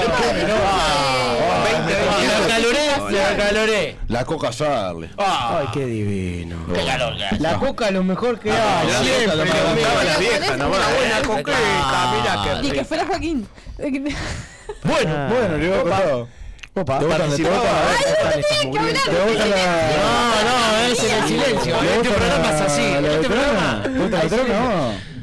Speaker 6: Ah,
Speaker 10: caloré, la caloré.
Speaker 11: La coca Charlie.
Speaker 6: Ay,
Speaker 4: qué divino.
Speaker 10: Qué calor,
Speaker 4: La coca lo mejor que hay.
Speaker 11: la
Speaker 4: siempre,
Speaker 11: coca lo
Speaker 4: lo
Speaker 11: mandaba
Speaker 4: mejor.
Speaker 11: la vieja,
Speaker 4: Una
Speaker 11: nomás,
Speaker 4: buena
Speaker 11: eh.
Speaker 4: coqueta, mirá qué
Speaker 3: Ni
Speaker 4: rico.
Speaker 3: que fuera Joaquín.
Speaker 10: Bueno,
Speaker 11: bueno, le voy a contar.
Speaker 4: Opa,
Speaker 11: ¿Te gustan las- te gustan las- ¿Te gustan las-
Speaker 10: No, no, es en el silencio.
Speaker 11: ¿Le
Speaker 10: Este
Speaker 11: gusta
Speaker 10: programa es
Speaker 11: la-
Speaker 10: así.
Speaker 11: la
Speaker 10: Este programa.
Speaker 11: veterana? ¿Te gusta la
Speaker 10: Ahí sí.
Speaker 11: veterana o no?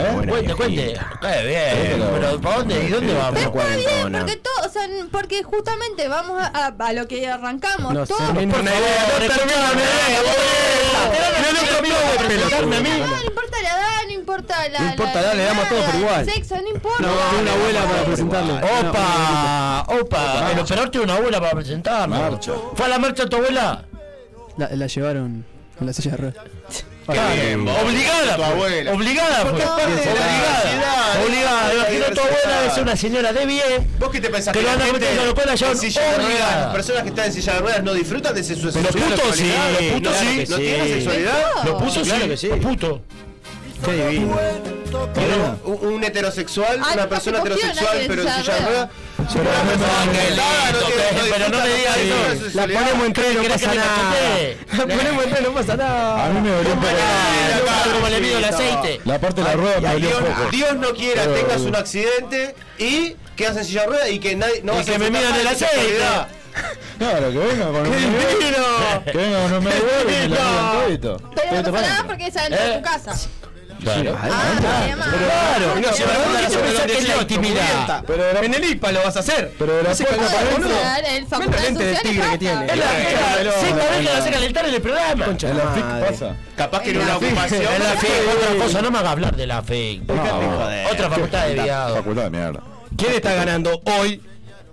Speaker 11: ¿Eh?
Speaker 10: Cuente, cuente. Cae bien. Pero ¿para dónde? ¿Y dónde vamos?
Speaker 3: Está bien, porque todo, o sea, n- porque justamente vamos a, a- a lo que arrancamos.
Speaker 10: No sé,
Speaker 3: todos
Speaker 10: no importa. No termina mi idea,
Speaker 3: No,
Speaker 10: Presentarme a mí.
Speaker 3: no importa la edad, no importa la.
Speaker 10: No importa
Speaker 3: la-
Speaker 10: la edad, le damos
Speaker 3: nada,
Speaker 10: todo por igual.
Speaker 3: el Sexo, no importa.
Speaker 10: No,
Speaker 3: nada.
Speaker 10: una abuela para presentarlo. Opa, opa. El operador tiene una abuela para presentarlo. ¿Fue a la marcha tu abuela?
Speaker 5: La, la llevaron en la silla de ruedas.
Speaker 10: Obligada.
Speaker 5: Tu
Speaker 10: fue.
Speaker 5: abuela.
Speaker 10: Obligada. fue.
Speaker 5: Porque es parte de la
Speaker 10: Obligada.
Speaker 5: diversidad,
Speaker 10: Obligada.
Speaker 5: es parte de
Speaker 10: Imagino
Speaker 5: la
Speaker 10: tu abuela
Speaker 5: diversidad.
Speaker 10: debe ser una señora de bien.
Speaker 6: ¿Vos qué te pensás
Speaker 10: Que lo andan
Speaker 6: gente
Speaker 10: metiendo a los cuales la
Speaker 6: en
Speaker 10: llevan
Speaker 6: silla de ruedas,
Speaker 10: obligada.
Speaker 6: Las personas que están en silla de ruedas no disfrutan de su
Speaker 10: Pero los
Speaker 6: sexualidad.
Speaker 10: putos sí, los putos
Speaker 6: no,
Speaker 10: sí.
Speaker 6: ¿No tienen sexualidad?
Speaker 10: Los putos
Speaker 6: Claro que
Speaker 10: sí. Puto.
Speaker 6: Qué divino. Un, un heterosexual,
Speaker 10: Ay,
Speaker 6: una
Speaker 10: no,
Speaker 6: persona
Speaker 10: se cogió
Speaker 6: heterosexual,
Speaker 10: nadie en
Speaker 6: pero en
Speaker 10: silla de
Speaker 6: silla de ruedas.
Speaker 10: Pero
Speaker 6: Una persona
Speaker 10: no, qué
Speaker 6: sentada, no
Speaker 10: lindo
Speaker 6: tiene-
Speaker 10: que
Speaker 6: no
Speaker 10: es, pero no me
Speaker 6: disfruta
Speaker 10: digas
Speaker 6: de su
Speaker 10: eso.
Speaker 6: sexualidad.
Speaker 10: La ponemos en tren, no
Speaker 6: ¿Querés
Speaker 10: pasa
Speaker 6: que me
Speaker 10: nada.
Speaker 6: conteste?
Speaker 10: La ponemos en tren, no pasa nada.
Speaker 11: A mí me dolió un poco.
Speaker 10: Como le mido el aceite.
Speaker 11: La parte de la <laughs> rueda me
Speaker 6: Ay,
Speaker 11: dolió
Speaker 6: Dios,
Speaker 11: un poco.
Speaker 6: Dios no quiera,
Speaker 11: Pero-
Speaker 6: tengas un accidente y quedas en silla de ruedas y que nadie. No
Speaker 11: Y
Speaker 6: vas a
Speaker 11: que me
Speaker 6: disfrutar
Speaker 11: midan el
Speaker 6: de tu
Speaker 11: aceite.
Speaker 6: sexualidad.
Speaker 11: Claro, que venga con un
Speaker 6: ¡Qué
Speaker 11: medidor.
Speaker 6: divino!
Speaker 11: Que venga con un medidor y me lo midan todito.
Speaker 3: Pero no pasa nada porque salen de
Speaker 10: Eh.
Speaker 3: tu casa.
Speaker 6: Ah, Claro, no,
Speaker 10: Se me
Speaker 6: pero
Speaker 10: pregunta
Speaker 6: no
Speaker 10: si
Speaker 6: te
Speaker 10: me
Speaker 6: pensás
Speaker 10: saqué
Speaker 6: que es la
Speaker 10: el
Speaker 6: intimidad.
Speaker 10: intimidad.
Speaker 6: En el IPA lo vas a hacer. Pero
Speaker 11: la
Speaker 6: Ese
Speaker 11: puerta
Speaker 6: cagón,
Speaker 11: para
Speaker 6: boludo.
Speaker 3: Claro, el
Speaker 6: Mira
Speaker 3: facultad
Speaker 6: el lente de
Speaker 3: social
Speaker 6: tigre que
Speaker 3: pasa.
Speaker 6: tiene.
Speaker 10: Es la
Speaker 6: Ay,
Speaker 10: fiesta,
Speaker 6: qué pelota,
Speaker 10: sí, también
Speaker 6: la-
Speaker 10: la hace calentar en el programa. Concha
Speaker 11: la FIC pasa.
Speaker 6: Capaz que
Speaker 10: En
Speaker 6: era una
Speaker 10: la FIC,
Speaker 6: ocupación.
Speaker 10: en la FIC, otra cosa, no me hagas hablar de la FIC. Otra facultad de viado.
Speaker 11: Facultad de mierda.
Speaker 6: ¿Quién está ganando hoy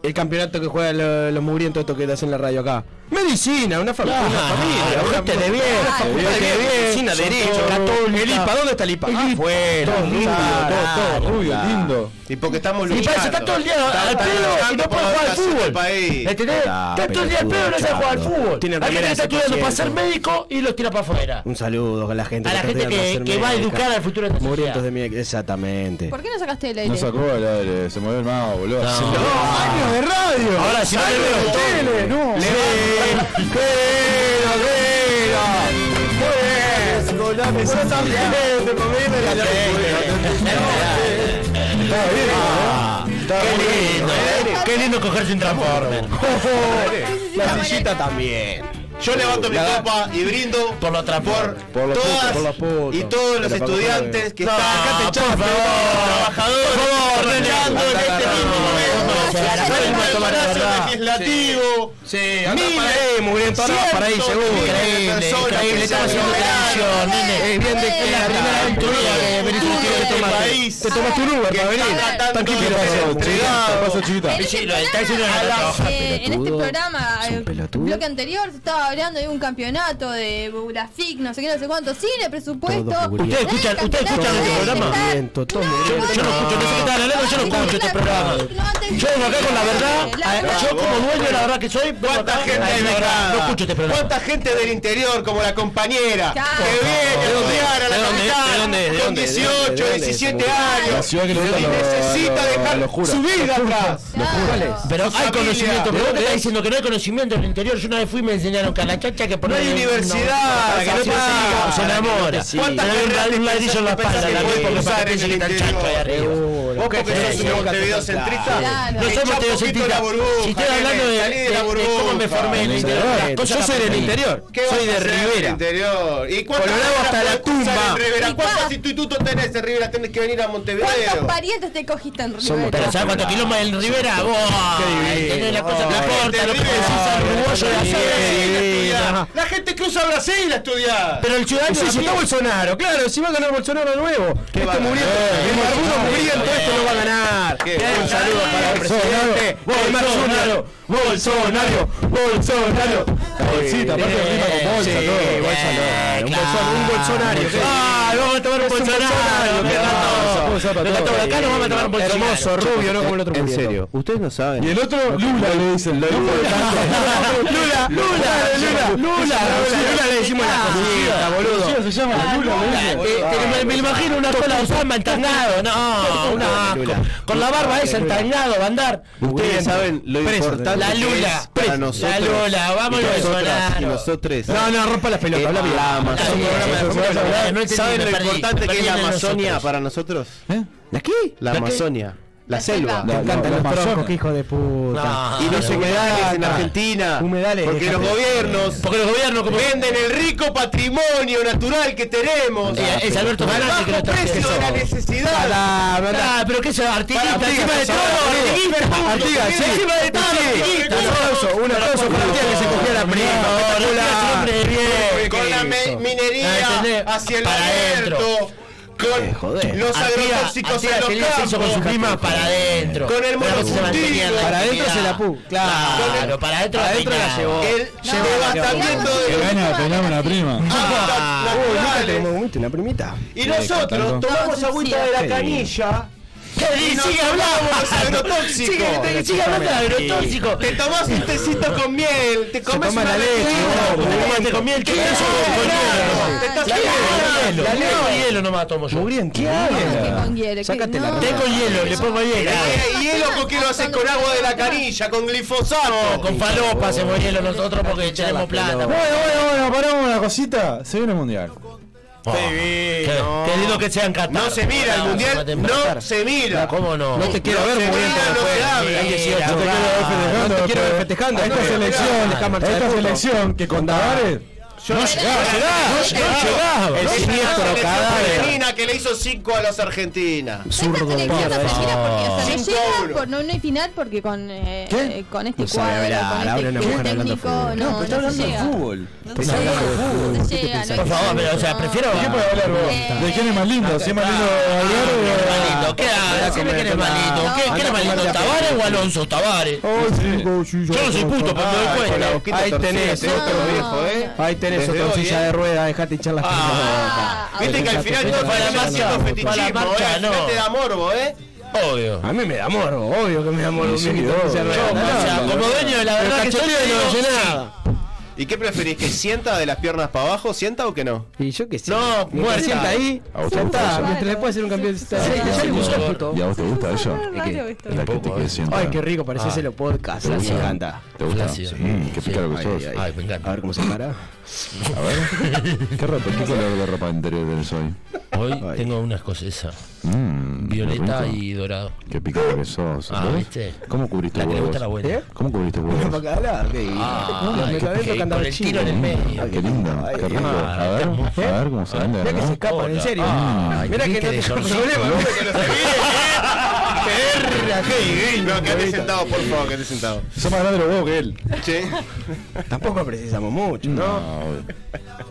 Speaker 4: El campeonato que juegan lo- los mugrientos estos que hacen la radio acá.
Speaker 6: Medicina, una, fam- una familia, una gente de bien,
Speaker 11: Ah,
Speaker 6: gente
Speaker 11: gente
Speaker 6: de
Speaker 11: de bien,
Speaker 6: bien, medicina,
Speaker 11: son
Speaker 6: derecho,
Speaker 11: todos-
Speaker 6: católica. El IPA, ¿dónde está el IPA? Ah, fuera,
Speaker 11: todo rubio, todo- todo
Speaker 6: rubio,
Speaker 2: lindo.
Speaker 10: Y porque estamos
Speaker 11: Y
Speaker 10: luchando.
Speaker 11: parece está todo el día
Speaker 10: Está-
Speaker 11: al
Speaker 10: está
Speaker 11: pedo y
Speaker 10: luchando por
Speaker 11: no puede
Speaker 10: la
Speaker 11: jugar al
Speaker 10: educación del
Speaker 11: fútbol.
Speaker 10: país.
Speaker 11: ¿Entendés?
Speaker 10: Ah,
Speaker 11: Está todo el día al pedo y no sabe jugar al
Speaker 10: pelotudo,
Speaker 11: fútbol.
Speaker 10: Tienen
Speaker 11: Hay gente que
Speaker 10: remeras
Speaker 11: está
Speaker 10: de
Speaker 11: estudiando para ser
Speaker 10: 100%.
Speaker 11: médico y los tira para afuera.
Speaker 4: Un saludo a la gente.
Speaker 11: A la gente que- que va a educar al futuro de la sociedad.
Speaker 4: Murientos de mí, exactamente.
Speaker 3: ¿Por qué no sacaste el aire?
Speaker 2: No sacó el aire, se movió el mouse, boludo. No,
Speaker 4: años de radio.
Speaker 11: Ahora si no le veo
Speaker 2: tele, no.
Speaker 11: Qué lindo, ¿eh? Qué lindo cogerse un transformer.
Speaker 6: La sillita también.
Speaker 10: Yo levanto mi copa y brindo por los por,
Speaker 6: los
Speaker 10: todas
Speaker 6: putos, por los putos.
Speaker 10: y todos los
Speaker 6: Pero para
Speaker 10: estudiantes que están acá
Speaker 11: por favor,
Speaker 10: trabajadores luchando en este mismo momento. Frente al Palacio legislativo.
Speaker 6: Eh, muy bien, todas las para ahí,
Speaker 10: cientos
Speaker 6: seguro.
Speaker 10: miles de personas que
Speaker 6: estamos
Speaker 10: se
Speaker 6: haciendo
Speaker 10: aglomeraron.
Speaker 6: una acción, nene. Es bien de que la primera vez en tu vida que venís un tiro de país. Te tomaste un Uber para venir. Tranquilo,
Speaker 2: paso chiquita.
Speaker 3: este Eh, en este programa, el bloque anterior, se estaba hablando de un campeonato de Burafic, no sé qué, no sé cuánto. Sí, el presupuesto.
Speaker 11: ¿Ustedes escuchan, ustedes escuchan este programa? Yo, yo no escucho, no sé qué están hablando, yo no escucho este programa. Yo vengo acá con la verdad, yo como dueño de la verdad que soy, vengo
Speaker 10: ¿Cuánta
Speaker 11: acá
Speaker 10: gente
Speaker 11: a decir la verdad.
Speaker 10: becada?
Speaker 11: No escucho este programa.
Speaker 10: ¿Cuánta gente del interior como la compañera
Speaker 3: Claro.
Speaker 10: que viene a estudiar a la
Speaker 11: ¿De dónde?
Speaker 10: capital
Speaker 11: ¿De dónde? ¿De
Speaker 10: con
Speaker 11: dónde? ¿De
Speaker 10: 18,
Speaker 11: dónde?
Speaker 10: 17
Speaker 2: La
Speaker 10: años?
Speaker 2: ciudad que le gusta
Speaker 10: y necesita dejar su vida atrás.
Speaker 11: Pero
Speaker 10: Su
Speaker 11: hay
Speaker 10: familia.
Speaker 11: conocimiento, pero
Speaker 10: ¿De
Speaker 11: vos me
Speaker 10: dónde es?
Speaker 11: estás diciendo que no hay conocimiento en el interior. Yo una vez fui y me enseñaron que a la chacha que por
Speaker 10: No hay
Speaker 11: ahí-
Speaker 10: universidad, que no te siga.
Speaker 11: se enamora.
Speaker 10: Sí. ¿Cuántas
Speaker 11: Se
Speaker 10: carreras
Speaker 11: le da un
Speaker 10: pensás
Speaker 11: ladrillo en la
Speaker 10: que pensás
Speaker 11: espalda
Speaker 10: que
Speaker 11: la
Speaker 10: puede
Speaker 11: mina, porque
Speaker 10: cursar en
Speaker 11: piensa
Speaker 10: el
Speaker 11: que está el
Speaker 10: interior?
Speaker 11: chacho ahí arriba.
Speaker 10: Vos que sos un Montevideo
Speaker 11: Ah,
Speaker 10: centrista. Echá
Speaker 11: No
Speaker 10: un
Speaker 11: somos
Speaker 10: poquito
Speaker 11: teocentistas.
Speaker 10: la burbuja,
Speaker 11: Si estoy hablando de,
Speaker 10: salí de la
Speaker 11: de- de cómo me
Speaker 10: burbuja.
Speaker 11: formé en el interior, las cosas
Speaker 6: Yo soy del
Speaker 11: aprendí.
Speaker 6: interior.
Speaker 10: ¿Qué
Speaker 6: Soy
Speaker 10: vas a
Speaker 6: de
Speaker 10: hacer en el
Speaker 6: Rivera.
Speaker 10: interior? ¿Y cuántas
Speaker 6: Colorado
Speaker 10: carreras
Speaker 6: hasta la
Speaker 10: podés cursar
Speaker 6: tumba.
Speaker 10: en Rivera?
Speaker 3: ¿Y
Speaker 10: ¿Cuántos
Speaker 3: cuántas-
Speaker 10: institutos tenés en Rivera? Tenés que venir a Montevideo.
Speaker 3: ¿Cuántos parientes te cogiste en Rivera?
Speaker 11: Somos Pero ¿sabes cuántos kilómetros en Rivera? ¡Buah! Tenés la cosa que aporta, lo que decís al uruguayo de
Speaker 10: Estudiá.
Speaker 11: hacer.
Speaker 10: La gente cruza Brasil a estudiar.
Speaker 11: Pero el ciudadano
Speaker 6: Sí, si está Bolsonaro, claro, si va a ganar Bolsonaro de nuevo. Este muriendo, el barbudo muriendo, esto no va a ganar.
Speaker 10: Qué
Speaker 6: Bien,
Speaker 10: bueno.
Speaker 6: Un saludo para el presidente. Bolsonaro, Bolsonaro, Bolsonaro.
Speaker 2: Bolsita, aparte
Speaker 6: Bien,
Speaker 2: rima con bolsa,
Speaker 6: sí,
Speaker 2: todo.
Speaker 6: Bolsonaro, un Bolsonaro, un Bolsonario.
Speaker 11: Ah, vamos a tomar un Bolsonaro, me encantó. Me encantó, acá nos vamos a tomar un Bolsonaro.
Speaker 6: Hermoso, rubio, no como el otro
Speaker 4: En
Speaker 6: muriendo.
Speaker 4: serio, ustedes no saben.
Speaker 2: Y el otro, Lula le dicen, lo
Speaker 6: Lula, Lula, Lula, Lula, Lula, Lula le decimos
Speaker 4: Ah,
Speaker 6: la cosita,
Speaker 2: se
Speaker 6: boludo.
Speaker 2: llama Lula,
Speaker 11: Eh, te- me- me imagino una cola de Osama entangado, no, un asco. Con la barba esa entangado, va a andar.
Speaker 4: Ustedes saben lo importante
Speaker 11: La
Speaker 4: que
Speaker 11: Lula.
Speaker 4: es para
Speaker 11: La
Speaker 4: nosotros.
Speaker 11: Lula, vamos
Speaker 4: y
Speaker 11: a
Speaker 4: nosotras, y
Speaker 11: Bolsonaro.
Speaker 4: nosotros.
Speaker 6: No, no, rompa las pelotas, habla bien.
Speaker 4: Amazon-
Speaker 11: Está bien,
Speaker 4: Eso
Speaker 11: eso
Speaker 4: es
Speaker 11: es verdad, no entendí,
Speaker 4: ¿Saben
Speaker 11: me
Speaker 4: lo
Speaker 11: perdí,
Speaker 4: importante
Speaker 11: me
Speaker 4: que es
Speaker 11: perdí
Speaker 4: la
Speaker 11: en el
Speaker 4: Amazonia
Speaker 11: nosotros.
Speaker 4: para nosotros?
Speaker 6: ¿La qué?
Speaker 11: ¿La
Speaker 4: La
Speaker 11: qué?
Speaker 4: Amazonia. La
Speaker 3: La selva. La-
Speaker 4: selva. Me encantan
Speaker 2: la
Speaker 4: los
Speaker 2: Amazonia.
Speaker 4: troncos, qué hijo de puta.
Speaker 11: No,
Speaker 4: y los
Speaker 11: no,
Speaker 4: humedales en
Speaker 6: no.
Speaker 4: Argentina.
Speaker 6: Humedales.
Speaker 4: Porque los gobiernos.
Speaker 10: gobiernos
Speaker 11: Porque los gobiernos como
Speaker 10: venden el rico patrimonio natural que tenemos.
Speaker 11: Eh, es Alberto
Speaker 10: Al
Speaker 11: Fernández que
Speaker 10: bajo
Speaker 11: lo está
Speaker 10: precio de la
Speaker 11: haciendo.
Speaker 10: necesidad.
Speaker 11: Ah, pero que es artiguita,
Speaker 10: Para,
Speaker 11: encima de
Speaker 10: Artigas,
Speaker 11: todo,
Speaker 10: boludo.
Speaker 11: artiguista,
Speaker 10: Artigas, sí.
Speaker 11: encima de todo,
Speaker 10: Sí.
Speaker 11: artiguista.
Speaker 10: Un aplauso,
Speaker 6: un aplauso para Artigas que se cogió a la prima, espectacular.
Speaker 11: Espectacular, hombre de bien.
Speaker 10: Con la me-
Speaker 11: Ah,
Speaker 10: minería
Speaker 11: ¿entendés?
Speaker 10: hacia el
Speaker 11: Para
Speaker 10: desierto.
Speaker 4: joder.
Speaker 10: Con los
Speaker 11: Artigas-
Speaker 10: agrotóxicos
Speaker 11: Artigas
Speaker 10: en los
Speaker 11: feliz se hizo con su
Speaker 10: campos.
Speaker 11: prima para adentro.
Speaker 10: Con el
Speaker 11: Pero se
Speaker 10: monocultivo.
Speaker 11: mantenía en la
Speaker 10: Para
Speaker 6: adentro
Speaker 11: intimidad.
Speaker 6: se la pu- claro.
Speaker 11: Claro, para adentro la peinaba.
Speaker 10: El levantamiento
Speaker 2: Que
Speaker 10: de
Speaker 2: gana de peinar una
Speaker 4: Ah,
Speaker 2: prima.
Speaker 10: hábitats
Speaker 11: Ah,
Speaker 10: naturales.
Speaker 4: una primita.
Speaker 10: Y nosotros tomamos agüita de la canilla.
Speaker 11: Sí, Sigue hablando,
Speaker 10: <laughs> Los agrotóxicos.
Speaker 11: sigue, sigue hablando de agrotóxico.
Speaker 10: Te tomas un tecito con miel, te comes
Speaker 6: toma
Speaker 10: una
Speaker 6: la leche,
Speaker 10: lechuga.
Speaker 6: vos,
Speaker 10: Te
Speaker 11: Te comí el chico con
Speaker 10: claro, te
Speaker 11: hielo.
Speaker 10: estás
Speaker 11: La
Speaker 10: quemando.
Speaker 11: hielo,
Speaker 10: La
Speaker 11: la
Speaker 10: leche.
Speaker 11: hielo, hielo nomás tomo yo.
Speaker 6: Mugriento. Sácate la
Speaker 11: Tengo hielo, le pongo hielo.
Speaker 10: Eh, hielo porque lo haces con agua de la canilla, con glifosato.
Speaker 11: Con falopa hacemos hielo nosotros porque tenemos plata.
Speaker 2: Bueno, bueno, bueno, paramos una cosita. Se viene el mundial.
Speaker 11: Qué qué lindo que sean Qatar.
Speaker 10: No se mira el
Speaker 11: Vamos,
Speaker 10: mundial,
Speaker 11: vamos a
Speaker 10: no
Speaker 11: matar.
Speaker 10: se mira.
Speaker 11: ¿Cómo no?
Speaker 6: No te quiero ver
Speaker 10: se
Speaker 6: muriendo
Speaker 10: mira, no se habla.
Speaker 6: después.
Speaker 10: Hay
Speaker 11: 18
Speaker 6: No te quiero ver
Speaker 2: después.
Speaker 11: grados.
Speaker 6: festejando. No te quiero ver festejando.
Speaker 2: A esta
Speaker 6: después.
Speaker 2: selección,
Speaker 6: Está
Speaker 2: a
Speaker 6: marchando.
Speaker 2: esta selección que con Tavares
Speaker 6: Yo-
Speaker 2: No
Speaker 6: Yo-
Speaker 2: llegaba,
Speaker 6: Yo-
Speaker 2: no
Speaker 6: Yo-
Speaker 2: llegaba.
Speaker 6: Yo-
Speaker 2: El
Speaker 6: Esa
Speaker 2: siniestro
Speaker 6: selección
Speaker 2: cadáver.
Speaker 6: femenina que le hizo 5 a los argentinas.
Speaker 3: Zurdo, selección por argentina O sea, no
Speaker 6: Cinco
Speaker 3: llega
Speaker 6: euros.
Speaker 3: por, no, no hay final porque con, eh,
Speaker 6: ¿Qué?
Speaker 3: eh, con este
Speaker 6: No sabe
Speaker 3: cuadro,
Speaker 6: hablar,
Speaker 3: con
Speaker 6: habla
Speaker 3: este
Speaker 6: una mujer hablando de
Speaker 3: técnico,
Speaker 6: fútbol.
Speaker 3: no,
Speaker 6: No, pero está
Speaker 3: no se
Speaker 6: hablando Este de
Speaker 3: llega.
Speaker 2: fútbol.
Speaker 3: No se llega, no se llega,
Speaker 10: Por favor,
Speaker 3: no hay final.
Speaker 10: pero, o sea, prefiero.
Speaker 2: ¿De qué puede hablar vos? ¿De quién es más lindo? ¿Si es más lindo Alvaro o-
Speaker 10: ¿Qué habla? Decime quién es malito. ¿Qué- ¿Quién es malito? ¿Tabares o Alonso? Tabares. Yo no soy puto, pero me doy cuenta. eh.
Speaker 11: Ahí tenés otro viejo, ¿eh?
Speaker 4: Ah.
Speaker 11: Ahí tenés
Speaker 10: Desde
Speaker 11: otro
Speaker 10: hoy,
Speaker 11: silla de rueda, dejate hinchar las pelotas.
Speaker 6: Viste que al final todo para más cierto fetichismo, ¿eh? Al final te da morbo, ¿eh?
Speaker 10: Obvio.
Speaker 11: A mí me da morbo, obvio que me da morbo.
Speaker 6: Sí,
Speaker 11: mi
Speaker 6: obvio.
Speaker 11: guitarra se
Speaker 6: Yo,
Speaker 11: arregla.
Speaker 6: o sea,
Speaker 11: No,
Speaker 6: como
Speaker 11: no, no.
Speaker 6: dueño de la
Speaker 11: Pero
Speaker 6: verdad que
Speaker 11: cachoreo
Speaker 6: soy,
Speaker 11: no
Speaker 6: digo,
Speaker 11: llena
Speaker 6: sí.
Speaker 11: nada.
Speaker 6: ¿Y qué preferís? ¿Que sienta de las piernas para abajo? ¿Sienta o que no?
Speaker 11: Y yo qué sé.
Speaker 6: No,
Speaker 11: Mientras
Speaker 6: muerta.
Speaker 11: sienta ahí,
Speaker 6: A vos te
Speaker 11: ya
Speaker 6: gusta
Speaker 11: está.
Speaker 6: eso.
Speaker 11: Mientras le puede ser un campeón. está-
Speaker 2: Sí,
Speaker 11: ya le gustó, puto.
Speaker 2: ¿Y a vos te gusta eso? La que te quede siempre.
Speaker 11: Ay, qué rico, parece ese lo podcast.
Speaker 2: ¿Te
Speaker 11: Me
Speaker 2: gusta?
Speaker 11: encanta.
Speaker 2: ¿Te gusta?
Speaker 11: Sí.
Speaker 2: Mm, qué picaro que
Speaker 11: Ay,
Speaker 2: sos.
Speaker 11: ay,
Speaker 10: Ay, me encanta.
Speaker 11: A ver cómo
Speaker 6: Ah.
Speaker 11: se para.
Speaker 2: A ver. ¿Qué, ropa, ¿Qué color de ropa interior tenés hoy?
Speaker 10: Hoy tengo una escocesa.
Speaker 2: Mm,
Speaker 10: Violeta
Speaker 2: rico.
Speaker 10: y dorado.
Speaker 2: Qué picado que sos.
Speaker 10: Ah,
Speaker 2: ¿sabés?
Speaker 10: ¿viste?
Speaker 2: ¿Cómo cubriste
Speaker 10: La que le
Speaker 2: huevos?
Speaker 10: gusta la abuela.
Speaker 2: ¿Eh? ¿Cómo cubriste huevos?
Speaker 10: Ah,
Speaker 11: me acabé de
Speaker 10: que-
Speaker 11: cantar
Speaker 10: con el
Speaker 11: chino.
Speaker 10: tiro en el medio.
Speaker 2: Qué lindo, qué rico.
Speaker 10: ah,
Speaker 2: A ver, a ver cómo se vende.
Speaker 11: Mirá que
Speaker 2: ¿no?
Speaker 11: se escapan, en serio.
Speaker 2: Ah,
Speaker 11: Mirá que no
Speaker 2: viste,
Speaker 11: tengo
Speaker 2: Jorgito,
Speaker 11: problema.
Speaker 2: ¿no?
Speaker 6: Perra, qué gay. No, quédate sentado, por favor, quédate sentado.
Speaker 2: Sos más grande los huevos que él.
Speaker 6: Sí.
Speaker 11: <laughs> Tampoco precisamos mucho, ¿no?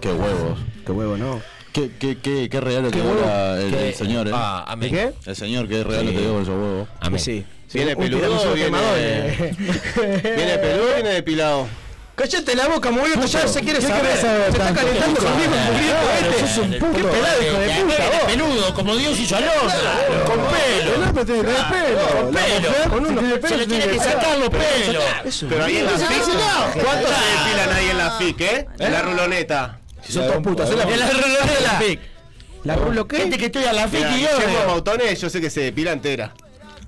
Speaker 2: Qué huevos.
Speaker 11: Qué huevo, ¿no?
Speaker 2: Qué, qué, qué, qué regalo
Speaker 11: ¿Qué
Speaker 2: te
Speaker 11: huevo?
Speaker 2: dio la- el,
Speaker 11: ¿Qué?
Speaker 2: el señor, ¿eh?
Speaker 11: Ah, amén. ¿Qué?
Speaker 2: El señor, qué regalo
Speaker 11: Sí.
Speaker 2: te dio con esos huevos.
Speaker 11: Amén. Sí. Sí,
Speaker 6: ¿Viene
Speaker 11: un
Speaker 6: peludo
Speaker 11: tiramisú
Speaker 6: o
Speaker 11: quemador,
Speaker 6: viene-
Speaker 11: eh.
Speaker 6: ¿Viene peludo o viene depilado?
Speaker 11: Cállate la boca, muy que ya se quiere
Speaker 6: ¿Qué
Speaker 11: saber.
Speaker 6: querés saber
Speaker 11: Se está
Speaker 6: tanto?
Speaker 11: calentando
Speaker 6: Sos un
Speaker 11: conmigo,
Speaker 6: puto.
Speaker 11: muriendo este.
Speaker 6: Sos un
Speaker 11: Qué
Speaker 6: puto.
Speaker 11: pelado, hijo de
Speaker 6: Ya,
Speaker 11: puta,
Speaker 6: eres
Speaker 11: vos.
Speaker 10: Peludo, como Dios hizo a Alonso. Con pelo.
Speaker 11: El hombre tiene que tener pelo.
Speaker 10: Con pelo.
Speaker 11: Con unos
Speaker 10: Se le tiene que sacar los pelos.
Speaker 6: Pero ahí en la FIC, ¿cuántos se depilan ahí en la FIC, eh? En la ruloneta.
Speaker 11: Si son todos putos, son
Speaker 6: la
Speaker 11: las-
Speaker 6: FIC.
Speaker 11: La FIC. ¿La rulo qué?
Speaker 10: Gente que estoy a la FIC
Speaker 6: Mira,
Speaker 10: y yo.
Speaker 6: Guillermo Mautones, yo sé que se depila entera.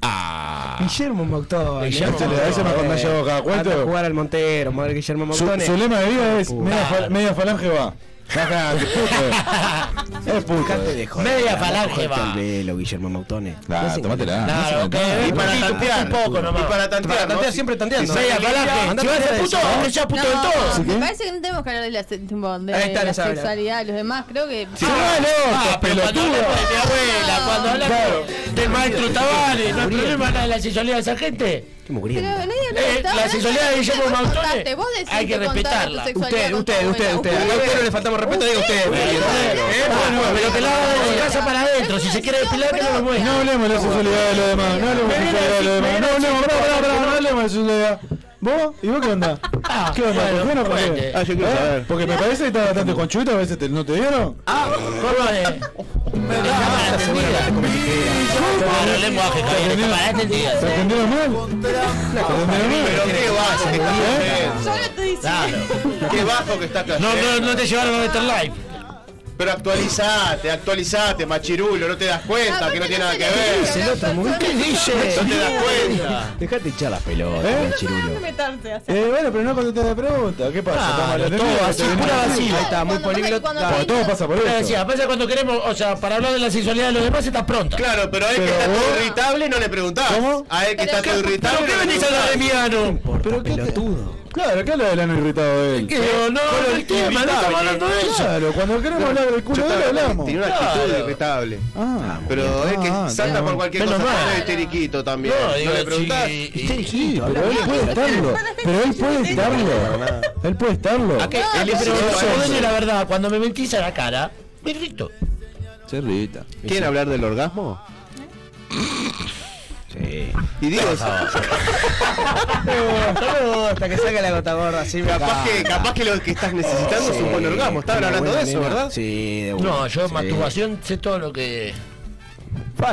Speaker 4: Ah.
Speaker 11: Guillermo Mautones.
Speaker 2: Guillermo Este le
Speaker 4: eh,
Speaker 2: da ese más con talla de boca, ¿cuánto?
Speaker 11: Anda a jugar al Montero, madre Guillermo
Speaker 2: Su,
Speaker 11: Mautones.
Speaker 2: su lema de vida es
Speaker 11: Puta.
Speaker 2: media, fal- media falange
Speaker 11: <laughs>
Speaker 2: va. Jaja, qué puto. eh. Es puto. eh.
Speaker 10: Media falange
Speaker 11: Corta
Speaker 4: este
Speaker 10: va.
Speaker 11: el velo, Guillermo Mautones.
Speaker 2: Nah,
Speaker 11: No se
Speaker 2: tómatela.
Speaker 11: engañe.
Speaker 2: Claro,
Speaker 11: No se
Speaker 2: que-
Speaker 11: engañe.
Speaker 2: y para
Speaker 11: Un poquito,
Speaker 2: tantear.
Speaker 11: un poco nomás.
Speaker 2: Y para tantear,
Speaker 11: Para
Speaker 2: ¿no?
Speaker 11: tantear,
Speaker 2: Si-
Speaker 11: siempre tanteando.
Speaker 2: si media falange,
Speaker 11: Andá
Speaker 2: si vas a
Speaker 11: tantear
Speaker 2: ser
Speaker 11: eso,
Speaker 2: puto,
Speaker 11: ¿no?
Speaker 2: que seas puto
Speaker 3: No,
Speaker 2: del todo. ¿Sí,
Speaker 3: me
Speaker 2: qué?
Speaker 3: parece que no tenemos que hablar de la, se- tipo, de
Speaker 11: Ahí está,
Speaker 3: la
Speaker 11: no se habla.
Speaker 3: sexualidad y los demás. Creo que.
Speaker 2: Sí, bueno,
Speaker 10: Ah, pero cuando hablamos de mi abuela, cuando hablamos del maestro Tavares, no hay problema nada de la sexualidad de esa gente.
Speaker 3: Pero nadie habló
Speaker 10: Eh,
Speaker 3: de
Speaker 10: la
Speaker 3: todo, nadie
Speaker 10: sexualidad
Speaker 3: habló
Speaker 10: de Guillermo
Speaker 3: vos
Speaker 10: Martone,
Speaker 3: contaste, vos decís
Speaker 10: hay que
Speaker 3: contaste tu
Speaker 10: respetarla.
Speaker 3: sexualidad con
Speaker 11: Usted,
Speaker 3: tu
Speaker 11: usted,
Speaker 3: abuela.
Speaker 11: usted, usted. A usted no le faltamos respeto, digo usted.
Speaker 10: Eh, bueno, pero que la haga de casa para adentro. Si se quiere depilar, que no lo muestre.
Speaker 2: No hablemos de la sexualidad de los demás. No hablemos de la sexualidad de los demás. No hablemos, pará, pará, pará, no hablemos de la sexualidad. ¿Vos? ¿Y vos qué
Speaker 10: <laughs>
Speaker 2: onda? ¿Qué
Speaker 10: bueno,
Speaker 2: onda? ¿Por qué no por qué?
Speaker 10: fuerte. Ah, yo
Speaker 2: ¿Eh?
Speaker 10: saber.
Speaker 2: Porque me parece que estás bastante conchudo, a veces te- no te dieron.
Speaker 10: Ah, ¿cómo es? Claro, lenguaje, caballero, cámara entendida.
Speaker 2: ¿Te atendieron mal?
Speaker 6: Pero qué bajo que estás
Speaker 2: ¿Eh?
Speaker 6: cayendo.
Speaker 3: Yo no estoy
Speaker 10: Claro.
Speaker 3: diciendo.
Speaker 6: Qué bajo que estás cayendo.
Speaker 10: No, no, no te llevaron a meter live.
Speaker 6: Pero actualizate, actualizate, machirulo, no te das cuenta que no tiene
Speaker 3: Ah,
Speaker 6: nada que ver.
Speaker 11: El otro, muy-
Speaker 10: ¿Qué dice?
Speaker 6: No te das cuenta.
Speaker 11: Dejate hinchar las pelotas,
Speaker 2: ¿Eh?
Speaker 11: chirulo.
Speaker 3: meterse, o sea.
Speaker 2: Eh, bueno, pero no contestaste la pregunta. ¿Qué pasa? ¿Estás mal
Speaker 10: Claro,
Speaker 2: atendido?
Speaker 10: todo así,
Speaker 2: ¿Te vinieron?
Speaker 10: pura vacía.
Speaker 11: Ahí está, muy
Speaker 3: Cuando-
Speaker 11: políglota.
Speaker 3: cuando-
Speaker 2: Porque todo pasa por
Speaker 10: Pero
Speaker 2: eso.
Speaker 10: decía, pasa cuando queremos, o sea, para hablar de la sexualidad de los demás estás pronta.
Speaker 6: Claro, pero a él que
Speaker 2: Pero
Speaker 6: está todo
Speaker 2: vos-
Speaker 6: irritable no le preguntás.
Speaker 2: ¿Cómo?
Speaker 6: A él que
Speaker 3: Pero
Speaker 6: está todo
Speaker 3: ¿qué-
Speaker 6: irritable.
Speaker 10: ¿Pero qué
Speaker 6: no le
Speaker 10: venís a hablar de
Speaker 6: preguntás.
Speaker 10: Miano?
Speaker 2: Pero qué pelotudo. Claro, ¿qué habla del ano irritado de él?
Speaker 10: ¿Qué? No, no, el tema, no estamos hablando de eso.
Speaker 2: Claro, cuando queremos hablar del
Speaker 6: Yo
Speaker 2: culo de él
Speaker 6: estaba-
Speaker 2: hablamos.
Speaker 6: Tenía una actitud
Speaker 10: Claro.
Speaker 6: irritable.
Speaker 2: Ah,
Speaker 6: Pero es que
Speaker 2: ah,
Speaker 6: salta por cualquier
Speaker 10: Menos
Speaker 6: cosa.
Speaker 10: mal.
Speaker 6: Está esteriquito también.
Speaker 10: No,
Speaker 6: No,
Speaker 10: digo,
Speaker 6: le preguntás.
Speaker 10: sí, y-
Speaker 2: Sí, pero él puede estarlo. Pero él puede estarlo. Él puede estarlo.
Speaker 10: ¿A qué?
Speaker 3: No,
Speaker 10: El
Speaker 3: no,
Speaker 10: pero
Speaker 3: no,
Speaker 10: pero
Speaker 2: no,
Speaker 10: vos
Speaker 2: no.
Speaker 10: decís la verdad, cuando me mentís a la cara, me irrito.
Speaker 2: Cerrita.
Speaker 6: ¿Quieren hablar del orgasmo? Sí. Y digo,
Speaker 11: No, Hasta que salga la gota gorda, así me
Speaker 6: capaz
Speaker 11: encanta.
Speaker 6: que, capaz que lo que estás necesitando es un buen orgasmo. Estaban
Speaker 11: Una
Speaker 6: hablando de
Speaker 11: buena
Speaker 6: eso,
Speaker 11: nena.
Speaker 6: ¿verdad?
Speaker 11: Sí, de una.
Speaker 10: No, yo
Speaker 11: Sí.
Speaker 10: masturbación sé todo lo que.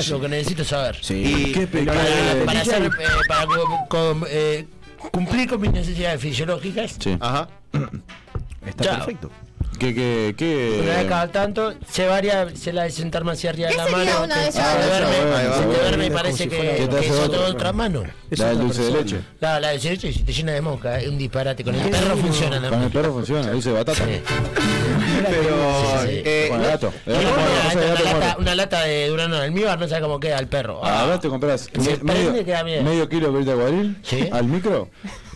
Speaker 10: Lo que necesito saber.
Speaker 11: Sí.
Speaker 6: Y-
Speaker 2: Qué
Speaker 10: Para,
Speaker 2: pecado.
Speaker 10: para hacer, eh, para cu- con- eh, cumplir con mis necesidades fisiológicas.
Speaker 2: Sí.
Speaker 6: Ajá.
Speaker 11: Está
Speaker 10: Chao.
Speaker 11: perfecto.
Speaker 2: ¿Qué, qué,
Speaker 10: Una vez
Speaker 2: qué?
Speaker 10: cada tanto, se varia, se la de sentarme hacia arriba de
Speaker 3: ¿Qué
Speaker 10: la
Speaker 3: sería
Speaker 10: mano.
Speaker 3: una
Speaker 10: que
Speaker 3: de
Speaker 10: se
Speaker 3: esas?
Speaker 10: te
Speaker 2: Ah,
Speaker 10: duerme,
Speaker 2: bueno,
Speaker 10: se te
Speaker 2: bueno.
Speaker 10: duerme y parece
Speaker 2: ¿Qué
Speaker 10: que,
Speaker 2: te
Speaker 10: que
Speaker 2: hace
Speaker 10: es
Speaker 2: otro?
Speaker 10: otra, otra mano.
Speaker 2: La del dulce de leche.
Speaker 10: La, la de ceviche, si te llena de mosca, es un disparate. Con el perro funciona nada
Speaker 2: Con el
Speaker 10: más.
Speaker 2: perro funciona, dice batata. Oh,
Speaker 10: Sí.
Speaker 6: Pero.
Speaker 10: Sí, sí, sí.
Speaker 6: eh,
Speaker 2: Con el gato. El
Speaker 10: Y
Speaker 2: gato muere,
Speaker 10: una,
Speaker 2: pasa que el
Speaker 10: una
Speaker 2: gato
Speaker 10: lata,
Speaker 2: muere.
Speaker 10: una lata de Durano de almíbar no sabe cómo queda el perro.
Speaker 2: Ah,
Speaker 10: Ah,
Speaker 2: ahora te compras
Speaker 10: Se prende que da miedo.
Speaker 2: medio, medio kilo de grita cuadril
Speaker 10: Sí.
Speaker 2: al micro,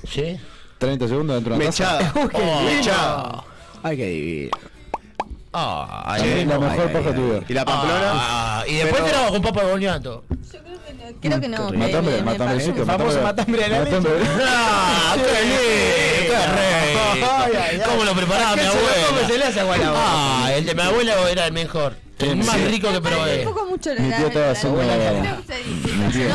Speaker 10: ¿sí?
Speaker 2: 30 segundos dentro de una taza.
Speaker 6: Mechada.
Speaker 10: Oh,
Speaker 6: Mechada.
Speaker 4: Hay que dividir.
Speaker 10: Ah,
Speaker 2: Sí,
Speaker 10: ahí
Speaker 2: la
Speaker 10: mismo.
Speaker 2: mejor
Speaker 10: Ay,
Speaker 2: paja
Speaker 10: ay,
Speaker 2: tuya.
Speaker 10: ay.
Speaker 2: ¿Y la Pamplona?
Speaker 10: Ah, y después
Speaker 2: Pero-
Speaker 10: te trabajo con papa de boniato.
Speaker 3: Creo que no.
Speaker 2: Matambre,
Speaker 3: me- me
Speaker 2: matambre,
Speaker 3: parece.
Speaker 2: chico, Famoso matambre
Speaker 10: de la leche. <laughs> ¡Ah, qué lindo!
Speaker 11: Ay,
Speaker 10: ¡Qué
Speaker 11: ay,
Speaker 10: rey!
Speaker 11: ay.
Speaker 10: ¿Cómo lo preparaba mi
Speaker 11: Aquel se lo come, se le hace
Speaker 10: abuela?
Speaker 11: guayabo.
Speaker 10: Ah, el de mi abuela era el mejor. El más
Speaker 2: sí.
Speaker 10: rico que
Speaker 3: Un
Speaker 10: probé.
Speaker 3: poco mucho la
Speaker 2: Mi tío estaba haciendo la Mi tío.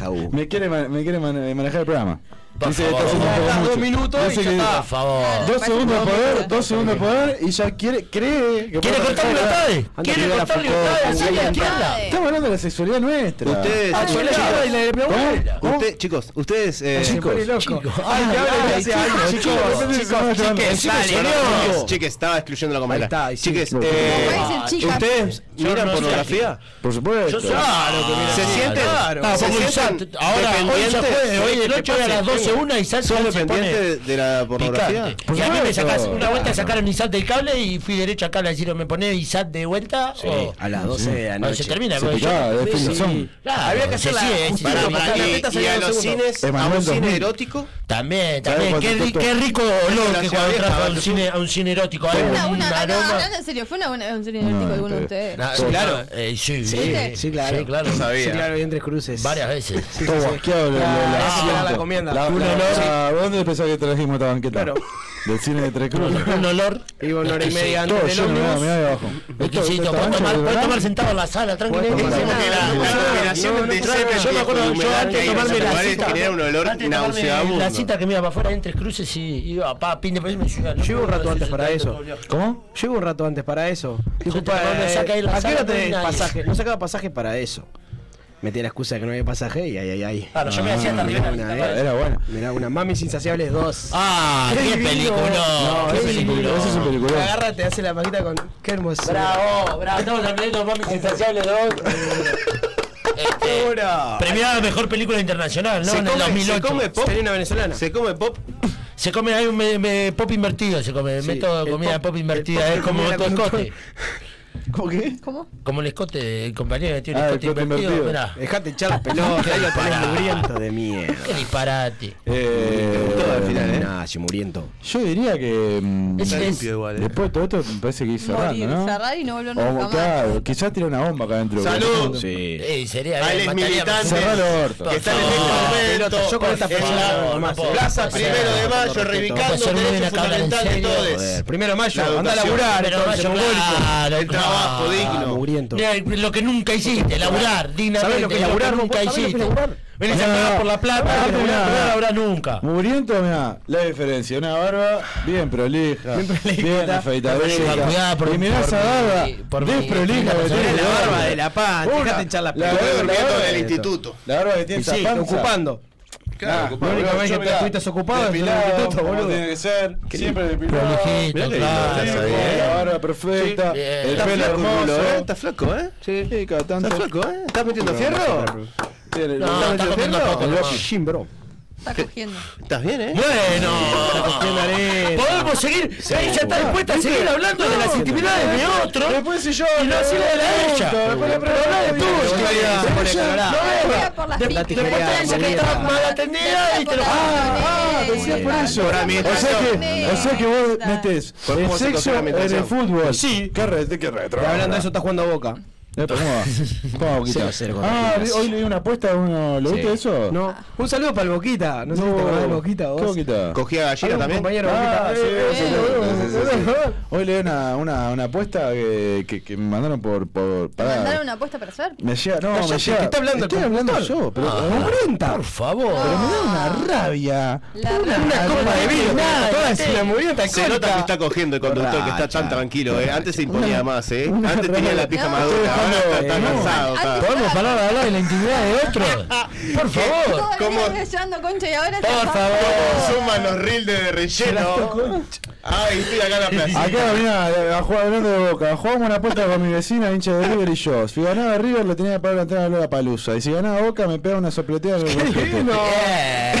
Speaker 10: Ah.
Speaker 2: uh. Me quiere ma- me quiere mane- manejar el programa. Dice que está haciendo un poco mucho. Dice que-
Speaker 10: Por favor.
Speaker 2: Dos segundos de poder, dos segundos de poder y ya quiere, cree
Speaker 10: ¿Quiere
Speaker 2: que puede
Speaker 10: cortar
Speaker 2: manejar el
Speaker 10: libertades?
Speaker 2: programa.
Speaker 10: ¿Quiere
Speaker 2: Anda,
Speaker 10: cortar
Speaker 2: que viva la
Speaker 10: libertades?
Speaker 2: Foucault,
Speaker 10: Así la
Speaker 2: Julián.
Speaker 10: izquierda.
Speaker 2: Estamos hablando de la sexualidad nuestra.
Speaker 6: Ustedes,
Speaker 2: Ah,
Speaker 6: chicos,
Speaker 2: chicos,
Speaker 6: ¿Cómo? Usted- chicos, ustedes, eh,
Speaker 2: Chicos,
Speaker 6: chicos, Ah,
Speaker 2: Ay,
Speaker 6: ay,
Speaker 2: hablan
Speaker 6: ay,
Speaker 2: hace años, chicos,
Speaker 6: chicos, chicos,
Speaker 2: chicos,
Speaker 6: chiques,
Speaker 2: chicos,
Speaker 6: dale,
Speaker 2: perdón,
Speaker 6: no.
Speaker 2: chicos.
Speaker 6: chiques, estaba excluyendo la
Speaker 2: Ahí está,
Speaker 6: comadre.
Speaker 2: ahí sí.
Speaker 6: Chiques,
Speaker 2: No,
Speaker 6: eh,
Speaker 2: no puede decir chicas.
Speaker 6: ¿ustedes
Speaker 2: Yo
Speaker 6: miran
Speaker 2: no sé.
Speaker 6: pornografía?
Speaker 2: Por supuesto.
Speaker 6: Yo soy- Claro que mira.
Speaker 10: Se sienten-
Speaker 6: Ah,
Speaker 10: se
Speaker 6: porque
Speaker 10: sienten
Speaker 6: usted-
Speaker 10: ahora, hoy ya
Speaker 6: dependientes
Speaker 10: fue, hoy
Speaker 6: de
Speaker 10: el
Speaker 6: que
Speaker 10: 8 a
Speaker 6: pase
Speaker 10: las
Speaker 6: el
Speaker 10: 12
Speaker 6: tema.
Speaker 10: una y sal
Speaker 6: ¿Sos
Speaker 10: se
Speaker 6: dependiente de-
Speaker 10: pone
Speaker 6: de la pornografía?
Speaker 10: picante. Y a mí me sacás una
Speaker 6: Claro.
Speaker 10: vuelta, sacaron ISAT del cable y fui derecho acá a la decir, ¿me ponés ISAT de vuelta? o...
Speaker 4: a las 12 de la
Speaker 10: Cuando
Speaker 4: noche.
Speaker 10: se termina,
Speaker 4: Se
Speaker 10: porque
Speaker 4: picaba,
Speaker 10: yo-
Speaker 4: de fin de son.
Speaker 10: Claro,
Speaker 6: Había que
Speaker 10: sí,
Speaker 6: hacer la-
Speaker 10: sí, es-
Speaker 6: Pará,
Speaker 10: sí,
Speaker 6: pará,
Speaker 10: porque
Speaker 6: y-
Speaker 10: la neta
Speaker 6: y
Speaker 10: salía
Speaker 6: a
Speaker 10: en
Speaker 6: los
Speaker 10: un segundo.
Speaker 6: cines, a un cine erótico.
Speaker 10: También,
Speaker 6: ¿Sabés
Speaker 10: también.
Speaker 6: cuánto
Speaker 10: Qué, ri-
Speaker 6: costó?
Speaker 10: qué rico olor que cuando
Speaker 6: Gracias, vieja,
Speaker 10: entras a un
Speaker 6: vale.
Speaker 10: cine, a un cine erótico. hay
Speaker 3: Fue una
Speaker 10: un
Speaker 3: buena, no,
Speaker 10: aroma.
Speaker 3: hablando en serio, fue una buena, un serio divertido alguno de ustedes.
Speaker 10: Nah,
Speaker 2: Todo.
Speaker 10: claro, eh, sí, sí,
Speaker 4: Sí, sí, claro.
Speaker 10: sí, claro.
Speaker 4: Sí, claro, y en tres cruces.
Speaker 10: Varias veces.
Speaker 2: Todo guasqueado el- el- el
Speaker 4: Ah,
Speaker 2: asiento.
Speaker 4: la comienda.
Speaker 2: La-
Speaker 4: Un
Speaker 2: la-
Speaker 4: olor.
Speaker 2: la- ¿Dónde pensás que trajimos esta banqueta?
Speaker 4: Claro.
Speaker 2: Del cine de Tres Cruces.
Speaker 10: Un olor.
Speaker 4: Iba una hora y media
Speaker 2: Todo
Speaker 4: antes del
Speaker 2: lleno, mirá,
Speaker 4: ómnibus.
Speaker 2: mirá ahí abajo. Esto-
Speaker 10: Sí,
Speaker 2: esto está
Speaker 10: puedes
Speaker 2: ancho,
Speaker 10: tomar,
Speaker 2: de
Speaker 10: podés
Speaker 2: verdad.
Speaker 10: tomar sentado en la sala, tranquilo.
Speaker 2: Podés tomar
Speaker 10: Encima
Speaker 2: sentado.
Speaker 10: que la-
Speaker 2: No,
Speaker 10: la combinación
Speaker 2: no, no,
Speaker 10: de
Speaker 2: no,
Speaker 10: sabe,
Speaker 2: no,
Speaker 10: Yo me
Speaker 2: no,
Speaker 10: acuerdo,
Speaker 2: no,
Speaker 10: yo
Speaker 2: no,
Speaker 10: antes de
Speaker 2: no,
Speaker 10: tomarme
Speaker 2: no,
Speaker 10: la
Speaker 2: no,
Speaker 10: cita.
Speaker 2: genera un olor
Speaker 10: antes de tomarme
Speaker 2: nauseabundo.
Speaker 10: La cita que me iba para afuera, entre cruces, sí. Iba pa, pin de me subía. no,
Speaker 4: Llevo un
Speaker 10: no,
Speaker 4: rato
Speaker 10: no,
Speaker 4: antes
Speaker 10: no,
Speaker 4: para
Speaker 10: no,
Speaker 4: eso.
Speaker 2: ¿Cómo?
Speaker 4: Llevo un rato antes para eso. Disculpa,
Speaker 10: te mando,
Speaker 4: eh,
Speaker 10: saca ahí la
Speaker 4: ¿a qué
Speaker 10: sala,
Speaker 4: hora
Speaker 10: no hay
Speaker 4: tenés
Speaker 10: nadie.
Speaker 4: pasaje? No sacaba pasaje para eso. Metí la excusa de que no había pasaje y ay, ay, ay.
Speaker 10: Claro, yo me hacía hasta arriba de la
Speaker 4: eh, Era,
Speaker 10: guitarra.
Speaker 4: bueno. Mirá, una Mamis Insaciables 2.
Speaker 10: <laughs> Ah, qué
Speaker 4: divino!
Speaker 10: peliculón,
Speaker 4: No,
Speaker 10: qué
Speaker 4: ese es un
Speaker 10: peliculón.
Speaker 4: peliculón.
Speaker 10: Ese es un peliculón.
Speaker 4: Te Agarra, te hace la paquita con. Qué hermoso.
Speaker 10: Bravo, bravo. Estamos aprendiendo más mis insaciables de hoy. Este, Premiada mejor película internacional, ¿no?
Speaker 11: ¿Se
Speaker 10: en el
Speaker 11: come-
Speaker 10: 2008.
Speaker 11: se come pop?
Speaker 4: Serena venezolana.
Speaker 10: ¿Se come pop? Se come, hay un me- me- pop invertido, se come.
Speaker 11: Sí,
Speaker 10: Meto
Speaker 11: el
Speaker 10: comida
Speaker 11: pop-
Speaker 10: pop, invertida,
Speaker 11: el pop
Speaker 10: es como
Speaker 11: comida
Speaker 10: tu
Speaker 11: con-
Speaker 10: escote.
Speaker 2: ¿Cómo qué?
Speaker 3: ¿Cómo?
Speaker 10: Como el escote, el compañero que tiene
Speaker 2: Ah,
Speaker 10: un
Speaker 2: el
Speaker 10: escote
Speaker 2: escote
Speaker 10: invertido.
Speaker 2: invertido.
Speaker 10: mirá.
Speaker 4: Dejate echar las pelotas, ahí lo tenés mugriento de mierda.
Speaker 10: Qué disparate.
Speaker 2: Eh,
Speaker 4: Ignacio, muriento.
Speaker 2: Yo diría que. mm,
Speaker 10: Es- Está es- limpio
Speaker 2: Después de todo esto, me parece que ir cerrando,
Speaker 3: Morir,
Speaker 2: ¿no?
Speaker 3: cerrar y no volver
Speaker 2: O,
Speaker 3: nunca más.
Speaker 2: claro, quizás tira una bomba acá adentro.
Speaker 11: Salud.
Speaker 2: Sí.
Speaker 10: Ey, Eh, sería
Speaker 11: A
Speaker 10: bien,
Speaker 11: los
Speaker 10: mataríamos.
Speaker 11: militantes
Speaker 2: Cerrá el orto.
Speaker 11: que están en
Speaker 10: No,
Speaker 11: este momento
Speaker 10: pelota, yo con esta
Speaker 11: en
Speaker 10: palabra
Speaker 11: la
Speaker 10: no puedo.
Speaker 11: Plaza
Speaker 10: O sea,
Speaker 11: Primero de
Speaker 10: no,
Speaker 11: Mayo,
Speaker 10: no, no, no,
Speaker 11: reivindicando
Speaker 10: puede ser muy bien
Speaker 11: derechos
Speaker 10: acá, hablar en
Speaker 11: fundamentales de
Speaker 10: serio.
Speaker 11: todos.
Speaker 10: Joder,
Speaker 4: Primero de mayo,
Speaker 11: La
Speaker 4: anda a
Speaker 11: educación.
Speaker 4: laburar,
Speaker 10: Primero de
Speaker 4: entonces,
Speaker 10: mayo, claro,
Speaker 4: mongólico.
Speaker 11: El trabajo
Speaker 4: Ah,
Speaker 11: digno.
Speaker 4: mugriento.
Speaker 10: Mirá, lo que nunca hiciste, laburar, dignamente.
Speaker 4: ¿Sabés lo que es laburar? ¿Vos
Speaker 10: nunca
Speaker 4: sabés lo que es
Speaker 10: hiciste.
Speaker 4: laburar?
Speaker 10: Venís a
Speaker 2: Pará,
Speaker 10: pagar Ah, por la plata,
Speaker 2: pará,
Speaker 10: no
Speaker 2: pará,
Speaker 10: laburás,
Speaker 2: pará.
Speaker 10: no laburás nunca.
Speaker 2: Muriento, ah, mirá, la diferencia. Una barba bien prolija, bien,
Speaker 10: Cuidado,
Speaker 2: afeitadita.
Speaker 10: cuidado por-
Speaker 2: y mirá
Speaker 10: por
Speaker 2: esa
Speaker 10: mi-
Speaker 2: barba
Speaker 10: por mi-
Speaker 2: desprolija que
Speaker 10: por mi-
Speaker 2: tiene.
Speaker 4: La barba de la pan,
Speaker 2: Una,
Speaker 4: dejate echar las
Speaker 2: la
Speaker 4: pelotas.
Speaker 2: barba- la barba-
Speaker 11: del instituto.
Speaker 2: La barba que tiene
Speaker 4: Y
Speaker 2: esa
Speaker 4: sí,
Speaker 2: panza.
Speaker 4: ocupando.
Speaker 2: Nah,
Speaker 11: ocupado.
Speaker 2: la única
Speaker 11: Yo,
Speaker 2: vez que
Speaker 11: mirá,
Speaker 2: te fuiste desocupado es en el
Speaker 11: depilado,
Speaker 2: instituto,
Speaker 11: como
Speaker 2: boludo.
Speaker 11: tiene que
Speaker 2: ser, siempre depilado.
Speaker 10: Prolijito,
Speaker 2: Mirá qué lindo
Speaker 10: claro,
Speaker 2: que estás ahí,
Speaker 10: bien.
Speaker 2: eh, La barba perfecta,
Speaker 10: Bien.
Speaker 2: el
Speaker 10: Está
Speaker 2: pelo
Speaker 11: flaco,
Speaker 2: hermoso.
Speaker 11: boludo, ¿eh? Está flaco, ¿eh?
Speaker 4: Sí.
Speaker 2: Sí, cada tanto.
Speaker 11: ¿Estás flaco, eh? ¿Estás metiendo fierro?
Speaker 2: Tiene-
Speaker 10: No,
Speaker 2: ¿Estás
Speaker 10: está
Speaker 2: metiendo
Speaker 10: comiendo
Speaker 2: fierro?
Speaker 10: poco,
Speaker 2: El
Speaker 10: nomás.
Speaker 2: guachi-
Speaker 4: Jim, bro.
Speaker 3: Está cogiendo.
Speaker 11: ¿Estás bien, eh?
Speaker 10: Bueno,
Speaker 4: arena.
Speaker 10: podemos seguir. Ella está dispuesta a seguir hablando de las intimidades de otro.
Speaker 2: Después si yo
Speaker 10: Y no así la de la
Speaker 2: pregunto,
Speaker 10: ella.
Speaker 2: después le
Speaker 10: Pero habla de
Speaker 2: pregunto,
Speaker 10: tuyo,
Speaker 2: y-
Speaker 10: Julián.
Speaker 2: Pero
Speaker 10: Pone
Speaker 2: ya-
Speaker 10: colorado.
Speaker 2: no,
Speaker 10: No,
Speaker 3: Era por las
Speaker 4: de-
Speaker 3: víctimas.
Speaker 4: de-
Speaker 10: Después te dice que
Speaker 4: Julián.
Speaker 10: estaba mal atendida y te lo.
Speaker 2: Ah, ah, decía por eso.
Speaker 11: Para mí,
Speaker 2: o sea que, o sea que vos metés el
Speaker 11: Propósito,
Speaker 2: sexo en el
Speaker 11: segmentación.
Speaker 2: fútbol. Sí. Qué re, qué retro.
Speaker 4: Y hablando de eso, está jugando a boca.
Speaker 2: Eh, pero ¿Cómo va? ¿Cómo va, Boquita?
Speaker 4: Cero, cero con
Speaker 2: Ah,
Speaker 4: Boquitas.
Speaker 2: hoy le di una apuesta a uno. ¿Lo viste eso?
Speaker 4: No. Un saludo para el Boquita. No sé si te acordás del Boquita vos.
Speaker 2: ¿Qué Boquita?
Speaker 11: ¿Cogía gallina
Speaker 4: Había un
Speaker 11: también?
Speaker 4: compañero
Speaker 2: Ah,
Speaker 4: Boquita.
Speaker 2: sí,
Speaker 4: Eh,
Speaker 2: sí,
Speaker 4: eh,
Speaker 2: sí, sí, sí,
Speaker 4: eh,
Speaker 2: sí. Hoy le di una, una, una apuesta que, que, que me mandaron por. por
Speaker 3: ¿Te
Speaker 2: pará.
Speaker 3: mandaron una apuesta para saber?
Speaker 2: Me llega, no, me
Speaker 4: Cállate,
Speaker 2: llega.
Speaker 4: que está hablando el
Speaker 2: Estoy hablando
Speaker 4: computador.
Speaker 2: yo, pero.
Speaker 4: Mugrienta.
Speaker 10: Por favor.
Speaker 2: Pero me da una rabia.
Speaker 3: Ah. La
Speaker 4: Una copa de vino.
Speaker 10: Nada,
Speaker 4: Toda es
Speaker 10: sí.
Speaker 4: una mugrienta
Speaker 11: Se nota que
Speaker 4: alcohólica.
Speaker 11: está cogiendo el conductor que está tan tranquilo, eh. Antes se imponía más, eh.
Speaker 2: una
Speaker 11: Antes tenía la pija
Speaker 3: No.
Speaker 11: madura, ahora está
Speaker 2: Eh,
Speaker 11: tan
Speaker 2: no.
Speaker 11: cansado. está-
Speaker 10: ¿Podemos parar de hablar de la intimidad de
Speaker 11: <laughs>
Speaker 10: otro? Por favor.
Speaker 3: Todo el
Speaker 11: ¿Cómo?
Speaker 3: día me llevando concha y ahora
Speaker 10: Por
Speaker 3: ya-
Speaker 10: favor.
Speaker 11: Suman los reels de relleno. Ay, estoy <laughs> acá en la plaza.
Speaker 2: Acá, mirá, a jugar hablando de boca. Jugamos una apuesta con mi vecina, hincha de River y yo. Si ganaba River, le tenía que pagar la entrada a la palusa. Y si ganaba boca, me pega una sopletea en el boquete.
Speaker 10: Eh,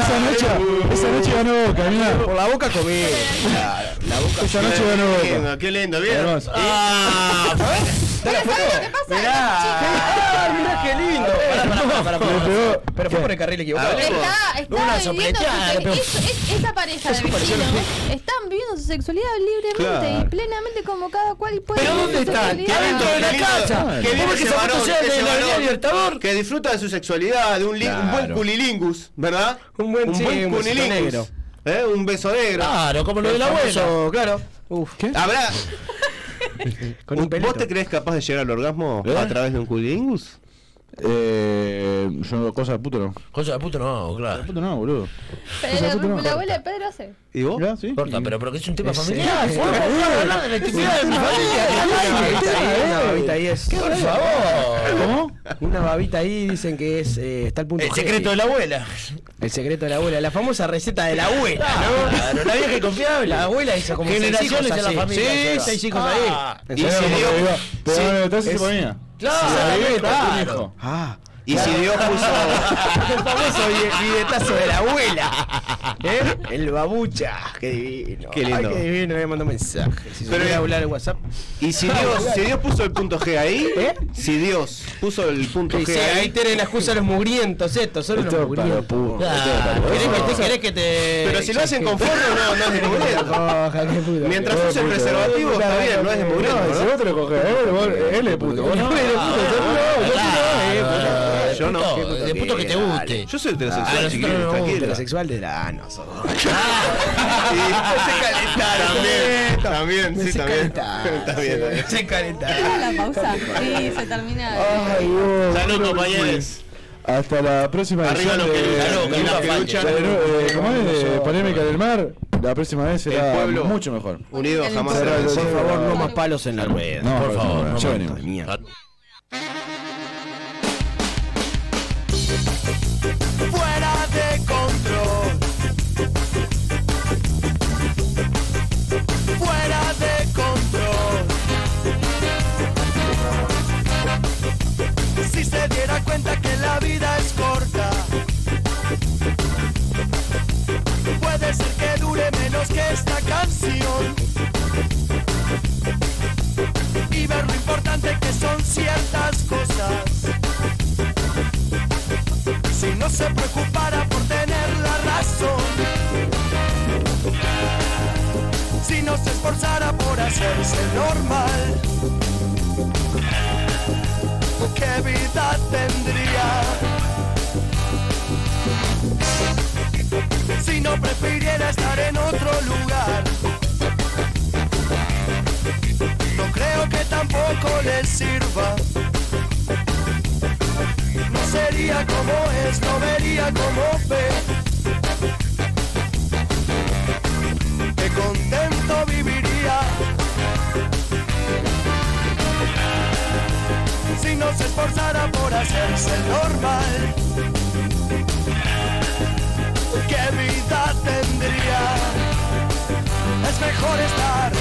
Speaker 2: Esa noche, esa noche ganó boca, mirá.
Speaker 4: Por la boca comí.
Speaker 11: La
Speaker 6: la boca.
Speaker 2: Esa noche ganó Boca.
Speaker 6: Qué lindo, qué lindo, ¿vieron?
Speaker 2: Hermoso.
Speaker 6: ¡Ah! Mirá, mirá qué lindo.
Speaker 10: Pero fue por el carril equivocado.
Speaker 3: Está, está
Speaker 10: Una
Speaker 3: viviendo su
Speaker 10: sopleteada,
Speaker 3: sex-
Speaker 10: pero-
Speaker 3: es- es- esa pareja de vecinos están viviendo su sexualidad libremente
Speaker 10: Claro.
Speaker 3: y plenamente como cada cual y puede
Speaker 10: Pero
Speaker 3: vivir
Speaker 10: ¿dónde
Speaker 3: su
Speaker 10: están?
Speaker 3: sexualidad.
Speaker 10: ¿Qué
Speaker 6: Dentro de la casa.
Speaker 10: Claro.
Speaker 6: Que
Speaker 10: ¿Cómo
Speaker 6: vive
Speaker 10: que
Speaker 6: ese
Speaker 10: esa foto
Speaker 6: varón,
Speaker 10: sea de
Speaker 6: ese
Speaker 10: la
Speaker 6: varón
Speaker 10: Avenida Libertador?
Speaker 6: Que disfruta de su sexualidad, de un, li- un buen
Speaker 10: Claro.
Speaker 6: culilingus, ¿verdad? Un buen,
Speaker 10: sí, un besito
Speaker 6: cunilingus.
Speaker 10: negro.
Speaker 6: ¿Eh? Un beso negro.
Speaker 11: Claro, como lo
Speaker 6: El
Speaker 11: de la
Speaker 6: famoso,
Speaker 11: abuela.
Speaker 6: Claro.
Speaker 11: ¿Qué?
Speaker 6: Habrá. ¿Vos te crees capaz de llegar al orgasmo a través de un culilingus?
Speaker 2: Eh, yo cosa de puto no.
Speaker 11: Cosa de puto no, claro.
Speaker 2: Puto no, boludo.
Speaker 3: Pero la- la, abuela de Pedro hace.
Speaker 6: ¿Y vos?
Speaker 11: Corta, pero porque es un tema
Speaker 10: Ese-
Speaker 11: familiar.
Speaker 10: Ese-
Speaker 11: ¿Por favor,
Speaker 10: Ese-
Speaker 11: hablar de la intimidad de mi
Speaker 10: Ese-
Speaker 11: familia?
Speaker 10: Ese-
Speaker 11: Ay,
Speaker 10: Ese-
Speaker 11: ay,
Speaker 10: Ese-
Speaker 11: ay.
Speaker 10: babita ahí
Speaker 4: es.
Speaker 11: Por favor.
Speaker 4: ¿Cómo? Una babita ahí dicen que es eh, está el punto.
Speaker 11: El secreto de la abuela.
Speaker 4: El secreto de la abuela, la famosa receta de la abuela, ¿no?
Speaker 11: Claro, la vieja y confiable.
Speaker 4: La abuela hizo como
Speaker 11: Generaciones
Speaker 4: seis
Speaker 11: en
Speaker 4: hijos
Speaker 11: la
Speaker 4: así.
Speaker 11: familia,
Speaker 4: Sí,
Speaker 11: claro.
Speaker 4: seis hijos
Speaker 11: Ah.
Speaker 4: ahí.
Speaker 2: Y se dio- Pero
Speaker 6: sí,
Speaker 2: bueno, entonces
Speaker 6: es-
Speaker 2: se ponía.
Speaker 11: Claro, claro.
Speaker 6: Ah. Y si Dios
Speaker 11: <laughs>
Speaker 6: puso el famoso billetazo de la abuela.
Speaker 4: ¿Eh? El babucha, qué divino.
Speaker 6: Qué lindo.
Speaker 4: Ay, qué divino, me mandó mensaje. Si se
Speaker 6: Pero-
Speaker 4: pudiera hablar en WhatsApp. Ah,
Speaker 6: Y si
Speaker 13: <laughs>
Speaker 6: Dios, si Dios puso el punto G ahí,
Speaker 13: ¿Eh?
Speaker 6: si Dios puso el punto
Speaker 4: Sí,
Speaker 6: G
Speaker 4: sí, ahí tienen la excusa de los mugrientos estos, son unos mugrientos. Ah.
Speaker 6: ¿Querés que te-
Speaker 4: querés que te
Speaker 6: Pero si lo hacen con forro, no, no es de
Speaker 2: <laughs>
Speaker 6: mugriento. Mientras use el preservativo, está bien, no es de mugriento.
Speaker 2: Eh, No, si
Speaker 6: ¿no?
Speaker 2: vos te lo coges, él, vos- eh, <laughs> él es puto. Vos no, eh, vos
Speaker 6: Yo no.
Speaker 11: De puto que te guste.
Speaker 6: Yo soy heterosexual, chiquillo, tranquilo.
Speaker 4: Heterosexual de la nosotros.
Speaker 6: Sí, se calentaron. También, también, sí,
Speaker 13: <laughs>
Speaker 6: también. También, también.
Speaker 4: Se calentaron.
Speaker 3: la pausa? Sí, se termina.
Speaker 2: Saludos,
Speaker 6: compañeros.
Speaker 2: Hasta la próxima
Speaker 6: Arriba los que luchan,
Speaker 2: de-
Speaker 6: que luchan, que luchan.
Speaker 2: de- de- de- Eh, ¿Cómo es? De Polémica del Mar. La próxima vez será
Speaker 6: El pueblo
Speaker 2: mucho mejor.
Speaker 6: unido jamás será
Speaker 2: Será-
Speaker 6: vencido.
Speaker 4: Por favor, no más palos en la rueda.
Speaker 2: No,
Speaker 4: por favor,
Speaker 2: no,
Speaker 4: no
Speaker 2: ya
Speaker 4: más
Speaker 2: venimos.
Speaker 4: mierda.
Speaker 7: fuera de control. Fuera de control. Si se diera cuenta que la vida es corta, puede ser que dure menos que esta canción. Y ver lo importante que son ciertas cosas si no se preocupara por tener la razón, si no se esforzara por hacerse normal, ¿qué vida tendría? Si no prefiriera estar en otro lugar, no creo que tampoco le sirva no sería como es, no vería como ve. Qué contento viviría. Si no se esforzara por hacerse normal, ¿qué vida tendría? Es mejor estar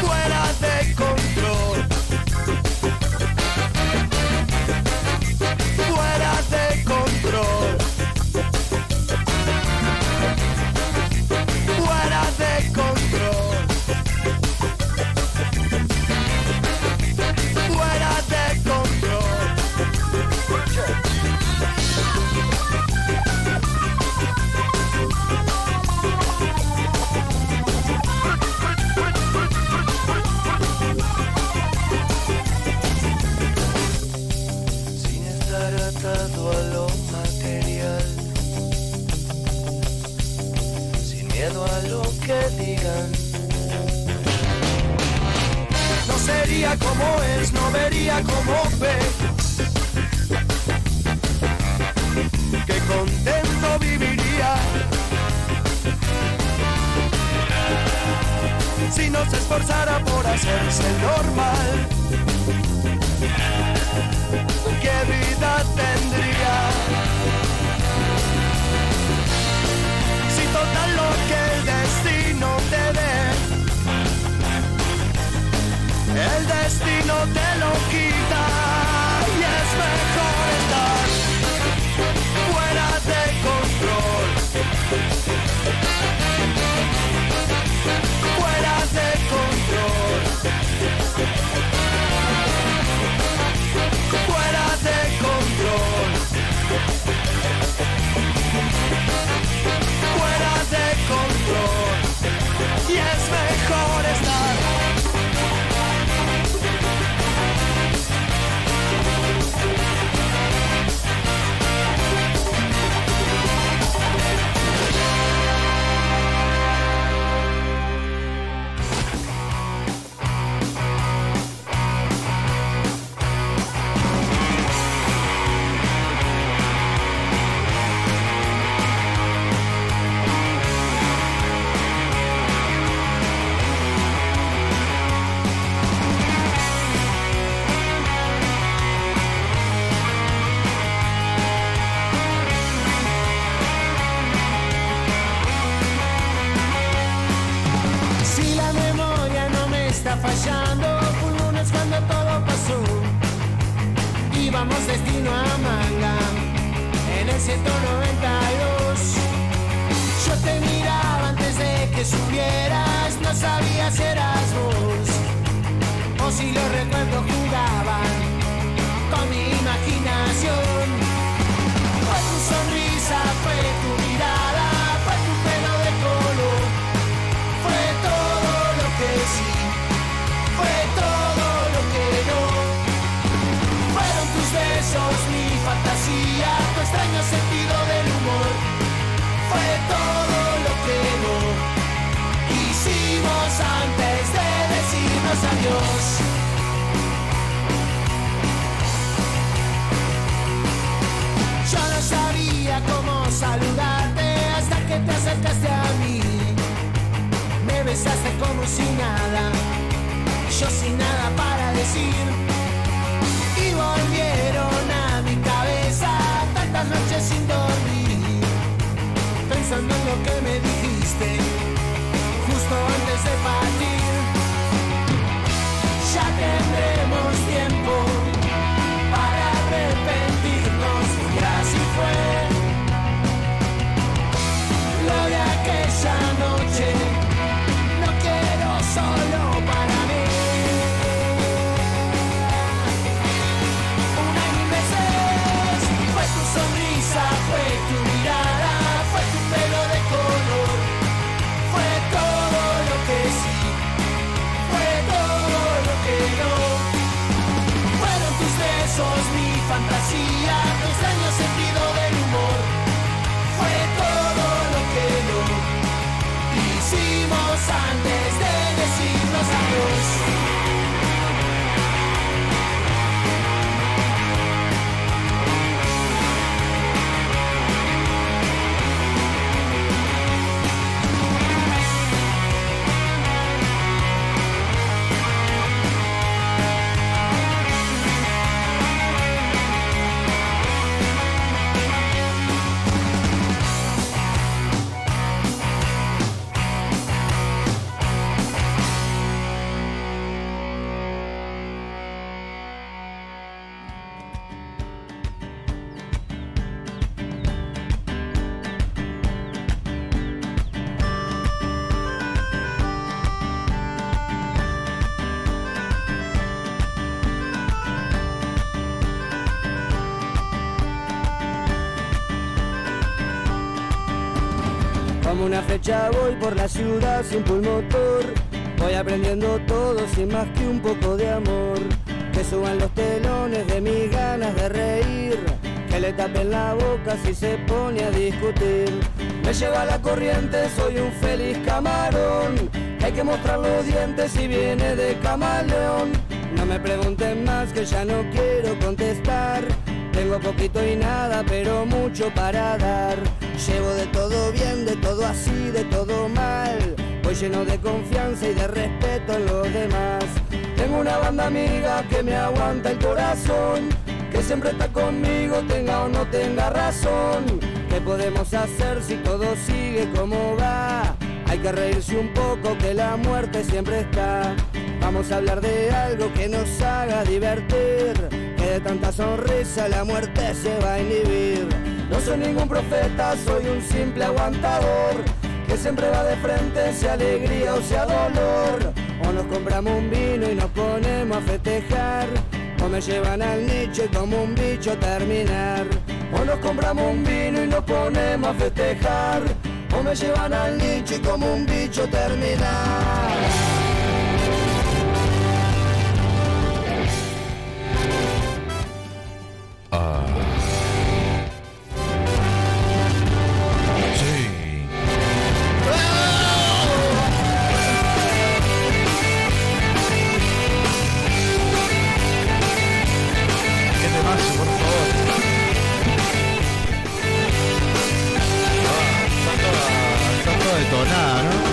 Speaker 7: fuera de control. fuera de control. Fuera de control. Fuera de control. sin estar atado a lo material, sin miedo a lo que digan. No sería como es, no vería como ve. Qué contento viviría. Si no se esforzara por hacerse normal. ¿Qué vida tendría? Si total lo que el destino te dé, el destino te lo quita y es mejor estar fuera de control. quemando pulmones cuando todo pasó. Íbamos destino a Manga en el 192. Yo te miraba antes de que subieras, no sabía si eras vos o si los recuerdos jugaban con mi imaginación. Fue tu sonrisa, fue tu mirada, fue tu pelo de color, fue todo lo que sí, fue todo lo que no. Fueron tus besos, mi fantasía, tu extraño sentido del humor, fue todo lo que no. Hicimos antes de decirnos adiós. Yo no sabía cómo saludarte hasta que te acercaste a mí. Me besaste como si nada, yo sin nada para decir. Y volvieron a mi cabeza tantas noches sin dormir, pensando en lo que me dijiste justo antes de partir. Ya tendremos tiempo para arrepentirnos, y así fue. Lo de aquella noche no quiero solo para mí. Un año y meses fue tu sonrisa, fue tu mirada, fue tu pelo de color, fue todo lo que sí, fue todo lo que no. Fueron tus besos, mi fantasía, tu extraño sentido del humor. Fue todo lo que no hicimos antes de decirnos adiós.
Speaker 14: Como una flecha voy por la ciudad sin pulmotor. Voy aprendiendo todo sin más que un poco de amor. Que suban los telones de mis ganas de reír. Que le tapen la boca si se pone a discutir. Me lleva la corriente, soy un feliz camarón. Hay que mostrar los dientes si viene de camaleón. No me pregunten más que ya no quiero contestar. Tengo poquito y nada, pero mucho para dar. Llevo de todo bien, de todo así, de todo mal. Voy lleno de confianza y de respeto en los demás. Tengo una banda amiga que me aguanta el corazón, que siempre está conmigo, tenga o no tenga razón. ¿Qué podemos hacer si todo sigue como va? Hay que reírse un poco, que la muerte siempre está. Vamos a hablar de algo que nos haga divertir que de tanta sonrisa la muerte se va a inhibir. No soy ningún profeta, soy un simple aguantador, que siempre va de frente, sea alegría o sea dolor. O nos compramos un vino y nos ponemos a festejar, o me llevan al nicho y como un bicho a terminar. O nos compramos un vino y nos ponemos a festejar, o me llevan al nicho y como un bicho a terminar.
Speaker 2: Está todo detonado, ¿no?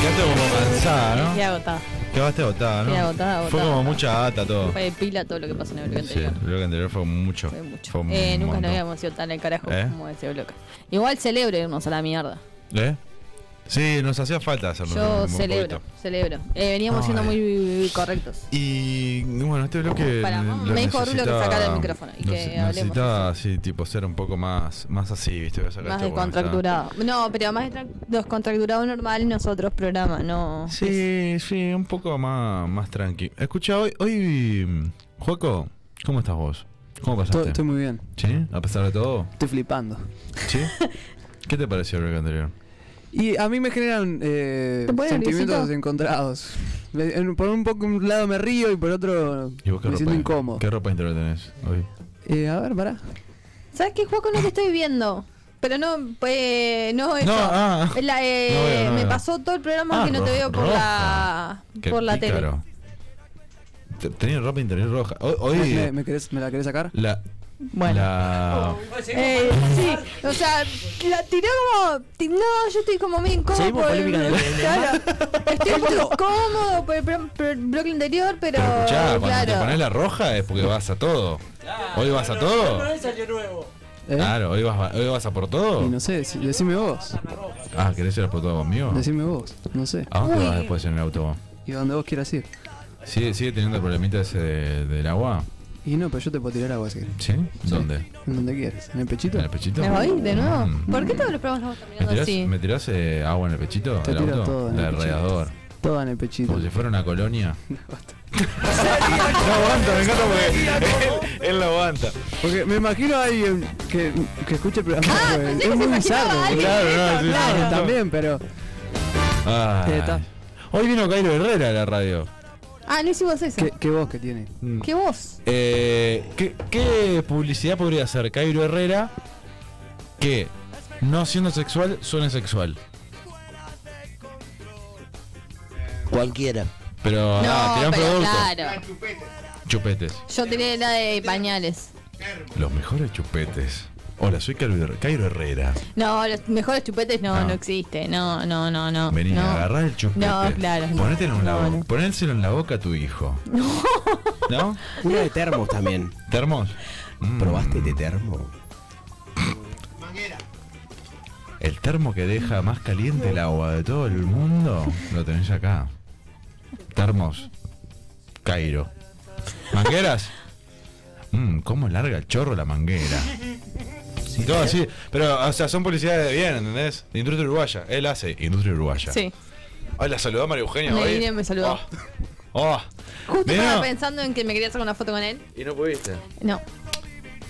Speaker 2: Quedaste como cansada, ¿Ah, ¿no?
Speaker 3: Y agotada.
Speaker 2: Quedaste agotada, ¿no?
Speaker 3: Quedé agotada,
Speaker 2: Fue
Speaker 3: agotada.
Speaker 2: como mucha
Speaker 10: Ah,
Speaker 2: gata todo.
Speaker 3: Fue pila todo lo que pasó en el bloque
Speaker 2: Sí,
Speaker 3: anterior.
Speaker 2: el bloque anterior fue mucho. Fue un
Speaker 3: Eh, nunca
Speaker 2: montón.
Speaker 3: nos habíamos ido tan al carajo
Speaker 2: ¿Eh?
Speaker 3: como ese bloque. Igual celebremos a la mierda.
Speaker 2: ¿Eh? Sí, nos hacía falta hacerlo. un-
Speaker 3: Yo
Speaker 2: un
Speaker 3: celebro,
Speaker 2: poquito.
Speaker 3: celebro. Eh, veníamos
Speaker 2: Ay.
Speaker 3: siendo muy correctos.
Speaker 2: Y bueno, este bloque.
Speaker 3: Pará,
Speaker 2: lo
Speaker 3: me dijo Rulo que
Speaker 2: necesitaba-
Speaker 3: sacara el micrófono y
Speaker 2: lo
Speaker 3: que
Speaker 2: se-
Speaker 3: hablemos,
Speaker 2: Necesitaba, sí, tipo, ser un poco más, más así, ¿viste? Voy a sacar
Speaker 3: Más
Speaker 2: esto porque me está-
Speaker 3: descontracturado. No, pero más destra- descontracturado normal nosotros programa, no.
Speaker 2: Sí, sí, un poco más, más tranqui. Escucha, hoy, hoy, mm, Juaco, ¿cómo estás vos? ¿Cómo pasaste?
Speaker 5: Estoy- estoy muy bien.
Speaker 2: ¿Sí? ¿A pesar de
Speaker 5: <laughs>
Speaker 2: todo?
Speaker 5: Estoy flipando.
Speaker 2: ¿Sí? ¿Qué te pareció el bloque anterior?
Speaker 5: Y a mí me generan eh,
Speaker 2: ¿Te pones
Speaker 5: sentimientos
Speaker 2: nerviosito?
Speaker 5: encontrados. Me- en- por un poco un lado me río y por otro
Speaker 2: ¿Y vos qué
Speaker 5: me
Speaker 2: ropa?
Speaker 5: siento incómodo.
Speaker 2: ¿Qué ropa interior tenés hoy?
Speaker 5: Eh, a ver, pará.
Speaker 3: ¿Sabes qué, Juaco? No te estoy viendo. Pero no, eh, no, eso.
Speaker 5: ah.
Speaker 3: La, eh,
Speaker 5: No veo, no
Speaker 3: me
Speaker 5: veo.
Speaker 3: pasó todo el programa
Speaker 2: Ah,
Speaker 3: que no te
Speaker 2: ro-
Speaker 3: veo por la
Speaker 2: Qué
Speaker 3: por la tele.
Speaker 2: pícaro. Te- Tenía ropa interior roja. Hoy, hoy
Speaker 5: ¿Me, me querés- me la querés sacar?
Speaker 2: la...
Speaker 3: Bueno.
Speaker 2: La...
Speaker 3: Eh, sí, o sea, la tiré como. ti- No, yo estoy como medio incómodo.
Speaker 2: Seguimos
Speaker 3: por el-
Speaker 2: polémica en el-
Speaker 3: claro, estoy muy incómodo por el pro- por el bloque anterior, pero.
Speaker 2: Pero escuchá, cuando te
Speaker 3: claro.
Speaker 2: pones la roja es porque vas a todo. ¿Hoy vas a todo?
Speaker 10: salió nuevo.
Speaker 2: Claro, ¿hoy vas, hoy vas a por todo.
Speaker 5: ¿Eh? Y no sé, dec- decime vos.
Speaker 2: Ah, ¿querés ir a por todo conmigo?
Speaker 5: Decime vos. No sé.
Speaker 2: ¿A dónde vas después en el auto?
Speaker 5: Y donde vos quieras ir.
Speaker 2: ¿Sigue, sigue teniendo el problemita ese de- del agua?
Speaker 5: Y no, pero yo te puedo tirar agua si querés.
Speaker 2: ¿Sí? ¿Dónde?
Speaker 5: En donde quieras. ¿En el pechito?
Speaker 2: ¿En el pechito?
Speaker 3: ¿Me voy de nuevo?
Speaker 2: Mm.
Speaker 3: ¿Por qué todos los programas estamos
Speaker 2: ¿Me
Speaker 3: terminando
Speaker 2: tirás,
Speaker 3: así?
Speaker 2: me tirás, eh, agua en el pechito?
Speaker 5: Te
Speaker 2: del
Speaker 5: tiro
Speaker 2: auto?
Speaker 5: todo en
Speaker 2: La
Speaker 5: el
Speaker 2: del
Speaker 5: pechito.
Speaker 2: radiador.
Speaker 5: Todo en el pechito.
Speaker 2: Como si fuera una colonia.
Speaker 5: No
Speaker 2: aguanta, me encanta porque <laughs> él, lo aguanta.
Speaker 5: Porque me imagino a alguien que, que escuche el programa. porque
Speaker 3: Ah, pensé
Speaker 5: es
Speaker 3: que se
Speaker 5: muy
Speaker 3: imaginaba
Speaker 5: bizarro.
Speaker 3: a alguien Claro, de no, esos, sí,
Speaker 5: claro,
Speaker 3: claro.
Speaker 5: también, pero.
Speaker 2: Ay.
Speaker 5: Eh, está.
Speaker 2: Hoy vino Cairo Herrera a la radio. Mm.
Speaker 3: Ah, no hicimos eso.
Speaker 5: ¿Qué, qué voz que tiene?
Speaker 3: ¿Qué vos?
Speaker 2: Eh, ¿qué, qué publicidad podría hacer Cairo Herrera que, no siendo sexual, suene sexual?
Speaker 10: Cualquiera.
Speaker 2: Pero, ah, tirá un
Speaker 3: pero
Speaker 2: producto.
Speaker 3: claro.
Speaker 2: Chupetes.
Speaker 3: Yo tiré la de pañales.
Speaker 2: Los mejores chupetes. Hola, soy Cairo Herrera- Cairo Herrera.
Speaker 3: No, los mejores chupetes no,
Speaker 2: No.
Speaker 3: no, existe. No, no, no, no.
Speaker 2: Ah. Vení,
Speaker 3: no.
Speaker 2: agarrá el chupete.
Speaker 3: No, claro.
Speaker 2: Ponételo en la
Speaker 3: No,
Speaker 2: boca. Ponéselo en la boca a tu hijo. ¿No?
Speaker 4: Una de termos también.
Speaker 2: ¿Termos? Mm.
Speaker 4: ¿Probaste de termo?
Speaker 2: El termo que deja más caliente el agua de todo el mundo lo tenés acá. Termos. Cairo. ¿Mangueras? Mmm, cómo larga el chorro la manguera. Y todo así. Pero, o sea, son publicidades de bien, ¿entendés? De industria uruguaya. Él hace industria uruguaya.
Speaker 3: Sí.
Speaker 2: Hola, saludó a María Eugenia
Speaker 3: Me vine y
Speaker 2: hoy.
Speaker 3: me saludó.
Speaker 2: Oh,
Speaker 3: Justo estaba
Speaker 2: Vino.
Speaker 3: pensando en que me quería sacar una foto con él.
Speaker 2: Y no pudiste.
Speaker 3: No,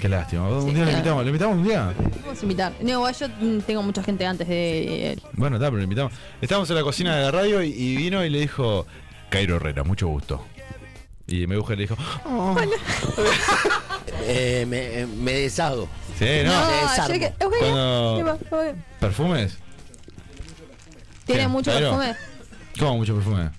Speaker 2: Qué lástima. Un día lo
Speaker 3: claro.
Speaker 2: invitamos. ¿Lo invitamos un día?
Speaker 3: vamos a invitar. No, igual yo mm, tengo mucha gente antes de él.
Speaker 2: Bueno, está, pero lo invitamos. Estábamos en la cocina de la radio y, y vino y le dijo, Cairo Herrera, mucho gusto. Y me le dijo,
Speaker 10: Eh, me, eh, me deshago.
Speaker 2: sí, no.
Speaker 10: Me desarmo.
Speaker 3: yo que- Eugenia,
Speaker 2: Cuando-
Speaker 3: ¿qué va? Eugenia.
Speaker 2: ¿Perfumes?
Speaker 3: Tiene
Speaker 2: ¿Qué?
Speaker 3: mucho
Speaker 2: Claro.
Speaker 3: perfume.
Speaker 2: ¿Cómo mucho perfume?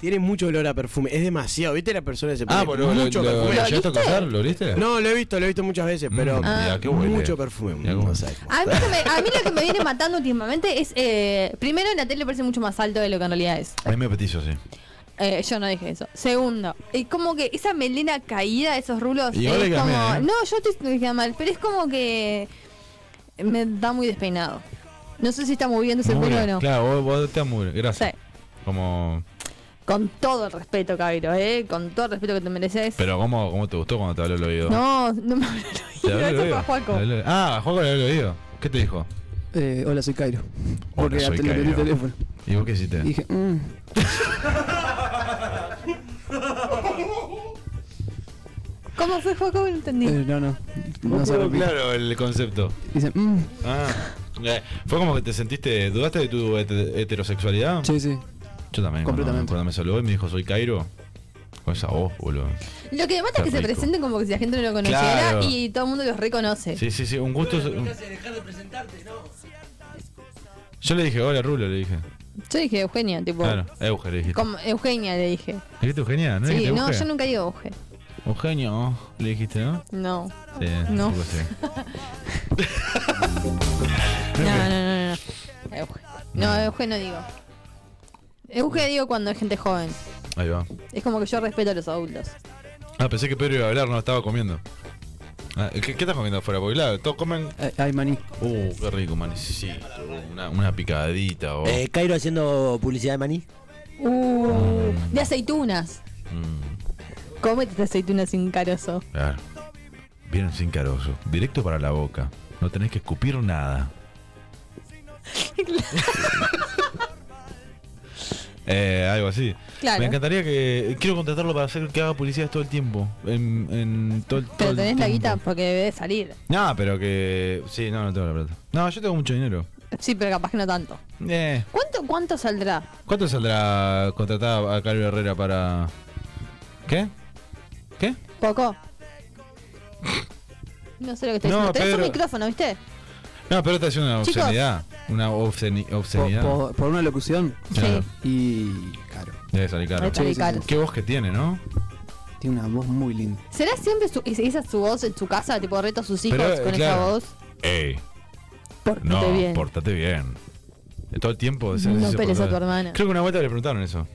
Speaker 4: Tiene mucho olor a perfume. Es demasiado. ¿Viste la persona que se pone
Speaker 2: Ah, boludo, lo,
Speaker 4: mucho
Speaker 2: lo, lo,
Speaker 4: perfume?
Speaker 2: llegaste a coger, ¿lo oliste?
Speaker 4: No, lo he visto, lo he visto muchas veces, pero
Speaker 7: Ah.
Speaker 2: mirá, qué huele.
Speaker 4: mucho perfume. no sé.
Speaker 3: A mí, que me- a mí lo que me viene matando últimamente es. eh, primero, en la tele parece mucho más alto de lo que en realidad es.
Speaker 2: A mí me petizo, sí.
Speaker 3: Eh, yo no dije eso. Segundo, es como que esa melena caída, esos rulos.
Speaker 2: Y vos
Speaker 3: es
Speaker 2: le quedás
Speaker 3: como,
Speaker 2: mal, ¿eh?
Speaker 3: No, yo te te queda mal, pero es como que me da muy despeinado. No sé si está moviéndose el pelo
Speaker 2: Mugre,
Speaker 3: o no.
Speaker 2: Claro, vos, vos te amures, gracias.
Speaker 3: Sí.
Speaker 2: Como...
Speaker 3: Con todo el respeto, Cairo, ¿eh? Con todo el respeto que te mereces.
Speaker 2: Pero ¿cómo, cómo te gustó cuando te habló el oído?
Speaker 3: No, no me habló
Speaker 2: <laughs> ¿Te
Speaker 3: el <laughs>
Speaker 2: habló
Speaker 3: oído,
Speaker 2: el
Speaker 3: eso
Speaker 2: oído?
Speaker 3: fue a Juaco.
Speaker 2: ¿Te habló el- Ah, a Juaco le habló el oído. ¿Qué te dijo?
Speaker 5: Eh, hola, soy Cairo. Porque
Speaker 2: soy
Speaker 5: atendí el
Speaker 2: Cairo.
Speaker 5: teléfono.
Speaker 2: ¿Y vos qué hiciste?
Speaker 5: Dije, mm,
Speaker 3: ¿Cómo fue, Juaco? No entendí.
Speaker 5: eh, no, no. No se
Speaker 2: quedó
Speaker 5: repite.
Speaker 2: claro el concepto.
Speaker 5: Dice, mm,
Speaker 3: <laughs>
Speaker 2: Ah, eh, fue como que te sentiste, dudaste de tu het- heterosexualidad.
Speaker 5: Sí, sí.
Speaker 2: Yo también. cuando-
Speaker 5: Completamente.
Speaker 2: Cuando, me saludó y me dijo, soy Cairo. Con esa voz, boludo.
Speaker 3: Lo que me mata es que
Speaker 2: Qué
Speaker 3: se
Speaker 2: rico.
Speaker 3: presenten como que si la gente no lo conociera
Speaker 2: Claro.
Speaker 3: y todo el mundo los reconoce.
Speaker 2: Sí, sí, sí, un gusto. un- Yo le dije, hola Rulo, le dije.
Speaker 3: Yo dije Eugenia, tipo.
Speaker 2: Claro, Euge le dije.
Speaker 3: como Eugenia le dije.
Speaker 2: ¿Dijiste Eugenia? ¿No
Speaker 3: sí,
Speaker 2: dijiste
Speaker 3: no,
Speaker 2: Euge?
Speaker 3: yo nunca digo Euge.
Speaker 2: Eugenio, le dijiste, ¿no?
Speaker 3: No.
Speaker 2: Sí,
Speaker 3: No.
Speaker 2: un poco sí.
Speaker 3: <laughs> No, no, no, no. no. Euge. No, Euge no digo. Euge digo cuando es gente joven.
Speaker 2: Ahí va.
Speaker 3: Es como que yo respeto a los adultos.
Speaker 2: Ah, pensé que Pedro iba a hablar, no, estaba comiendo. Ah, ¿Qué, qué estás comiendo afuera? Porque claro, todos comen.
Speaker 5: Ay, maní.
Speaker 2: Uh, qué rico, manicito. Una, una picadita o.
Speaker 15: Eh, Cairo haciendo publicidad de maní.
Speaker 3: Uh, de aceitunas.
Speaker 2: Mm.
Speaker 3: Cómete esta aceituna sin carozo.
Speaker 2: Claro. Vienen sin carozo. Directo para la boca. No tenés que escupir nada. Eh, algo así.
Speaker 3: Claro.
Speaker 2: Me encantaría que. Quiero contratarlo para hacer que haga publicidad todo el tiempo. En, en todo, el- todo
Speaker 3: Pero
Speaker 2: el
Speaker 3: tenés la
Speaker 2: tiempo.
Speaker 3: guita porque debe salir.
Speaker 2: No, pero que. Sí, no, no tengo la plata. No, yo tengo mucho dinero.
Speaker 3: Sí, pero capaz que no tanto.
Speaker 2: Eh.
Speaker 3: ¿Cuánto, cuánto saldrá?
Speaker 2: ¿Cuánto saldrá contratar a Carlos Herrera para. ¿Qué?
Speaker 3: ¿Poco? No sé lo que estoy
Speaker 2: No,
Speaker 3: diciendo. Tenés
Speaker 2: Pedro.
Speaker 3: un micrófono, ¿viste?
Speaker 2: No, pero está haciendo una
Speaker 3: Chicos.
Speaker 2: obscenidad. Una obsceni- obscenidad.
Speaker 5: Por, por una locución.
Speaker 2: Claro.
Speaker 5: Y caro.
Speaker 2: Debe salir caro.
Speaker 3: Debe salir
Speaker 2: Sí, sí,
Speaker 3: caro.
Speaker 2: sí. Qué voz que tiene, ¿no?
Speaker 5: Tiene una voz muy linda.
Speaker 3: ¿Será siempre su, es- esa su voz en su casa? Tipo, reto a sus hijos
Speaker 2: Pero, eh,
Speaker 3: con esa
Speaker 2: claro.
Speaker 3: voz.
Speaker 2: Ey. no,
Speaker 3: bien.
Speaker 2: portate bien. Todo el tiempo. de
Speaker 3: No
Speaker 2: ese-
Speaker 3: pelees a tu hermana.
Speaker 2: Creo que una vuelta le preguntaron eso.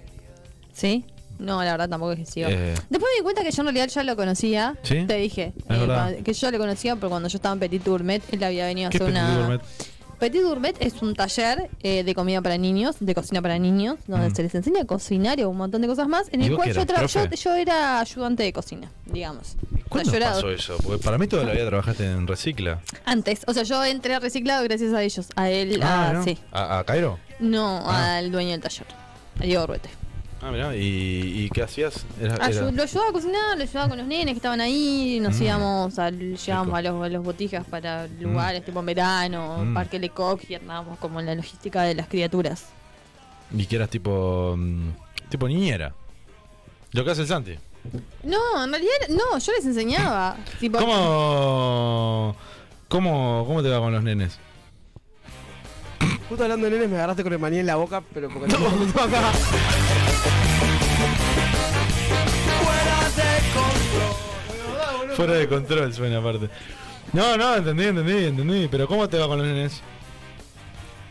Speaker 3: ¿Sí? No, la verdad tampoco es que siga.
Speaker 2: Eh.
Speaker 3: Después me di cuenta que yo en realidad ya lo conocía.
Speaker 2: ¿Sí?
Speaker 3: Te dije. eh,
Speaker 2: Es verdad.
Speaker 3: cuando- que yo lo conocía, pero cuando yo estaba en Petit Gourmet, él había venido a
Speaker 2: ¿Qué
Speaker 3: hacer
Speaker 2: Petit
Speaker 3: una.
Speaker 2: Gourmet?
Speaker 3: Petit Gourmet es un taller eh, de comida para niños, de cocina para niños, donde
Speaker 2: Mm.
Speaker 3: se les enseña a cocinar y un montón de cosas más, en
Speaker 2: ¿Y
Speaker 3: el
Speaker 2: vos
Speaker 3: cual
Speaker 2: qué
Speaker 3: yo,
Speaker 2: eras,
Speaker 3: tra- yo,
Speaker 2: profe?
Speaker 3: yo era ayudante de cocina, digamos. O sea,
Speaker 2: ¿Cuándo
Speaker 3: yo era
Speaker 2: pasó eso? Porque para mí toda la vida trabajaste en Recicla.
Speaker 3: Antes, o sea, yo entré a reciclado gracias a ellos, a él, a,
Speaker 2: Ah, ¿no?
Speaker 3: ah,
Speaker 2: Ah.
Speaker 3: sí.
Speaker 2: ¿A, a Cairo?
Speaker 3: No, al dueño del taller, a Diego Ruete.
Speaker 2: Ah, mirá. ¿Y, y qué hacías? Era- Ah, era-
Speaker 3: Ayu- Ah, lo ayudaba a cocinar, lo ayudaba con los nenes que estaban ahí, nos
Speaker 2: Mm.
Speaker 3: íbamos, al, llevábamos a los, a los botijas para lugares tipo en verano,
Speaker 2: Mm.
Speaker 3: Parque Lecoq y andábamos como en la logística de las criaturas.
Speaker 2: Y que eras tipo. mm, tipo niñera. Lo que hace el Santi.
Speaker 3: No, en realidad, no, yo les enseñaba. tipo,
Speaker 2: ¿Cómo, cómo, ¿Cómo te va con los nenes?
Speaker 4: Justo hablando de nenes me agarraste con el maní en la boca, pero
Speaker 2: <laughs>
Speaker 4: porque no.
Speaker 2: Fuera de control suena aparte. No, no, entendí, entendí, entendí. Pero ¿cómo te va con los nenes?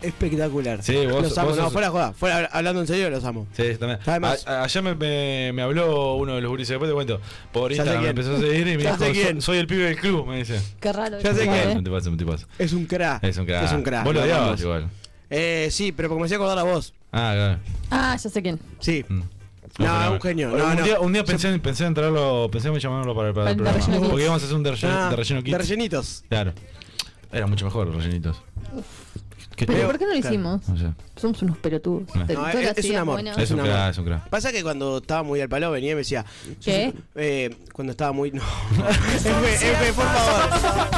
Speaker 4: Espectacular.
Speaker 2: Sí, vos-
Speaker 4: Los amo,
Speaker 2: vos
Speaker 4: no,
Speaker 2: sos-
Speaker 4: fuera de joda. Fuera, hablando en serio, los amo.
Speaker 2: Sí, también.
Speaker 4: Además-
Speaker 2: A- a- ayer me, me- me habló uno de los gurises, después te cuento. Por
Speaker 4: Ya sé
Speaker 2: Instagram me
Speaker 4: quién.
Speaker 2: empezó a seguir y me
Speaker 4: Ya sé
Speaker 2: dijo, "So-
Speaker 4: quién.
Speaker 2: soy el pibe del club, me dice.
Speaker 3: Qué raro. ¿eh?
Speaker 4: Ya sé
Speaker 2: Ah,
Speaker 4: quién.
Speaker 2: No te pases, no te pases.
Speaker 4: Es un crack.
Speaker 2: Es un crack.
Speaker 4: Es un crack.
Speaker 2: Vos lo odiabas
Speaker 4: amamos.
Speaker 2: igual.
Speaker 4: Eh, sí, pero porque me hacía acordar a vos.
Speaker 2: Ah, claro. Mm.
Speaker 3: Ah, ya sé quién.
Speaker 4: Sí.
Speaker 2: No,
Speaker 4: No,
Speaker 2: pero-
Speaker 4: un genio.
Speaker 2: Un,
Speaker 4: No, no.
Speaker 2: día, un día pensé, en- pensé en traerlo, pensé en llamarlo para, para el
Speaker 4: Para el
Speaker 2: programa.
Speaker 4: relleno
Speaker 2: Porque
Speaker 4: kits.
Speaker 2: íbamos a hacer un de relleno,
Speaker 4: Ah,
Speaker 2: de relleno kits.
Speaker 4: de rellenitos.
Speaker 2: Claro. Era mucho mejor los rellenitos. ¿Qué
Speaker 3: ¿Pero
Speaker 2: te-
Speaker 3: por qué no lo hicimos?
Speaker 2: No sé.
Speaker 3: Somos unos pelotudos.
Speaker 2: No.
Speaker 3: Te-
Speaker 4: No,
Speaker 3: todas
Speaker 4: es-
Speaker 3: las
Speaker 4: es un
Speaker 3: ideas
Speaker 4: amor.
Speaker 3: buenas.
Speaker 2: Es un
Speaker 4: No,
Speaker 2: crack,
Speaker 4: no.
Speaker 2: es un crack.
Speaker 4: Pasa que cuando estaba muy al palo venía y me decía.
Speaker 3: ¿Qué?
Speaker 4: Eh, cuando estaba muy. No. F, F, por favor.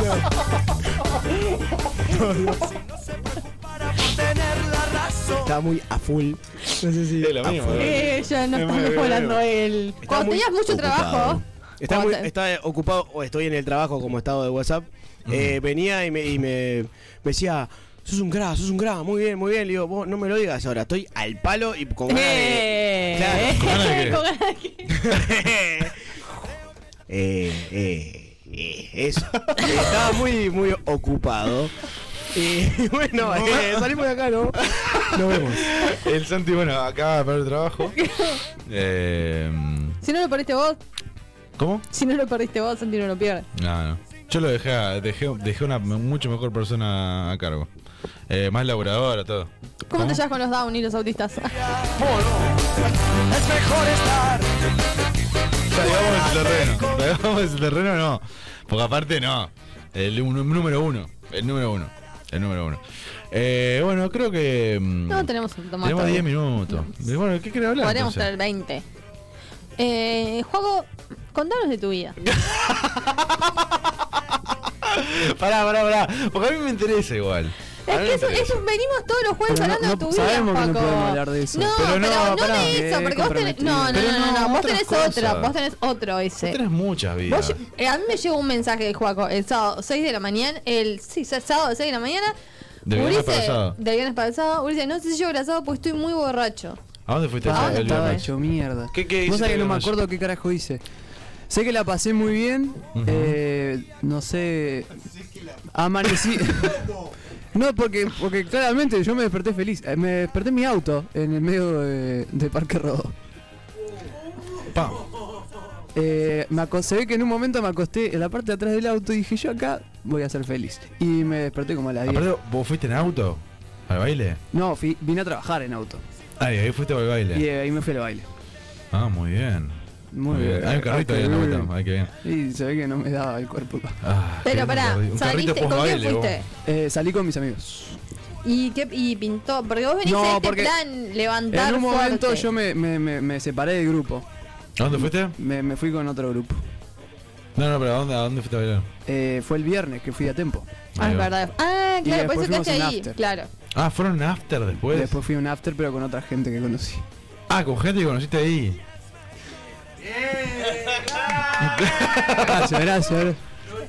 Speaker 4: Estaba muy a full. No sé si. a full.
Speaker 3: Eh, ya no
Speaker 4: Es
Speaker 3: está
Speaker 4: muy-
Speaker 3: mejorando él.
Speaker 4: Está
Speaker 3: Cuando
Speaker 4: muy
Speaker 3: tenías mucho
Speaker 4: ocupado.
Speaker 3: trabajo.
Speaker 4: Está,
Speaker 3: cuando
Speaker 4: muy-
Speaker 3: te-
Speaker 4: está ocupado, o estoy en el trabajo como estado de WhatsApp. Eh, venía y me, y me- me decía, sos un cra, sos un cra, muy bien, muy bien. Le digo, vos no me lo digas ahora, estoy al palo y con ganas de...
Speaker 3: Eh,
Speaker 4: Claro.
Speaker 3: con <laughs> ganas de qué. Con ganas de
Speaker 7: <laughs>
Speaker 4: Eh, eh, eh, eso. <laughs> Estaba muy, muy ocupado. Y bueno, eh, salimos de
Speaker 2: <laughs>
Speaker 4: acá, ¿no? Nos vemos.
Speaker 2: El Santi, bueno, acaba de perder
Speaker 3: <laughs>
Speaker 2: trabajo. Eh,
Speaker 3: Si no lo perdiste vos,
Speaker 2: ¿Cómo?
Speaker 3: si no lo perdiste vos, Santi no lo pierde.
Speaker 2: No, no. Yo lo dejé, a- dejé, dejé una m- mucho mejor persona a cargo. Eh, más laboradora, todo.
Speaker 3: ¿Cómo, te llevas con los down y los autistas?
Speaker 7: Es mejor estar.
Speaker 2: Tragamos el <laughs> terreno. Tragamos el terreno, no. Porque aparte, no. El un- número uno. El número uno. El número uno. Eh, bueno, creo que.
Speaker 3: <laughs>
Speaker 2: mm,
Speaker 3: no tenemos un tomate.
Speaker 2: tenemos 10 minutos. Y Bueno, ¿qué querés hablar?
Speaker 3: Podríamos tener
Speaker 2: entonces?
Speaker 3: 20. Eh, Juego, contanos de tu vida.
Speaker 2: <laughs> Pará, pará, pará. Porque a mí me interesa igual. A
Speaker 3: Es
Speaker 2: mí
Speaker 3: que
Speaker 2: me
Speaker 3: eso,
Speaker 2: interesa.
Speaker 3: eso- venimos todos los jueves
Speaker 2: Pero no-
Speaker 3: hablando de
Speaker 2: no-
Speaker 3: tu vida,
Speaker 2: sabemos que no
Speaker 3: Paco.
Speaker 2: podemos hablar de eso.
Speaker 3: No,
Speaker 2: Pero
Speaker 3: pero,
Speaker 2: no,
Speaker 3: no,
Speaker 2: pará.
Speaker 3: de eso,
Speaker 2: Eh,
Speaker 3: porque vos tenés. No, no, no,
Speaker 2: Pero
Speaker 3: no,
Speaker 2: no,
Speaker 3: no, vos
Speaker 2: otras
Speaker 3: tenés
Speaker 2: cosas.
Speaker 3: otro, vos tenés otro ese.
Speaker 2: Vos tenés muchas vidas.
Speaker 3: Vos lle- eh, a mí me llegó un mensaje de Juaco el sábado 6 de la mañana, el sí, sa- sábado de 6 de la mañana.
Speaker 2: De viernes
Speaker 3: Ulises-
Speaker 2: para el
Speaker 5: Ah.
Speaker 2: sábado.
Speaker 3: De viernes para el sábado. Ulises, no sé si yo grasado porque estoy muy borracho.
Speaker 2: ¿A dónde fuiste
Speaker 5: Ah,
Speaker 2: el- el
Speaker 5: estaba
Speaker 2: viernes?
Speaker 5: hecho mierda.
Speaker 2: ¿Qué- qué
Speaker 5: Vos
Speaker 2: hiciste
Speaker 5: sabés que
Speaker 2: el
Speaker 5: no me
Speaker 2: viernes?
Speaker 5: acuerdo qué carajo hice. Sé que la pasé muy bien.
Speaker 2: Ujú.
Speaker 5: eh, no sé. Amanecí. <laughs> No, porque, porque claramente yo me desperté feliz. Eh, Me desperté en mi auto en el medio de, de Parque Rodó.
Speaker 2: Pa.
Speaker 5: eh, me acosté que en un momento me acosté en la parte de atrás del auto y dije, yo acá voy a ser feliz. Y me desperté como a la 10.
Speaker 2: Aparte, ¿vos fuiste en auto? ¿Al baile?
Speaker 5: No, fui- vine a trabajar en auto.
Speaker 2: Ahí, ahí fuiste al baile.
Speaker 5: Y eh, ahí me fui al baile.
Speaker 2: Ah, muy bien.
Speaker 5: Muy bien.
Speaker 2: Hay Ah. un carrito
Speaker 5: Ah,
Speaker 2: ahí
Speaker 5: qué
Speaker 2: en la
Speaker 5: bien.
Speaker 2: vuelta. Ay, qué bien.
Speaker 5: Y se ve que no me daba el cuerpo.
Speaker 3: Pero pará, Un carrito saliste- ¿con quién post-baile, fuiste?
Speaker 5: Eh, salí con mis amigos.
Speaker 3: ¿Y, qué, y pintó, porque vos venís
Speaker 5: No,
Speaker 3: a este
Speaker 5: porque
Speaker 3: plan levantar
Speaker 5: en un momento
Speaker 3: fuerte.
Speaker 5: yo me, me, me, me separé del grupo.
Speaker 2: ¿A dónde fuiste?
Speaker 5: Me, me fui con otro grupo.
Speaker 2: No, no, pero ¿a dónde, a dónde fuiste a bailar?
Speaker 5: Eh, fue el viernes que fui a Tempo.
Speaker 3: Ah, es verdad. Ah,
Speaker 5: Y
Speaker 3: claro, por eso
Speaker 5: después fuimos
Speaker 3: quedaste
Speaker 5: en
Speaker 3: ahí.
Speaker 5: after.
Speaker 3: Claro.
Speaker 2: Ah, fueron en after después.
Speaker 5: Después fui a un after, pero con otra gente que conocí.
Speaker 2: Ah, con gente que conociste ahí.
Speaker 5: Gracias, gracias.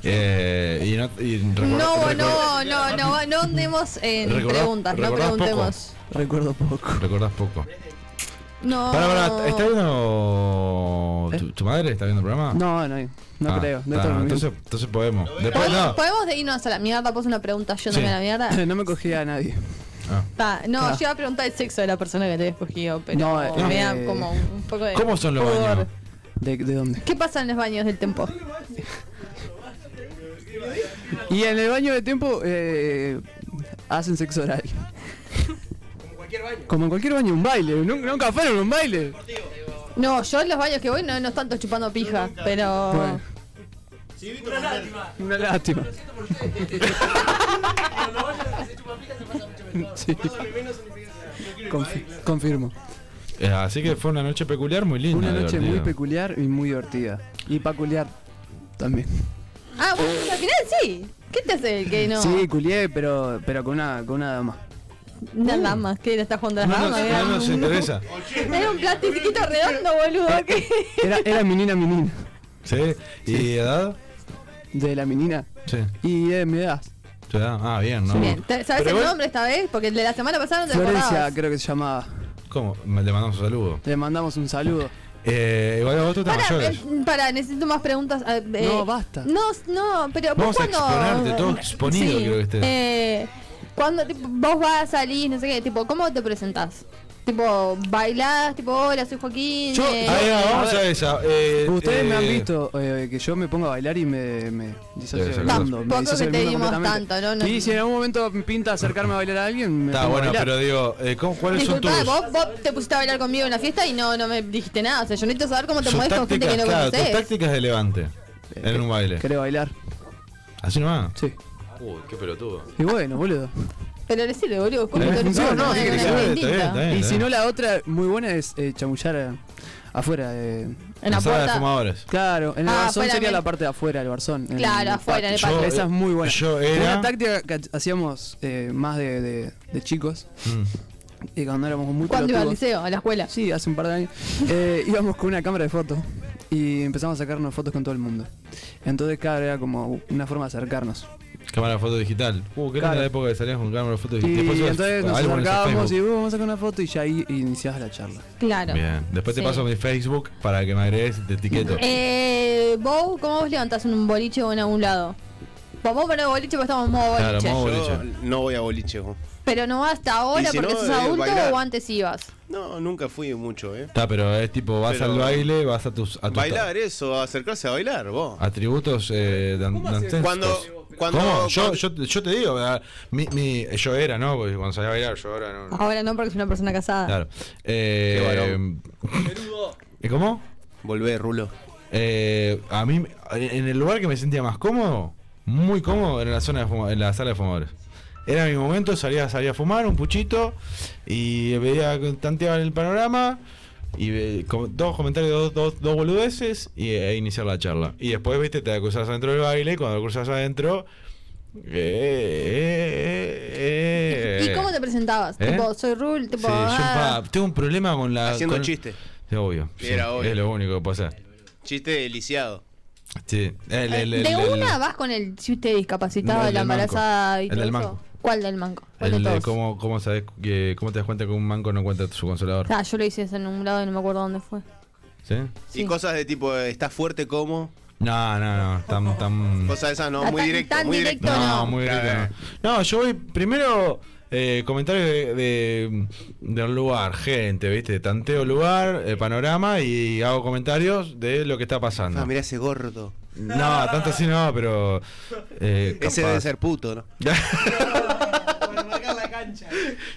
Speaker 2: Eh, y no, y recuerdo-
Speaker 3: Oh, No,
Speaker 2: recuerdo-
Speaker 3: no, no, no, no
Speaker 5: <laughs>
Speaker 3: andemos en
Speaker 2: ¿Recordás-
Speaker 3: preguntas, no
Speaker 2: recordás
Speaker 3: preguntemos.
Speaker 2: poco?
Speaker 5: Recuerdo poco.
Speaker 2: Recordás poco.
Speaker 3: No.
Speaker 2: Pará, pará, ¿está viendo tu, tu madre? ¿Está viendo el programa?
Speaker 5: ¿Eh? No, no, no
Speaker 2: Ah,
Speaker 5: creo. No,
Speaker 2: está,
Speaker 5: tengo
Speaker 2: entonces, entonces podemos. Después
Speaker 3: ¿Podemos,
Speaker 2: no.
Speaker 3: podemos de irnos a la mierda, pos una pregunta yo también a la mierda.
Speaker 5: <laughs> miedo. no me cogía a nadie.
Speaker 3: Ta, no,
Speaker 5: Ah.
Speaker 3: yo iba a preguntar el sexo de la persona que te escogió, pero
Speaker 5: No, eh,
Speaker 3: me da
Speaker 5: eh,
Speaker 3: como un poco de. pudor.
Speaker 5: baños? ¿De, de dónde?
Speaker 3: ¿Qué pasa en los baños del tempo?
Speaker 5: Y en el baño de tiempo eh, hacen sexo oral. Como en cualquier baño, un baile. Nun- Nunca fueron a un baile.
Speaker 3: No, yo en los baños que voy no, no están todos chupando pija, pero.
Speaker 5: Bueno. Una lástima. Sí. Confi- confirmo.
Speaker 2: Eh, así que fue una noche peculiar, muy linda.
Speaker 5: Una noche muy
Speaker 2: divertida.
Speaker 5: peculiar y muy divertida. Y peculiar también.
Speaker 3: Ah, bueno, al final sí. ¿Qué te hace el que no?
Speaker 5: Sí, culié, pero, pero con, una, con una dama.
Speaker 3: Una dama, que le está jugando a las
Speaker 5: uh. No nos-
Speaker 3: damas.
Speaker 5: no
Speaker 3: digamos.
Speaker 5: nos interesa.
Speaker 3: Era un plastiquito redondo,
Speaker 5: Eh,
Speaker 3: boludo. ¿qué?
Speaker 5: Era, era menina, menina.
Speaker 2: ¿Sí? ¿Y edad?
Speaker 5: De la menina.
Speaker 2: Sí.
Speaker 5: Y de mi edad.
Speaker 2: ¿Tu edad? Ah, bien, ¿no?
Speaker 3: Bien, ¿te- ¿sabes
Speaker 2: Pero
Speaker 3: el
Speaker 2: igual-
Speaker 3: nombre esta vez? Porque el de la semana pasada no te
Speaker 5: Florencia,
Speaker 3: acordabas.
Speaker 5: creo que se llamaba.
Speaker 2: ¿Cómo? Me- Le mandamos un saludo.
Speaker 5: Le mandamos un saludo.
Speaker 2: Eh, igual a vos tú estás
Speaker 3: Para,
Speaker 2: mayores.
Speaker 3: necesito más preguntas. eh, eh,
Speaker 5: No, basta.
Speaker 3: No, no, pero
Speaker 2: Vamos
Speaker 3: vos
Speaker 2: a
Speaker 3: cuando.
Speaker 2: exponerte, todo exponido
Speaker 3: Sí,
Speaker 2: quiero que estés.
Speaker 3: eh, cuando tipo, vos vas a salir, no sé qué, tipo, ¿cómo te presentás? Tipo, bailás, tipo, hola, soy Joaquín. eh,
Speaker 2: Ahí va, vamos
Speaker 5: a
Speaker 2: a,
Speaker 5: ver.
Speaker 2: esa. eh,
Speaker 5: Ustedes me han
Speaker 2: eh,
Speaker 5: visto eh, que yo me pongo a bailar y me, me disocio del
Speaker 2: sacar-
Speaker 5: mundo. Me
Speaker 3: Tampoco
Speaker 5: disocio
Speaker 3: que
Speaker 5: del
Speaker 3: te
Speaker 5: mundo
Speaker 3: dimos
Speaker 5: completamente.
Speaker 3: tanto, ¿no? No-
Speaker 5: Y si en algún momento me pinta acercarme a bailar a alguien, me
Speaker 2: Está
Speaker 5: pongo a
Speaker 2: bueno,
Speaker 5: bailar.
Speaker 2: pero digo, eh, ¿cómo- ¿cuáles son tus,
Speaker 3: Disculpa, vos, vos te pusiste a bailar conmigo en la fiesta y no, no me dijiste nada. O sea, yo necesito saber cómo te
Speaker 2: sus
Speaker 3: mueves con gente
Speaker 2: tácticas,
Speaker 3: que no
Speaker 2: claro, tus
Speaker 3: conoces.
Speaker 2: tácticas de levante
Speaker 5: Eh,
Speaker 2: en un baile?
Speaker 5: ¿Querés bailar?
Speaker 2: ¿Así nomás?
Speaker 5: Sí.
Speaker 2: Uy, qué pelotudo.
Speaker 5: Y bueno, boludo.
Speaker 3: Pero le sirve, boludo.
Speaker 5: Me
Speaker 3: justo
Speaker 5: funciona,
Speaker 3: no,
Speaker 5: ¿no?
Speaker 3: no,
Speaker 5: Sí,
Speaker 3: no,
Speaker 5: sí,
Speaker 3: no,
Speaker 5: sí,
Speaker 3: distinta.
Speaker 5: está bien, Y
Speaker 2: está
Speaker 5: si
Speaker 2: bien.
Speaker 5: no, la otra muy buena es eh, chamullar eh, afuera. eh.
Speaker 3: En la
Speaker 2: sala de puerta. fumadores.
Speaker 5: Claro, en el
Speaker 3: Ah,
Speaker 5: barzón
Speaker 3: afuera,
Speaker 5: sería
Speaker 3: en el-
Speaker 5: la parte de afuera del barzón. en
Speaker 3: Claro, afuera, en el
Speaker 5: patio.
Speaker 3: patio.
Speaker 5: Esa es muy buena.
Speaker 2: Yo era-
Speaker 5: Una táctica que hacíamos eh, más de, de- de chicos.
Speaker 2: Mm.
Speaker 5: Y cuando éramos muy
Speaker 3: ¿Cuándo iba al
Speaker 5: pelotudos.
Speaker 3: liceo? ¿A la escuela?
Speaker 5: Sí, hace un par de años. Eh, íbamos con una cámara de fotos y empezamos a sacarnos fotos con todo el mundo. Entonces, claro, era como una forma de acercarnos.
Speaker 2: Cámara de foto digital. Uh, qué
Speaker 5: Claro.
Speaker 2: linda la época que salíamos con cámara de foto
Speaker 5: Y
Speaker 2: digital. Después ibas
Speaker 5: entonces
Speaker 2: a
Speaker 5: nos
Speaker 2: álbumes en
Speaker 5: acercábamos y
Speaker 2: Facebook.
Speaker 5: "Uh, vamos a sacar una foto y ya ahí iniciabas la charla.
Speaker 3: Claro.
Speaker 2: Bien, después
Speaker 3: Sí.
Speaker 2: te paso mi Facebook para que me agregues y te etiqueto.
Speaker 3: Eh, vos, ¿cómo vos levantás un boliche o en algún lado? Pues Vos vamos a poner boliche porque estamos en modo boliche.
Speaker 2: boliche.
Speaker 13: Yo no voy a boliche. vos.
Speaker 3: Pero no hasta ahora
Speaker 13: Y si
Speaker 3: porque
Speaker 13: no,
Speaker 3: sos
Speaker 13: eh,
Speaker 3: adulto
Speaker 13: bailar.
Speaker 3: o antes ibas.
Speaker 13: No, nunca fui mucho, ¿eh?
Speaker 2: Está, pero es tipo, vas
Speaker 13: Pero-
Speaker 2: al baile, vas a tus, a tus
Speaker 13: Bailar eso, acercarse a bailar, vos.
Speaker 2: atributos eh, dan- dantescos.
Speaker 13: Cuando- cuando-
Speaker 2: ¿Cómo? Yo, yo, yo te digo, ah, mi, mi- yo era, ¿no? Porque cuando salía a bailar, yo ahora no.
Speaker 3: Ahora no porque soy una persona casada.
Speaker 2: Claro. Eh,
Speaker 13: Qué varón.
Speaker 2: ¿Y cómo?
Speaker 13: Volvé, Rulo.
Speaker 2: Eh, a mí, en el lugar que me sentía más cómodo, muy cómodo, era en la, zona de fuma- en la sala de fumadores. Era mi momento, salía, salía a fumar un puchito y veía, tanteaba el panorama y ve- com- dos comentarios, dos, dos, dos boludeces y, e iniciar la charla. Y después, viste, te acusás adentro del baile y cuando acusás adentro... eh, eh, eh,
Speaker 3: ¿Y cómo te presentabas?
Speaker 2: ¿Eh?
Speaker 3: Tipo, soy Rule, tipo,
Speaker 2: Sí, yo,
Speaker 3: ah,
Speaker 2: pa, tengo un problema con la.
Speaker 13: Haciendo
Speaker 2: con-
Speaker 13: chiste.
Speaker 2: Sí, obvio. sí,
Speaker 13: Era obvio.
Speaker 2: Es lo único que pasa.
Speaker 13: Chiste deliciado.
Speaker 2: Sí. El, el, el,
Speaker 3: de
Speaker 2: el-
Speaker 3: una vas con el chiste discapacitado,
Speaker 2: el
Speaker 3: de la
Speaker 2: del manco.
Speaker 3: embarazada y
Speaker 2: El
Speaker 3: todo
Speaker 2: del
Speaker 3: eso.
Speaker 2: manco.
Speaker 3: ¿Cuál del manco? ¿Cuál
Speaker 2: el
Speaker 3: de
Speaker 2: de
Speaker 3: todos?
Speaker 2: cómo, cómo, sabes que, ¿Cómo te das cuenta que un manco no cuenta su consolador?
Speaker 3: Ah, yo lo hice eso en un lado y no me acuerdo dónde fue.
Speaker 2: ¿Sí?
Speaker 13: Y cosas de tipo, eh, ¿estás fuerte como?
Speaker 2: No, no, no. Tan, tan...
Speaker 13: Cosas de esas, no,
Speaker 3: Ah,
Speaker 13: muy
Speaker 3: tan-
Speaker 13: directo.
Speaker 3: tan
Speaker 13: muy
Speaker 3: directo
Speaker 13: directo,
Speaker 2: no, muy rico, no. No, yo voy primero. eh, comentarios de, de- del lugar, gente, ¿viste? Tanteo lugar, eh, panorama y hago comentarios de lo que está pasando.
Speaker 6: Ah, mirá ese gordo.
Speaker 2: No, tanto así no, pero. eh,
Speaker 6: Ese
Speaker 2: capaz.
Speaker 6: debe ser puto, ¿no?
Speaker 2: <laughs>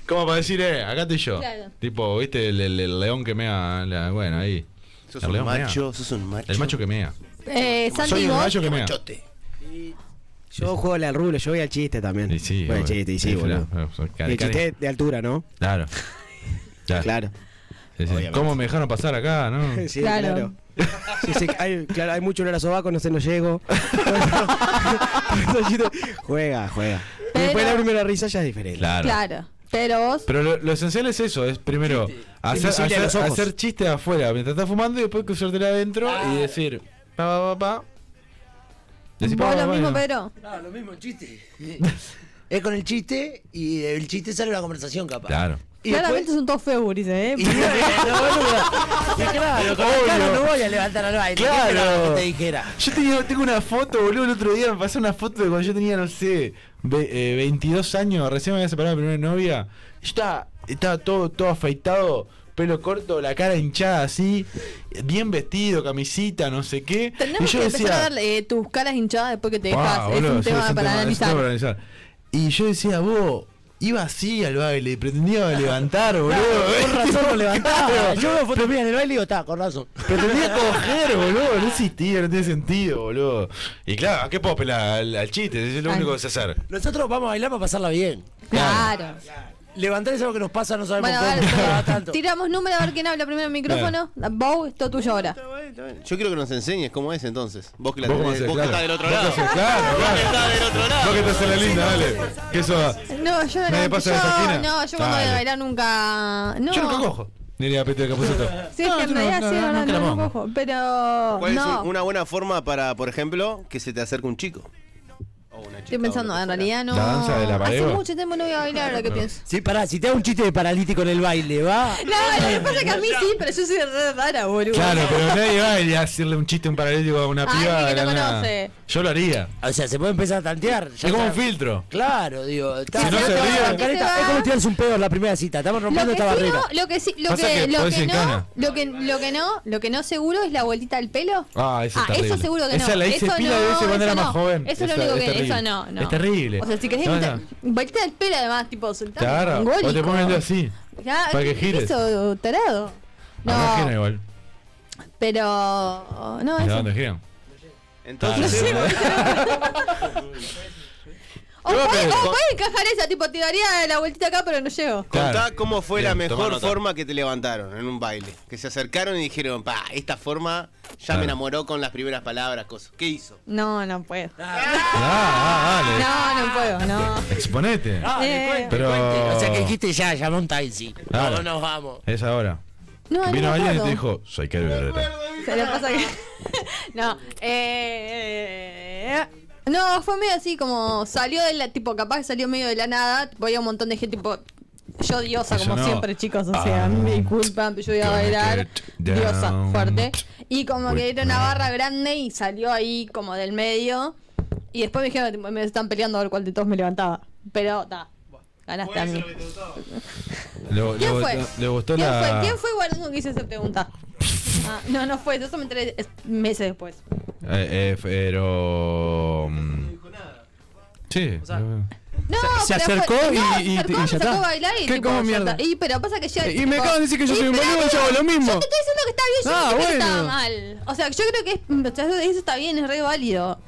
Speaker 2: Como para decir, eh, acá estoy yo.
Speaker 6: Claro.
Speaker 2: Tipo, ¿viste? El, el- el león que mea. la- bueno, ahí.
Speaker 6: Sos
Speaker 2: El
Speaker 6: un
Speaker 2: león
Speaker 6: macho,
Speaker 2: mea.
Speaker 6: sos un macho.
Speaker 2: El macho que mea.
Speaker 3: Eh,
Speaker 2: Soy
Speaker 3: Santi,
Speaker 2: un
Speaker 3: vos.
Speaker 2: macho que mea.
Speaker 4: Yo juego al rulo, yo voy al chiste también.
Speaker 2: Y sí,
Speaker 4: voy al
Speaker 2: obvio.
Speaker 4: chiste, y sí,
Speaker 2: Sí,
Speaker 4: boludo.
Speaker 2: claro, claro,
Speaker 4: Y el chiste de altura, ¿no?
Speaker 2: Claro. Claro. Sí, sí. ¿Cómo me dejaron pasar acá, no?
Speaker 4: Sí, claro. Sí, sí, hay, claro, hay mucho olor a sobaco, no se nos llego. juega, juega. Y después la primera risa ya es diferente.
Speaker 2: Claro.
Speaker 3: Claro. Pero vos.
Speaker 2: Pero lo, lo esencial es eso, es primero hacer,
Speaker 4: Invisible a
Speaker 2: hacer,
Speaker 4: los ojos. Ah.
Speaker 2: hacer chistes afuera mientras estás fumando y después cruzártela adentro y decir pa pa pa pa. Decir,
Speaker 3: ¿Vos
Speaker 2: pa, pa,
Speaker 3: lo
Speaker 2: pa,
Speaker 3: mismo,
Speaker 2: y no.
Speaker 3: Pedro?
Speaker 11: Ah,
Speaker 10: No, lo mismo, el chiste. <laughs> es con el chiste y el chiste sale la conversación, capaz.
Speaker 2: Claro.
Speaker 10: Y
Speaker 3: Claramente
Speaker 10: después-
Speaker 3: son todos feos, gurises, ¿eh? <laughs>
Speaker 10: No, boludo. Y claro, con el
Speaker 2: Obvio.
Speaker 10: cano no voy a levantar al baile. ¿Qué
Speaker 2: Claro.
Speaker 10: esperabas que te dijera?
Speaker 2: Yo tenía- tengo una foto, boludo, el otro día me pasó una foto de cuando yo tenía, no sé, ve- eh, 22 años, recién me había separado de mi primera novia. y Yo estaba, estaba todo, todo afeitado, pelo corto, la cara hinchada así, bien vestido, camisita, no sé qué. Y
Speaker 3: Tenemos
Speaker 2: yo
Speaker 3: que empezar a
Speaker 2: decía,
Speaker 3: darle eh, tus caras hinchadas después que te
Speaker 2: "Pa,
Speaker 3: dejas. es
Speaker 2: boludo,
Speaker 3: un
Speaker 2: sí,
Speaker 3: tema para
Speaker 2: es un
Speaker 3: analizar.
Speaker 2: tema para analizar. Y yo decía, vos, iba así al baile, pretendía levantar, boludo.
Speaker 10: Con
Speaker 2: <laughs>
Speaker 10: razón no levantaba.
Speaker 2: Claro.
Speaker 10: Yo veo fotos mías en el baile y digo, está, con razón.
Speaker 2: Pretendía coger, boludo. No existía, no tiene sentido, boludo. Y claro, ¿a qué puedo apelar? Al, al chiste, es lo
Speaker 10: Al-
Speaker 2: único que sé hacer.
Speaker 10: Nosotros vamos a bailar para pasarla bien.
Speaker 3: Claro.
Speaker 10: Levantar es algo que nos pasa, no sabemos
Speaker 3: Bueno, a
Speaker 10: cómo.
Speaker 3: ver, tiramos número a ver quién habla primero el micrófono. Bow, es todo tuyo ahora.
Speaker 6: Yo quiero que nos enseñes cómo es entonces. Vos que la
Speaker 2: Vos cómo
Speaker 6: tenés,
Speaker 2: hacés,
Speaker 6: vos que
Speaker 2: claro.
Speaker 6: estás del otro
Speaker 2: Vos que
Speaker 6: lado.
Speaker 2: hacés, claro,
Speaker 6: Vos que
Speaker 2: claro.
Speaker 6: estás del otro lado.
Speaker 2: Vos que estás en la linda, dale. Que eso va.
Speaker 3: No, yo no
Speaker 2: Nadie
Speaker 3: levanto-
Speaker 2: pasa de
Speaker 3: yo-
Speaker 2: esa esquina.
Speaker 3: No, yo cuando voy
Speaker 2: Dale.
Speaker 3: a bailar nunca. No.
Speaker 2: Yo nunca cojo. Diría Pete de Capuzoto.
Speaker 3: Sí, es que en realidad sí, no, no, no, no cojo. Pero.
Speaker 6: ¿Cuál
Speaker 3: no.
Speaker 6: es un- una buena forma para, por ejemplo, que se te acerque un chico?
Speaker 3: Estoy pensando, en realidad no.
Speaker 6: La danza de la
Speaker 3: Hace
Speaker 6: pareo.
Speaker 3: mucho tiempo no voy a bailar, ahora que pienso. <laughs>
Speaker 10: Sí, pará, si te hago un chiste de paralítico en el baile, va.
Speaker 3: No, lo que pasa es que a mí sí, pero yo soy re rara, boludo.
Speaker 2: Claro, pero nadie va a ir a hacerle un chiste a un paralítico a una
Speaker 3: Ay,
Speaker 2: piba
Speaker 3: que
Speaker 2: de la
Speaker 3: no
Speaker 2: nada.
Speaker 3: conoce.
Speaker 2: Yo lo haría.
Speaker 10: O sea, se puede empezar a tantear.
Speaker 2: Es como un filtro.
Speaker 10: Claro, digo. está-
Speaker 2: Si no se ríe-
Speaker 10: Bancareta,
Speaker 3: Se va.
Speaker 10: Es como tirarse un pedo en la primera cita. Estamos
Speaker 3: Lo
Speaker 10: rompiendo
Speaker 3: que,
Speaker 10: esta
Speaker 3: sí
Speaker 10: barrera.
Speaker 3: no, lo que sí, lo
Speaker 10: Pasa
Speaker 3: que,
Speaker 10: que
Speaker 3: lo
Speaker 10: podés
Speaker 3: que
Speaker 10: en
Speaker 3: no,
Speaker 10: cana.
Speaker 3: lo que, lo que no, lo que no seguro es la vueltita al pelo.
Speaker 2: Ah, esa es terrible.
Speaker 3: eso seguro que no.
Speaker 2: Esa la hice
Speaker 3: eso
Speaker 2: pila de
Speaker 3: no,
Speaker 2: veces cuando
Speaker 3: eso
Speaker 2: era
Speaker 3: no.
Speaker 2: más joven.
Speaker 3: Eso es lo
Speaker 2: Esa-
Speaker 3: único
Speaker 2: es
Speaker 3: que
Speaker 2: terrible.
Speaker 3: eso no, no.
Speaker 2: Es terrible.
Speaker 3: O sea, si querés
Speaker 2: No,
Speaker 3: vuelta-
Speaker 2: no.
Speaker 3: vueltita al pelo además, tipo soltar
Speaker 2: Claro.
Speaker 3: un gol
Speaker 2: O
Speaker 3: y
Speaker 2: te ponen
Speaker 3: como-
Speaker 2: así.
Speaker 3: Ya,
Speaker 2: para que gires.
Speaker 3: Eso, tarado.
Speaker 2: Acá
Speaker 3: No,
Speaker 2: giran igual.
Speaker 3: pero no,
Speaker 2: ¿De
Speaker 3: eso.
Speaker 2: dónde giran?
Speaker 6: Entonces- eh,
Speaker 2: Ah, <laughs>
Speaker 6: No
Speaker 3: O puede, o puede encajar esa, tipo, te daría la vueltita acá, pero no llego.
Speaker 6: Contá cómo fue
Speaker 2: Bien,
Speaker 6: la
Speaker 2: toma
Speaker 6: mejor
Speaker 2: nota.
Speaker 6: forma que te levantaron en un baile. Que se acercaron y dijeron, pa, esta forma ya me enamoró con las primeras palabras, cosas. ¿Qué hizo?
Speaker 3: No, no puedo.
Speaker 2: ah, dale.
Speaker 3: No, no puedo, no.
Speaker 2: Exponete.
Speaker 3: Eh,
Speaker 2: Pero.
Speaker 10: Ah, O sea, que dijiste ya, llamó un taxi.
Speaker 2: Claro.
Speaker 10: No, nos vamos.
Speaker 2: Es ahora.
Speaker 3: No,
Speaker 2: Que
Speaker 3: no
Speaker 2: Vino
Speaker 3: me
Speaker 2: alguien y te
Speaker 3: acuerdo.
Speaker 2: dijo, soy Carol Herrera.
Speaker 3: Se le pasa que. <laughs> no, eh, No, fue medio así como. Salió de la. Tipo, capaz que salió medio de la nada. Tipo, había un montón de gente, tipo. Yo diosa, como
Speaker 2: Eso no.
Speaker 3: siempre, chicos. O sea,
Speaker 2: Ah.
Speaker 3: me disculpan, pero yo iba a bailar.
Speaker 2: Get
Speaker 3: Diosa,
Speaker 2: down.
Speaker 3: fuerte. Y como que era una barra grande y salió ahí, como del medio. Y después me dijeron, tipo, me están peleando a ver cuál de todos me levantaba. Pero, ta. Ganaste a mí.
Speaker 2: Lo-
Speaker 3: ¿Quién
Speaker 2: lo-
Speaker 3: fue?
Speaker 2: lo- Le gustó
Speaker 3: ¿Quién
Speaker 2: la.
Speaker 3: fue? ¿Quién fue Guardón que hizo esa pregunta? Ah, no, no fue, eso me enteré es- meses después.
Speaker 2: Eh, eh, pero. mm, Sí.
Speaker 3: No,
Speaker 5: se
Speaker 3: pero
Speaker 5: acercó
Speaker 3: fue- no,
Speaker 5: y-
Speaker 3: se
Speaker 5: y-
Speaker 3: acercó,
Speaker 5: y
Speaker 3: me
Speaker 5: ya
Speaker 3: sacó
Speaker 5: está.
Speaker 3: a bailar y
Speaker 5: ¿Qué,
Speaker 3: tipo,
Speaker 5: cómo
Speaker 3: ya
Speaker 5: mierda?
Speaker 3: está. Y pero pasa que yo
Speaker 5: Y me acaban de decir que yo
Speaker 3: Y,
Speaker 5: soy un
Speaker 3: pero
Speaker 5: boludo y yo hago lo mismo.
Speaker 3: Yo te estoy diciendo que está bien, yo
Speaker 5: Ah,
Speaker 3: no te dije que
Speaker 5: bueno.
Speaker 3: estaba mal. O sea, yo creo que es- mm, o sea, eso está bien, es re válido.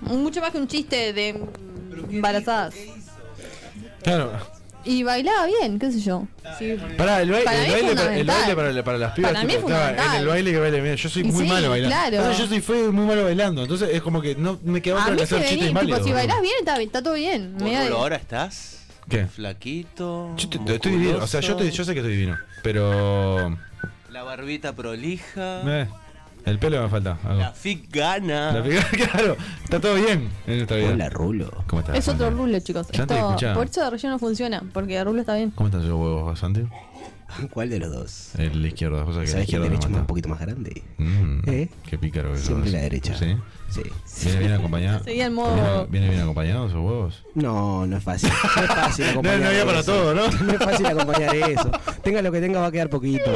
Speaker 3: Mucho más que un chiste de mm, embarazadas.
Speaker 2: Claro.
Speaker 3: Y bailaba bien, qué sé yo. Sí.
Speaker 2: Pará, el, baile-
Speaker 3: Para mí
Speaker 2: el
Speaker 3: es
Speaker 2: baile, para, el
Speaker 3: fundamental.
Speaker 2: baile para, para las pibas
Speaker 3: Para mí
Speaker 2: tipo,
Speaker 3: es
Speaker 2: estaba en
Speaker 3: fundamental.
Speaker 2: el baile que baile. Mira, yo soy
Speaker 3: Y
Speaker 2: muy
Speaker 3: sí,
Speaker 2: malo bailando.
Speaker 3: claro.
Speaker 2: Entonces, yo soy fue muy malo bailando. Entonces es como que no me quedaba
Speaker 3: A
Speaker 2: otra
Speaker 3: mí
Speaker 2: que
Speaker 3: se
Speaker 2: hacer
Speaker 3: me
Speaker 2: chistes
Speaker 3: viene,
Speaker 2: malos.
Speaker 3: tipo, si bailás bien, está, está todo bien. Medio de-
Speaker 6: Pero ahora estás
Speaker 2: ¿Qué?
Speaker 6: flaquito.
Speaker 2: Yo te- te- estoy divino. O sea, yo, estoy- yo sé que estoy divino. Pero.
Speaker 6: La barbita prolija.
Speaker 2: eh, el pelo me falta. algo.
Speaker 6: La fic gana.
Speaker 2: La figura, <laughs> claro. Está todo bien en nuestra vida. Hola, Rulo. ¿Cómo estás?
Speaker 3: Es otro rulo, chicos.
Speaker 2: Ya te
Speaker 3: Esto-
Speaker 2: escuchaba.
Speaker 3: por eso de relleno funciona, porque el rulo está bien.
Speaker 2: ¿Cómo están esos huevos, Santi?
Speaker 4: <laughs> ¿Cuál de los dos?
Speaker 2: El izquierdo, cosa que la
Speaker 4: ¿Sabes que el
Speaker 2: izquierda
Speaker 4: derecho
Speaker 2: me
Speaker 4: es
Speaker 2: mata.
Speaker 4: un poquito más grande?
Speaker 2: Mm,
Speaker 4: ¿Eh?
Speaker 2: Qué pícaro que
Speaker 4: Siempre
Speaker 2: sos.
Speaker 4: la derecha.
Speaker 2: ¿Sí?
Speaker 4: Sí.
Speaker 2: ¿Viene bien acompañado?
Speaker 3: Seguía en modo-
Speaker 2: ¿Viene, viene bien acompañado esos huevos?
Speaker 4: No, no es fácil. No es
Speaker 2: <laughs>
Speaker 4: fácil
Speaker 2: No,
Speaker 4: acompañar
Speaker 2: no había para
Speaker 4: eso.
Speaker 2: todo, ¿no?
Speaker 4: <laughs> No es fácil acompañar eso. Tenga lo que tenga, va a quedar poquito.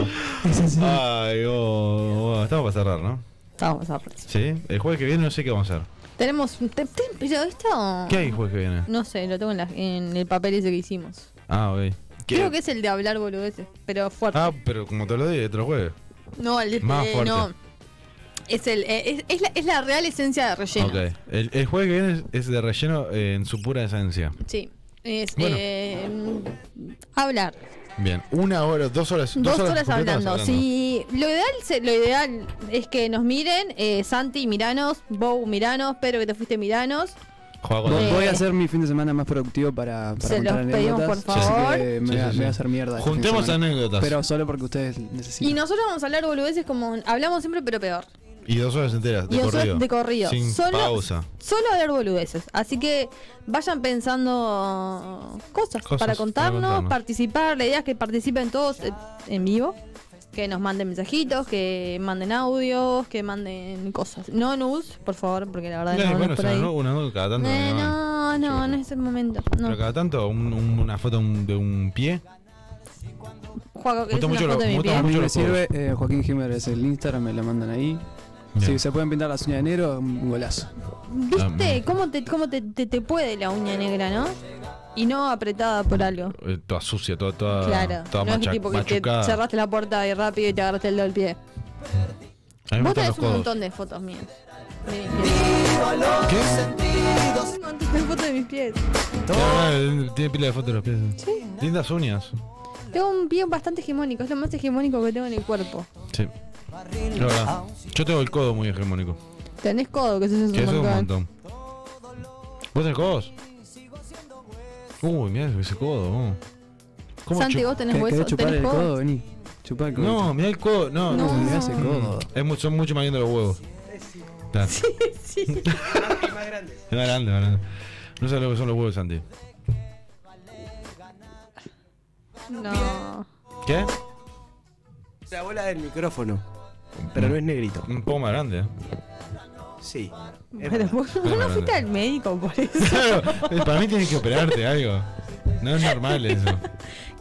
Speaker 2: Ay, oh, oh, estamos para cerrar, ¿no?
Speaker 3: Vamos a ver.
Speaker 2: Sí, el jueves que viene no sé qué vamos a hacer.
Speaker 3: Tenemos un te- te- pero esto.
Speaker 2: ¿Qué hay el jueves que viene?
Speaker 3: No sé, lo tengo en, la- en el papel ese que hicimos.
Speaker 2: Ah, ok.
Speaker 3: Creo que es el de hablar boludeces, pero fuerte.
Speaker 2: Ah, pero como te lo dije, otro jueves.
Speaker 3: no, el de
Speaker 2: más
Speaker 3: eh,
Speaker 2: fuerte.
Speaker 3: no. Es el eh, es, es la, es la real esencia de relleno.
Speaker 2: Ok. El, el jueves que viene es, es de relleno eh, en su pura esencia.
Speaker 3: Sí. Es
Speaker 2: Bueno.
Speaker 3: eh, mm, hablar.
Speaker 2: Bien, una hora, dos horas.
Speaker 3: Dos, horas
Speaker 2: completas
Speaker 3: hablando. Sí, lo ideal, se- lo ideal es que nos miren, eh, Santi, miranos, Bow, miranos, Pedro, que te fuiste, miranos.
Speaker 5: Voy-
Speaker 3: Eh,
Speaker 5: Voy a hacer mi fin de semana más productivo para, para
Speaker 3: Se
Speaker 5: contar
Speaker 3: los pedimos,
Speaker 5: anécdotas,
Speaker 3: por
Speaker 5: así que
Speaker 3: favor.
Speaker 5: me,
Speaker 2: Sí,
Speaker 5: voy a-
Speaker 2: sí, sí.
Speaker 5: me voy a hacer mierda. este fin de
Speaker 2: Juntemos
Speaker 5: semana.
Speaker 2: anécdotas.
Speaker 5: Pero solo porque ustedes necesitan.
Speaker 3: Y nosotros vamos a hablar boludeces como hablamos siempre, pero peor.
Speaker 2: Y dos horas enteras, de
Speaker 3: Y dos horas
Speaker 2: corrido.
Speaker 3: de corrido.
Speaker 2: Sin
Speaker 3: Solo-
Speaker 2: pausa.
Speaker 3: Solo hablar boludeces. Así que vayan pensando cosas,
Speaker 2: Cosas
Speaker 3: para,
Speaker 2: para
Speaker 3: contarnos,
Speaker 2: contarnos.
Speaker 3: participar. La idea es que participen todos eh, en vivo. Que nos manden mensajitos, que manden audios, que manden cosas. No nudes, por favor, porque la verdad
Speaker 2: Claro,
Speaker 3: no, no
Speaker 2: bueno,
Speaker 3: es por
Speaker 2: se
Speaker 3: ahí.
Speaker 2: nos no- una no, cada tanto.
Speaker 3: Eh,
Speaker 2: me llaman.
Speaker 3: no, no, no es el momento. No.
Speaker 2: Pero cada tanto, un- un- una foto un- de un pie.
Speaker 3: Juaco, ¿querés
Speaker 2: gusta
Speaker 3: una
Speaker 2: mucho lo-
Speaker 3: foto de mi
Speaker 2: gusta
Speaker 3: pie?
Speaker 5: A mí
Speaker 2: mucho
Speaker 5: me
Speaker 2: los
Speaker 5: sirve eh, Joaquín Jiménez, el Instagram, me la mandan ahí. Si se pueden pintar las uñas de enero, un golazo.
Speaker 3: ¿Viste cómo, te, cómo te, te- te puede la uña negra, no? Y no apretada por algo.
Speaker 2: eh, toda sucia, toda, toda,
Speaker 3: claro.
Speaker 2: toda
Speaker 3: no es
Speaker 2: macha-
Speaker 3: tipo que te
Speaker 2: machucada.
Speaker 3: cerraste la puerta y rápido y te agarraste el dedo del pie.
Speaker 2: A
Speaker 3: Vos
Speaker 2: mí me gustan
Speaker 3: tenés
Speaker 2: los
Speaker 3: un
Speaker 2: codos.
Speaker 3: montón de fotos mías. Un
Speaker 2: ¿Qué?
Speaker 3: montón de fotos de mis pies.
Speaker 2: Ah, Tiene pila de fotos de los pies. Lindas uñas.
Speaker 3: Tengo un pie bastante hegemónico, es lo más hegemónico que tengo en el cuerpo.
Speaker 2: Sí. La verdad. Yo tengo el codo muy hegemónico.
Speaker 3: Tenés codo, que eso es un
Speaker 2: Que eso es un
Speaker 3: montón.
Speaker 2: montón. ¿Vos tenés codos? Uy, mirá ese codo. vos.
Speaker 3: Santi,
Speaker 2: chu-
Speaker 3: vos tenés ¿Querés hueso? chupar ¿Tenés el codo? codo?
Speaker 5: Vení. Chupá el
Speaker 2: codo. No, mirá el codo. No,
Speaker 5: No. Mirá ese
Speaker 2: codo. Es mucho, son mucho más lindos los huevos. Claro. <laughs>
Speaker 3: Sí.
Speaker 2: Es más grande, más grande. No sabes lo que son los huevos, Santi.
Speaker 3: No.
Speaker 2: ¿Qué?
Speaker 4: La bola del micrófono. Pero no es negrito.
Speaker 2: Un poco más grande, ¿eh?
Speaker 4: Sí.
Speaker 3: Pero vos, vos no fuiste al médico por eso.
Speaker 2: Claro, Eh, para mí tienes que operarte algo. No es normal eso.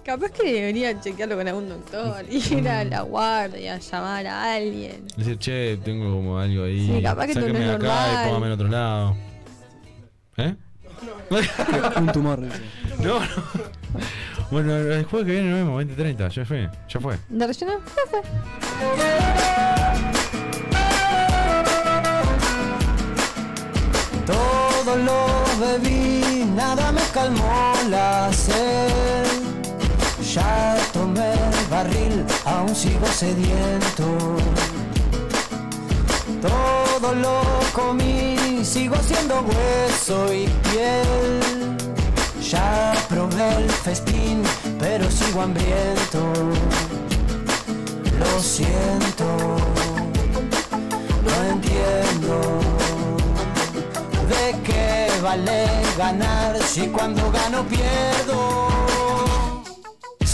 Speaker 3: Capaz que debería chequearlo con algún doctor,
Speaker 2: Mm.
Speaker 3: ir a la guardia, llamar a alguien.
Speaker 2: Decir, che, tengo como algo ahí.
Speaker 3: Sí, capaz que tú no
Speaker 2: sáquenme
Speaker 3: es
Speaker 2: de acá
Speaker 3: normal.
Speaker 2: y póngame en otro lado. ¿Eh?
Speaker 5: Un tumor.
Speaker 2: Ah, <laughs> No, no. Bueno, el juego que viene nos vemos, 2030, ya fue, ya fue.
Speaker 3: ¿De relleno? Ya fue.
Speaker 7: Todo lo bebí, nada me calmó la sed. Ya tomé el barril, aún sigo sediento. Todo lo comí, sigo siendo hueso y piel. Ya probé el festín, pero sigo hambriento. Lo siento, no entiendo. ¿De qué vale ganar si cuando gano pierdo?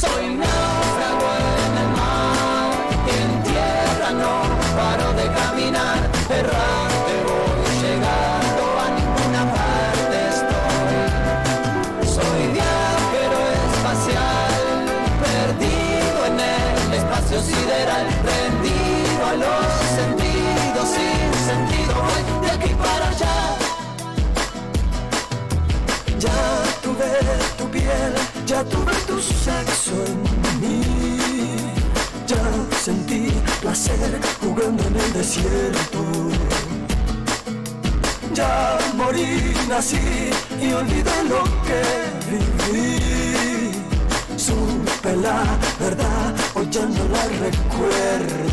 Speaker 7: Soy náufrago en el mar, en tierra no paro de caminar, errante voy llegando a ninguna parte estoy. Soy viajero espacial, perdido en el espacio sideral, rendido a los sentidos, sin sentido voy de aquí para allá. Ya tuve tu piel, ya tuve tu sexo en mí. Ya sentí placer jugando en el desierto. Ya morí, nací y olvidé lo que viví. Supe la verdad, hoy ya no la recuerdo.